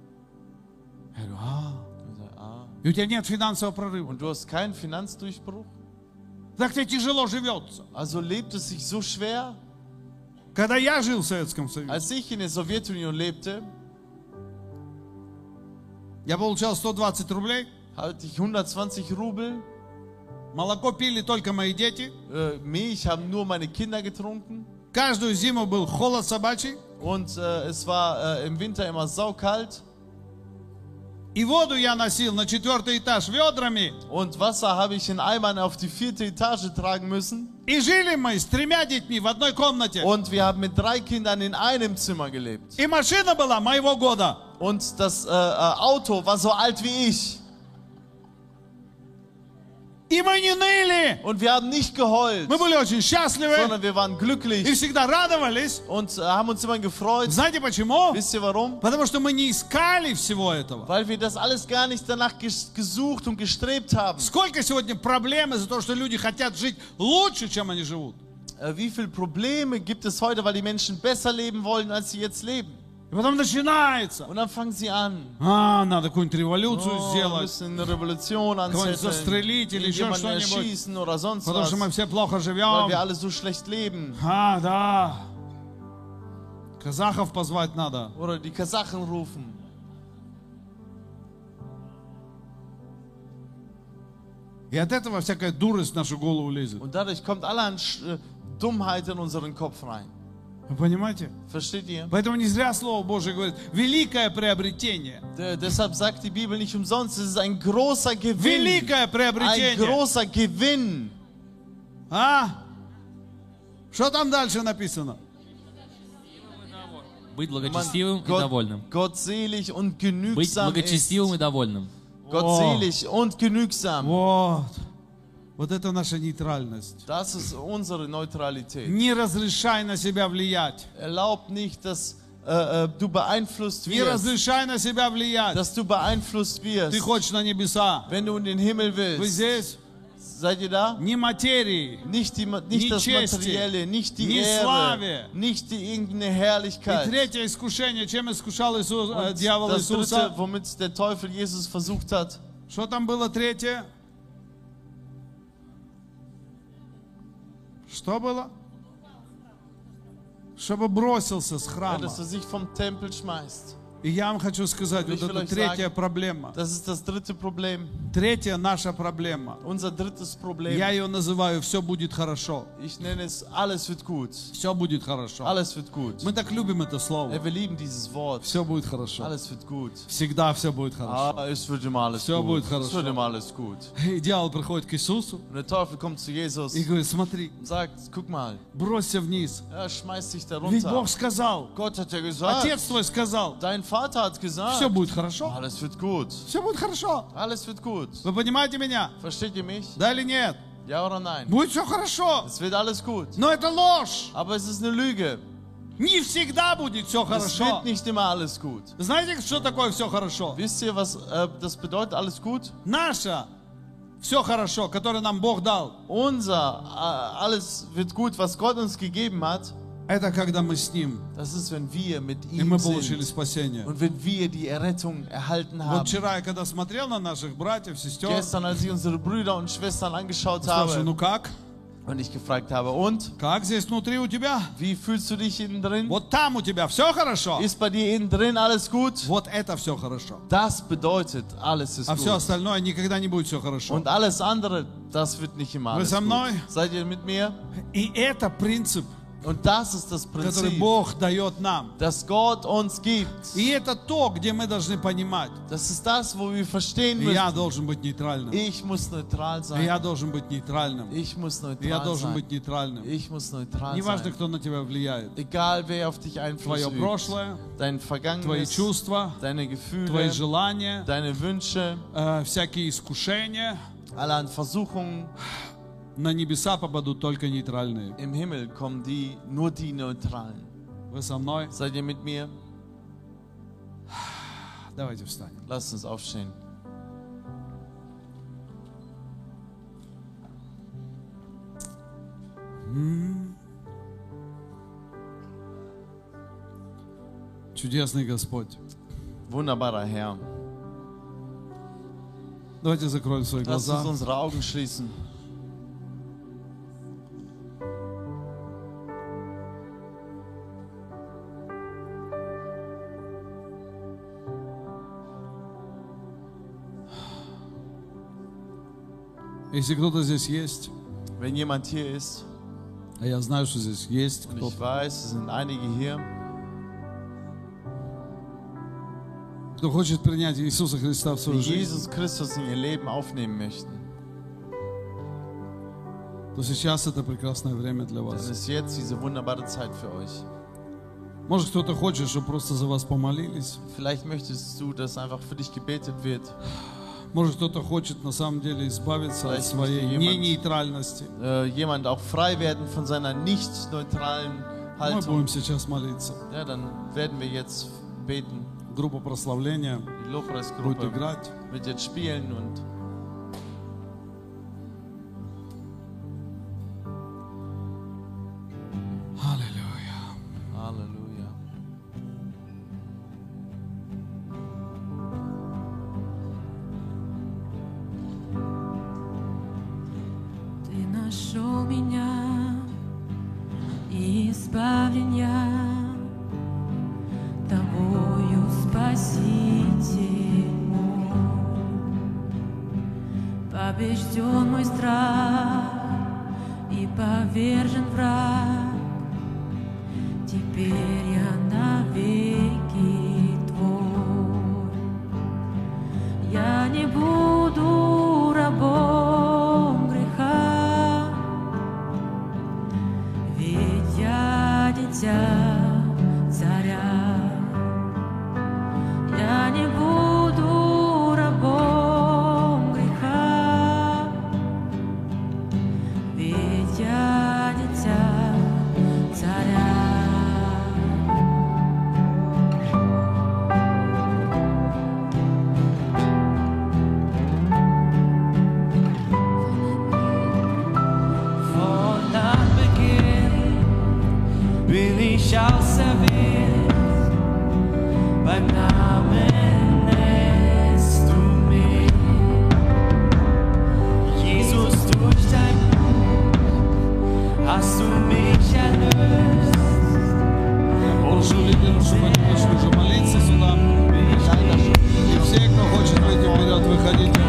[SPEAKER 1] Я говорю, а.
[SPEAKER 2] Ich sag, ah.
[SPEAKER 1] И у тебя нет финансового прорыва.
[SPEAKER 2] Und du hast keinen Finanzdurchbruch?
[SPEAKER 1] Так тебе тяжело живется.
[SPEAKER 2] Also lebt es sich so schwer?
[SPEAKER 1] Когда я жил в Советском Союзе,
[SPEAKER 2] Als ich in der Sowjetunion lebte,
[SPEAKER 1] я получал 120 рублей.
[SPEAKER 2] hatte ich 120 Rubel.
[SPEAKER 1] Молоко пили только мои дети.
[SPEAKER 2] Äh, Milch haben nur meine Kinder getrunken.
[SPEAKER 1] Каждую зиму был холод собачий.
[SPEAKER 2] Und äh, es war äh, im Winter immer saukalt.
[SPEAKER 1] И воду я носил на четвертый этаж ведрами.
[SPEAKER 2] Und Wasser habe ich in Eimern auf die vierte Etage tragen müssen.
[SPEAKER 1] И жили мы с tремя детьми в одной комнате.
[SPEAKER 2] Und wir haben mit drei Kindern in einem Zimmer gelebt.
[SPEAKER 1] И машина была моего года.
[SPEAKER 2] Und das äh, äh, Auto war so alt wie ich.
[SPEAKER 1] И мы не ныли.
[SPEAKER 2] Und wir haben nicht geheult,
[SPEAKER 1] Мы были очень счастливы
[SPEAKER 2] sondern wir waren
[SPEAKER 1] и
[SPEAKER 2] glücklich
[SPEAKER 1] всегда радовались.
[SPEAKER 2] und äh, haben uns immer gefreut.
[SPEAKER 1] Знаете почему?
[SPEAKER 2] Wisst ihr warum?
[SPEAKER 1] Потому что мы не искали всего этого.
[SPEAKER 2] Weil wir das alles gar nicht danach ges gesucht und gestrebt haben.
[SPEAKER 1] Сколько сегодня проблем из-за того, что люди хотят жить лучше, чем они живут.
[SPEAKER 2] Äh, Wie viele Probleme gibt es heute, weil die Menschen besser leben wollen, als sie jetzt leben?
[SPEAKER 1] И потом начинается.
[SPEAKER 2] Und dann fangen sie an.
[SPEAKER 1] А, надо какую-нибудь революцию
[SPEAKER 2] Oh, wir
[SPEAKER 1] сделать.
[SPEAKER 2] müssen eine Revolution anzetteln,
[SPEAKER 1] застрелить или еще
[SPEAKER 2] jemanden
[SPEAKER 1] что-нибудь.
[SPEAKER 2] erschießen oder sonst
[SPEAKER 1] Потому что мы
[SPEAKER 2] was,
[SPEAKER 1] все плохо
[SPEAKER 2] weil wir
[SPEAKER 1] живем.
[SPEAKER 2] alle so schlecht leben.
[SPEAKER 1] А, да. Казахов позвать надо.
[SPEAKER 2] Oder die Kasachen rufen.
[SPEAKER 1] И от этого всякая дурость в нашу голову лезет.
[SPEAKER 2] Und dadurch kommt allerhand Sch- äh, Dummheit in unseren Kopf rein.
[SPEAKER 1] Вы понимаете?
[SPEAKER 2] Versteht ihr?
[SPEAKER 1] Поэтому не зря Слово Божие говорит, великое приобретение.
[SPEAKER 2] D Äh, deshalb sagt die Bibel nicht umsonst, es ist ein großer Gewinn.
[SPEAKER 1] Великое
[SPEAKER 2] Ein
[SPEAKER 1] приобретение.
[SPEAKER 2] großer Gewinn.
[SPEAKER 1] А? Что там дальше написано?
[SPEAKER 3] Быть
[SPEAKER 2] Man-
[SPEAKER 3] благочестивым и довольным.
[SPEAKER 2] Gott, gottselig und
[SPEAKER 3] Быть
[SPEAKER 2] genügsam ist.
[SPEAKER 3] благочестивым и довольным.
[SPEAKER 2] Gottselig und genügsam.
[SPEAKER 1] Вот. Вот это наша нейтральность.
[SPEAKER 2] Das ist unsere Neutralität.
[SPEAKER 1] Не разрешай на себя влиять.
[SPEAKER 2] Erlaubt nicht, dass äh, äh, du beeinflusst
[SPEAKER 1] Не
[SPEAKER 2] wirst,
[SPEAKER 1] разрешай на себя влиять.
[SPEAKER 2] dass du beeinflusst wirst.
[SPEAKER 1] Ты хочешь на небеса.
[SPEAKER 2] Wenn du in den Himmel
[SPEAKER 1] Вы
[SPEAKER 2] willst,
[SPEAKER 1] здесь
[SPEAKER 2] seid ihr da?
[SPEAKER 1] не материи,
[SPEAKER 2] Nicht, die, Ma-
[SPEAKER 1] Ni
[SPEAKER 2] nicht das
[SPEAKER 1] Chesti,
[SPEAKER 2] Materielle, nicht die
[SPEAKER 1] ni Slave.
[SPEAKER 2] Ehre, nicht die irgendeine
[SPEAKER 1] И
[SPEAKER 2] Herrlichkeit.
[SPEAKER 1] третье искушение, чем искушал Иисус, э,
[SPEAKER 2] Und
[SPEAKER 1] дьявол
[SPEAKER 2] das Dritte,
[SPEAKER 1] Иисуса?
[SPEAKER 2] womit der Teufel Jesus versucht hat,
[SPEAKER 1] Что там было третье? Что было? Чтобы бросился с
[SPEAKER 2] ja,
[SPEAKER 1] храма.
[SPEAKER 2] dass er sich vom Tempel schmeißt.
[SPEAKER 1] И я вам хочу сказать, вот
[SPEAKER 2] Ich will
[SPEAKER 1] это
[SPEAKER 2] euch
[SPEAKER 1] третья
[SPEAKER 2] sagen-
[SPEAKER 1] проблема.
[SPEAKER 2] Das ist das dritte Problem,
[SPEAKER 1] Третья наша проблема.
[SPEAKER 2] unser drittes Problem.
[SPEAKER 1] Я ее называю «Все будет хорошо».
[SPEAKER 2] Ich nenne es, alles wird gut.
[SPEAKER 1] Все будет хорошо.
[SPEAKER 2] Alles wird gut.
[SPEAKER 1] Мы так любим это слово.
[SPEAKER 2] Ja, wir lieben dieses Wort.
[SPEAKER 1] Все будет хорошо.
[SPEAKER 2] Alles wird gut.
[SPEAKER 1] Всегда все будет хорошо.
[SPEAKER 2] Ah, es wird immer alles
[SPEAKER 1] Все
[SPEAKER 2] gut.
[SPEAKER 1] будет хорошо.
[SPEAKER 2] Es wird immer alles gut.
[SPEAKER 1] И дьявол приходит к Иисусу
[SPEAKER 2] Und der Teufel kommt zu Jesus
[SPEAKER 1] и говорит, смотри,
[SPEAKER 2] und sagt, guck mal,
[SPEAKER 1] бросься вниз.
[SPEAKER 2] ja, schmeiß dich da
[SPEAKER 1] Ведь
[SPEAKER 2] runter.
[SPEAKER 1] Бог сказал,
[SPEAKER 2] Gott hat ja gesagt,
[SPEAKER 1] отец твой сказал,
[SPEAKER 2] dein Vater hat gesagt,
[SPEAKER 1] все будет хорошо.
[SPEAKER 2] alles wird gut.
[SPEAKER 1] Все будет хорошо.
[SPEAKER 2] Alles wird gut.
[SPEAKER 1] Вы понимаете меня?
[SPEAKER 2] Versteht ihr mich?
[SPEAKER 1] Да или нет?
[SPEAKER 2] Ja oder nein?
[SPEAKER 1] Будет все хорошо.
[SPEAKER 2] Es wird alles gut.
[SPEAKER 1] Но это ложь.
[SPEAKER 2] Aber es ist eine Lüge.
[SPEAKER 1] Не всегда будет все
[SPEAKER 2] Es wird
[SPEAKER 1] хорошо.
[SPEAKER 2] nicht immer alles gut.
[SPEAKER 1] Знаете, что такое все хорошо?
[SPEAKER 2] Wisst ihr, was äh, das bedeutet, alles gut?
[SPEAKER 1] Наше все хорошо, которое нам Бог дал,
[SPEAKER 2] Unser, äh, alles wird gut, was Gott uns gegeben hat,
[SPEAKER 1] это когда мы с Ним,
[SPEAKER 2] das ist, wenn wir mit
[SPEAKER 1] и
[SPEAKER 2] ihm
[SPEAKER 1] мы получили
[SPEAKER 2] sind.
[SPEAKER 1] спасение.
[SPEAKER 2] Und wenn wir die Errettung erhalten
[SPEAKER 1] Вот
[SPEAKER 2] haben.
[SPEAKER 1] вчера я когда смотрел на наших братьев, сестер,
[SPEAKER 2] Gestern, als ich unsere Brüder und Schwestern angeschaut
[SPEAKER 1] спрашиваю,
[SPEAKER 2] habe
[SPEAKER 1] ну как?
[SPEAKER 2] und ich gefragt habe, und,
[SPEAKER 1] Как здесь внутри у тебя?
[SPEAKER 2] wie fühlst du dich innen drin?
[SPEAKER 1] Вот там у тебя все хорошо?
[SPEAKER 2] Ist bei dir innen drin alles gut?
[SPEAKER 1] Вот это все хорошо.
[SPEAKER 2] Das bedeutet, alles ist
[SPEAKER 1] А все
[SPEAKER 2] gut.
[SPEAKER 1] остальное никогда не будет все хорошо.
[SPEAKER 2] Und alles andere, das wird nicht immer alles
[SPEAKER 1] Willst du am
[SPEAKER 2] gut.
[SPEAKER 1] Neu?
[SPEAKER 2] Seid ihr mit mir?
[SPEAKER 1] И это принцип,
[SPEAKER 2] Und das ist das
[SPEAKER 1] который
[SPEAKER 2] Prinzip,
[SPEAKER 1] Бог дает нам.
[SPEAKER 2] das Gott uns gibt.
[SPEAKER 1] И это то, где мы должны понимать.
[SPEAKER 2] Das ist das, wo wir verstehen müssen,
[SPEAKER 1] Я должен быть нейтральным.
[SPEAKER 2] ich muss neutral sein.
[SPEAKER 1] Я должен быть нейтральным.
[SPEAKER 2] Ich muss
[SPEAKER 1] Я
[SPEAKER 2] neutral
[SPEAKER 1] должен
[SPEAKER 2] sein.
[SPEAKER 1] быть нейтральным.
[SPEAKER 2] Ich muss neutral
[SPEAKER 1] Неважно,
[SPEAKER 2] sein.
[SPEAKER 1] кто на тебя влияет.
[SPEAKER 2] Egal, wer auf dich Einfluss
[SPEAKER 1] Твое
[SPEAKER 2] übt.
[SPEAKER 1] прошлое,
[SPEAKER 2] Dein
[SPEAKER 1] твои
[SPEAKER 2] Vergangenes,
[SPEAKER 1] чувства, твои
[SPEAKER 2] deine Gefühle,
[SPEAKER 1] желания,
[SPEAKER 2] deine Wünsche,
[SPEAKER 1] э, всякие искушения.
[SPEAKER 2] alle an Versuchungen.
[SPEAKER 1] На небеса попадут только нейтральные.
[SPEAKER 2] Im Himmel kommen die, nur die Neutralen.
[SPEAKER 1] Вы со мной?
[SPEAKER 2] Seid ihr mit mir?
[SPEAKER 1] Давайте встанем.
[SPEAKER 2] Lasst uns aufstehen.
[SPEAKER 1] Чудесный Господь.
[SPEAKER 2] Wunderbarer Herr,
[SPEAKER 1] Давайте закроем свои
[SPEAKER 2] lass uns
[SPEAKER 1] глаза.
[SPEAKER 2] unsere Augen schließen.
[SPEAKER 1] Если кто-то здесь есть,
[SPEAKER 2] Wenn jemand hier ist,
[SPEAKER 1] а я знаю, что здесь есть
[SPEAKER 2] und
[SPEAKER 1] кто
[SPEAKER 2] ich weiß, es sind einige hier,
[SPEAKER 1] кто хочет принять Иисуса Христа в
[SPEAKER 2] die
[SPEAKER 1] свою жизнь,
[SPEAKER 2] Jesus Christus in ihr Leben aufnehmen möchten,
[SPEAKER 1] то сейчас это прекрасное время для
[SPEAKER 2] dann
[SPEAKER 1] вас.
[SPEAKER 2] ist jetzt diese wunderbare Zeit für euch.
[SPEAKER 1] Может, кто-то хочет, чтобы просто за вас помолились.
[SPEAKER 2] Vielleicht möchtest du, dass einfach für dich gebetet wird.
[SPEAKER 1] Может, кто-то хочет на самом деле избавиться от своей ненейтральности.
[SPEAKER 2] Äh, jemand auch frei werden von seiner nicht neutralen
[SPEAKER 1] Мы
[SPEAKER 2] Haltung.
[SPEAKER 1] будем сейчас молиться.
[SPEAKER 2] Ja, dann werden wir jetzt beten.
[SPEAKER 1] Группа прославления
[SPEAKER 2] Die
[SPEAKER 1] будет
[SPEAKER 2] Lobpreisgruppe
[SPEAKER 1] играть.
[SPEAKER 2] wird jetzt spielen und
[SPEAKER 1] Аллилуйя.
[SPEAKER 2] Halleluja.
[SPEAKER 3] Ты нашел меня и избавления Тобою Спаситель мой. Побежден мой страх и повержен враг Теперь я навеки Твой я не буду рабом греха, ведь я дитя царя. Я не буду рабом греха, ведь я дитя царя. остался весь beim Namen nennst du mich. Jesus, durch dein Blut hast du mich erlöst.
[SPEAKER 1] Прошу лідерів, щоб вони пішли вже молитися сюди. І всі, хто хоче вийти вперед, виходіть.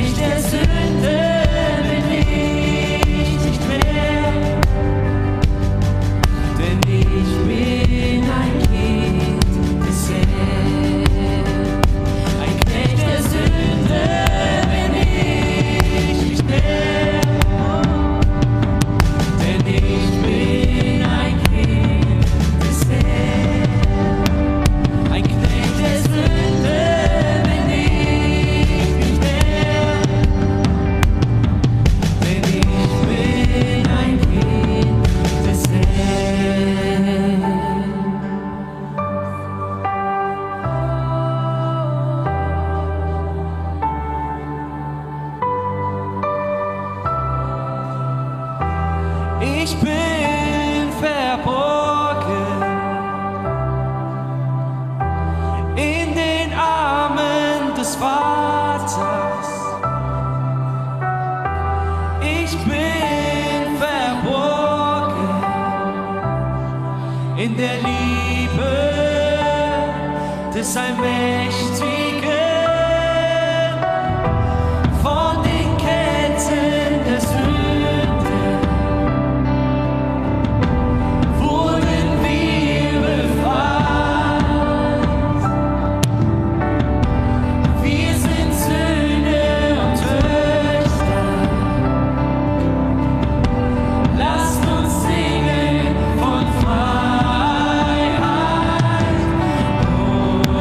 [SPEAKER 3] Nicht entzündet bin ich nicht mehr, denn ich bin ein Kind des Herrn. Ein Knecht der Sünde bin ich nicht mehr, denn ich bin ein Kind des Herrn. Ein Knecht der Sünde bin ich nicht mehr, denn ich bin ein Kind des Herrn. Ein Knecht der Sünde bin ich nicht mehr, denn ich bin ein Kind des Herrn. Ich bin verborgen in den Armen des Vaters. Ich bin verborgen in der Liebe des Allmächtigen. Von den Ketten der Sünde wurden wir befreit. Wir sind Söhne und Töchter. Lasst uns singen von Freiheit. Oh.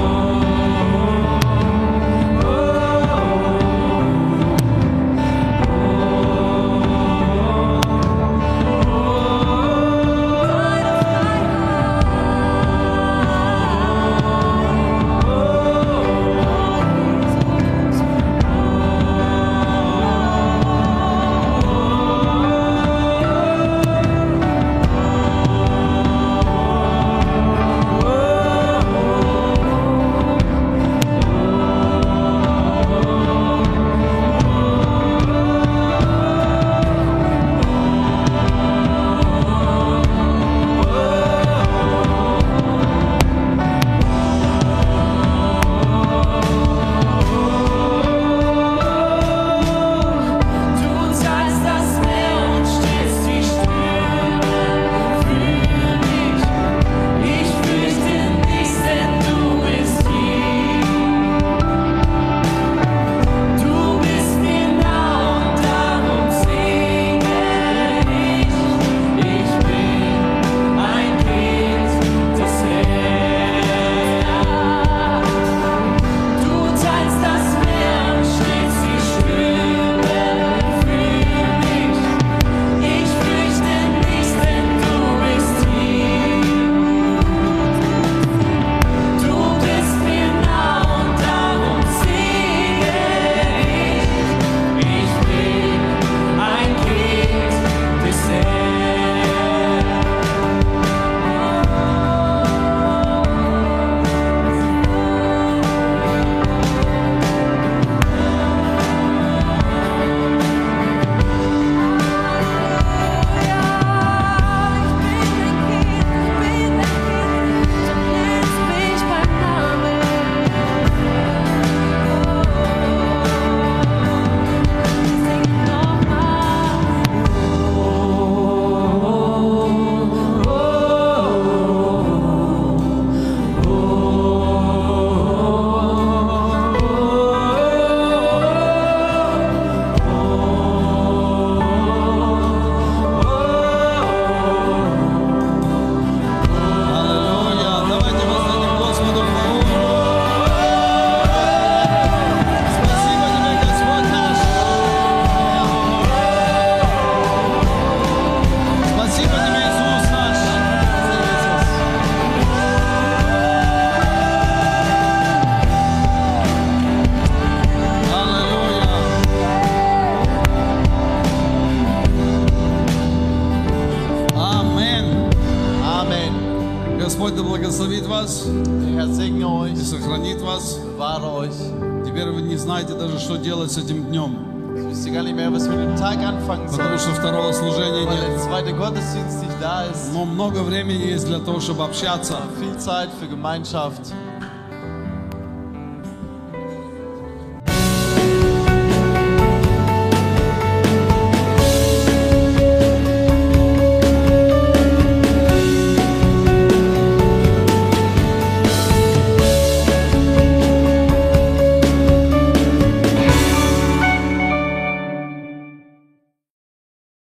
[SPEAKER 1] Господь да благословит вас
[SPEAKER 2] Der Herr segne
[SPEAKER 1] и
[SPEAKER 2] euch,
[SPEAKER 1] сохранит вас.
[SPEAKER 2] bewahre euch.
[SPEAKER 1] Теперь вы не знаете даже, что делать с этим днем,
[SPEAKER 2] Jetzt wisst ihr gar nicht mehr, was wir mit dem Tag anfangen
[SPEAKER 1] потому
[SPEAKER 2] sollen,
[SPEAKER 1] что второго служения
[SPEAKER 2] weil
[SPEAKER 1] нет.
[SPEAKER 2] der zweite Gottesdienst nicht da ist.
[SPEAKER 1] Но много времени есть для того, чтобы общаться.
[SPEAKER 2] Viel Zeit für Gemeinschaft.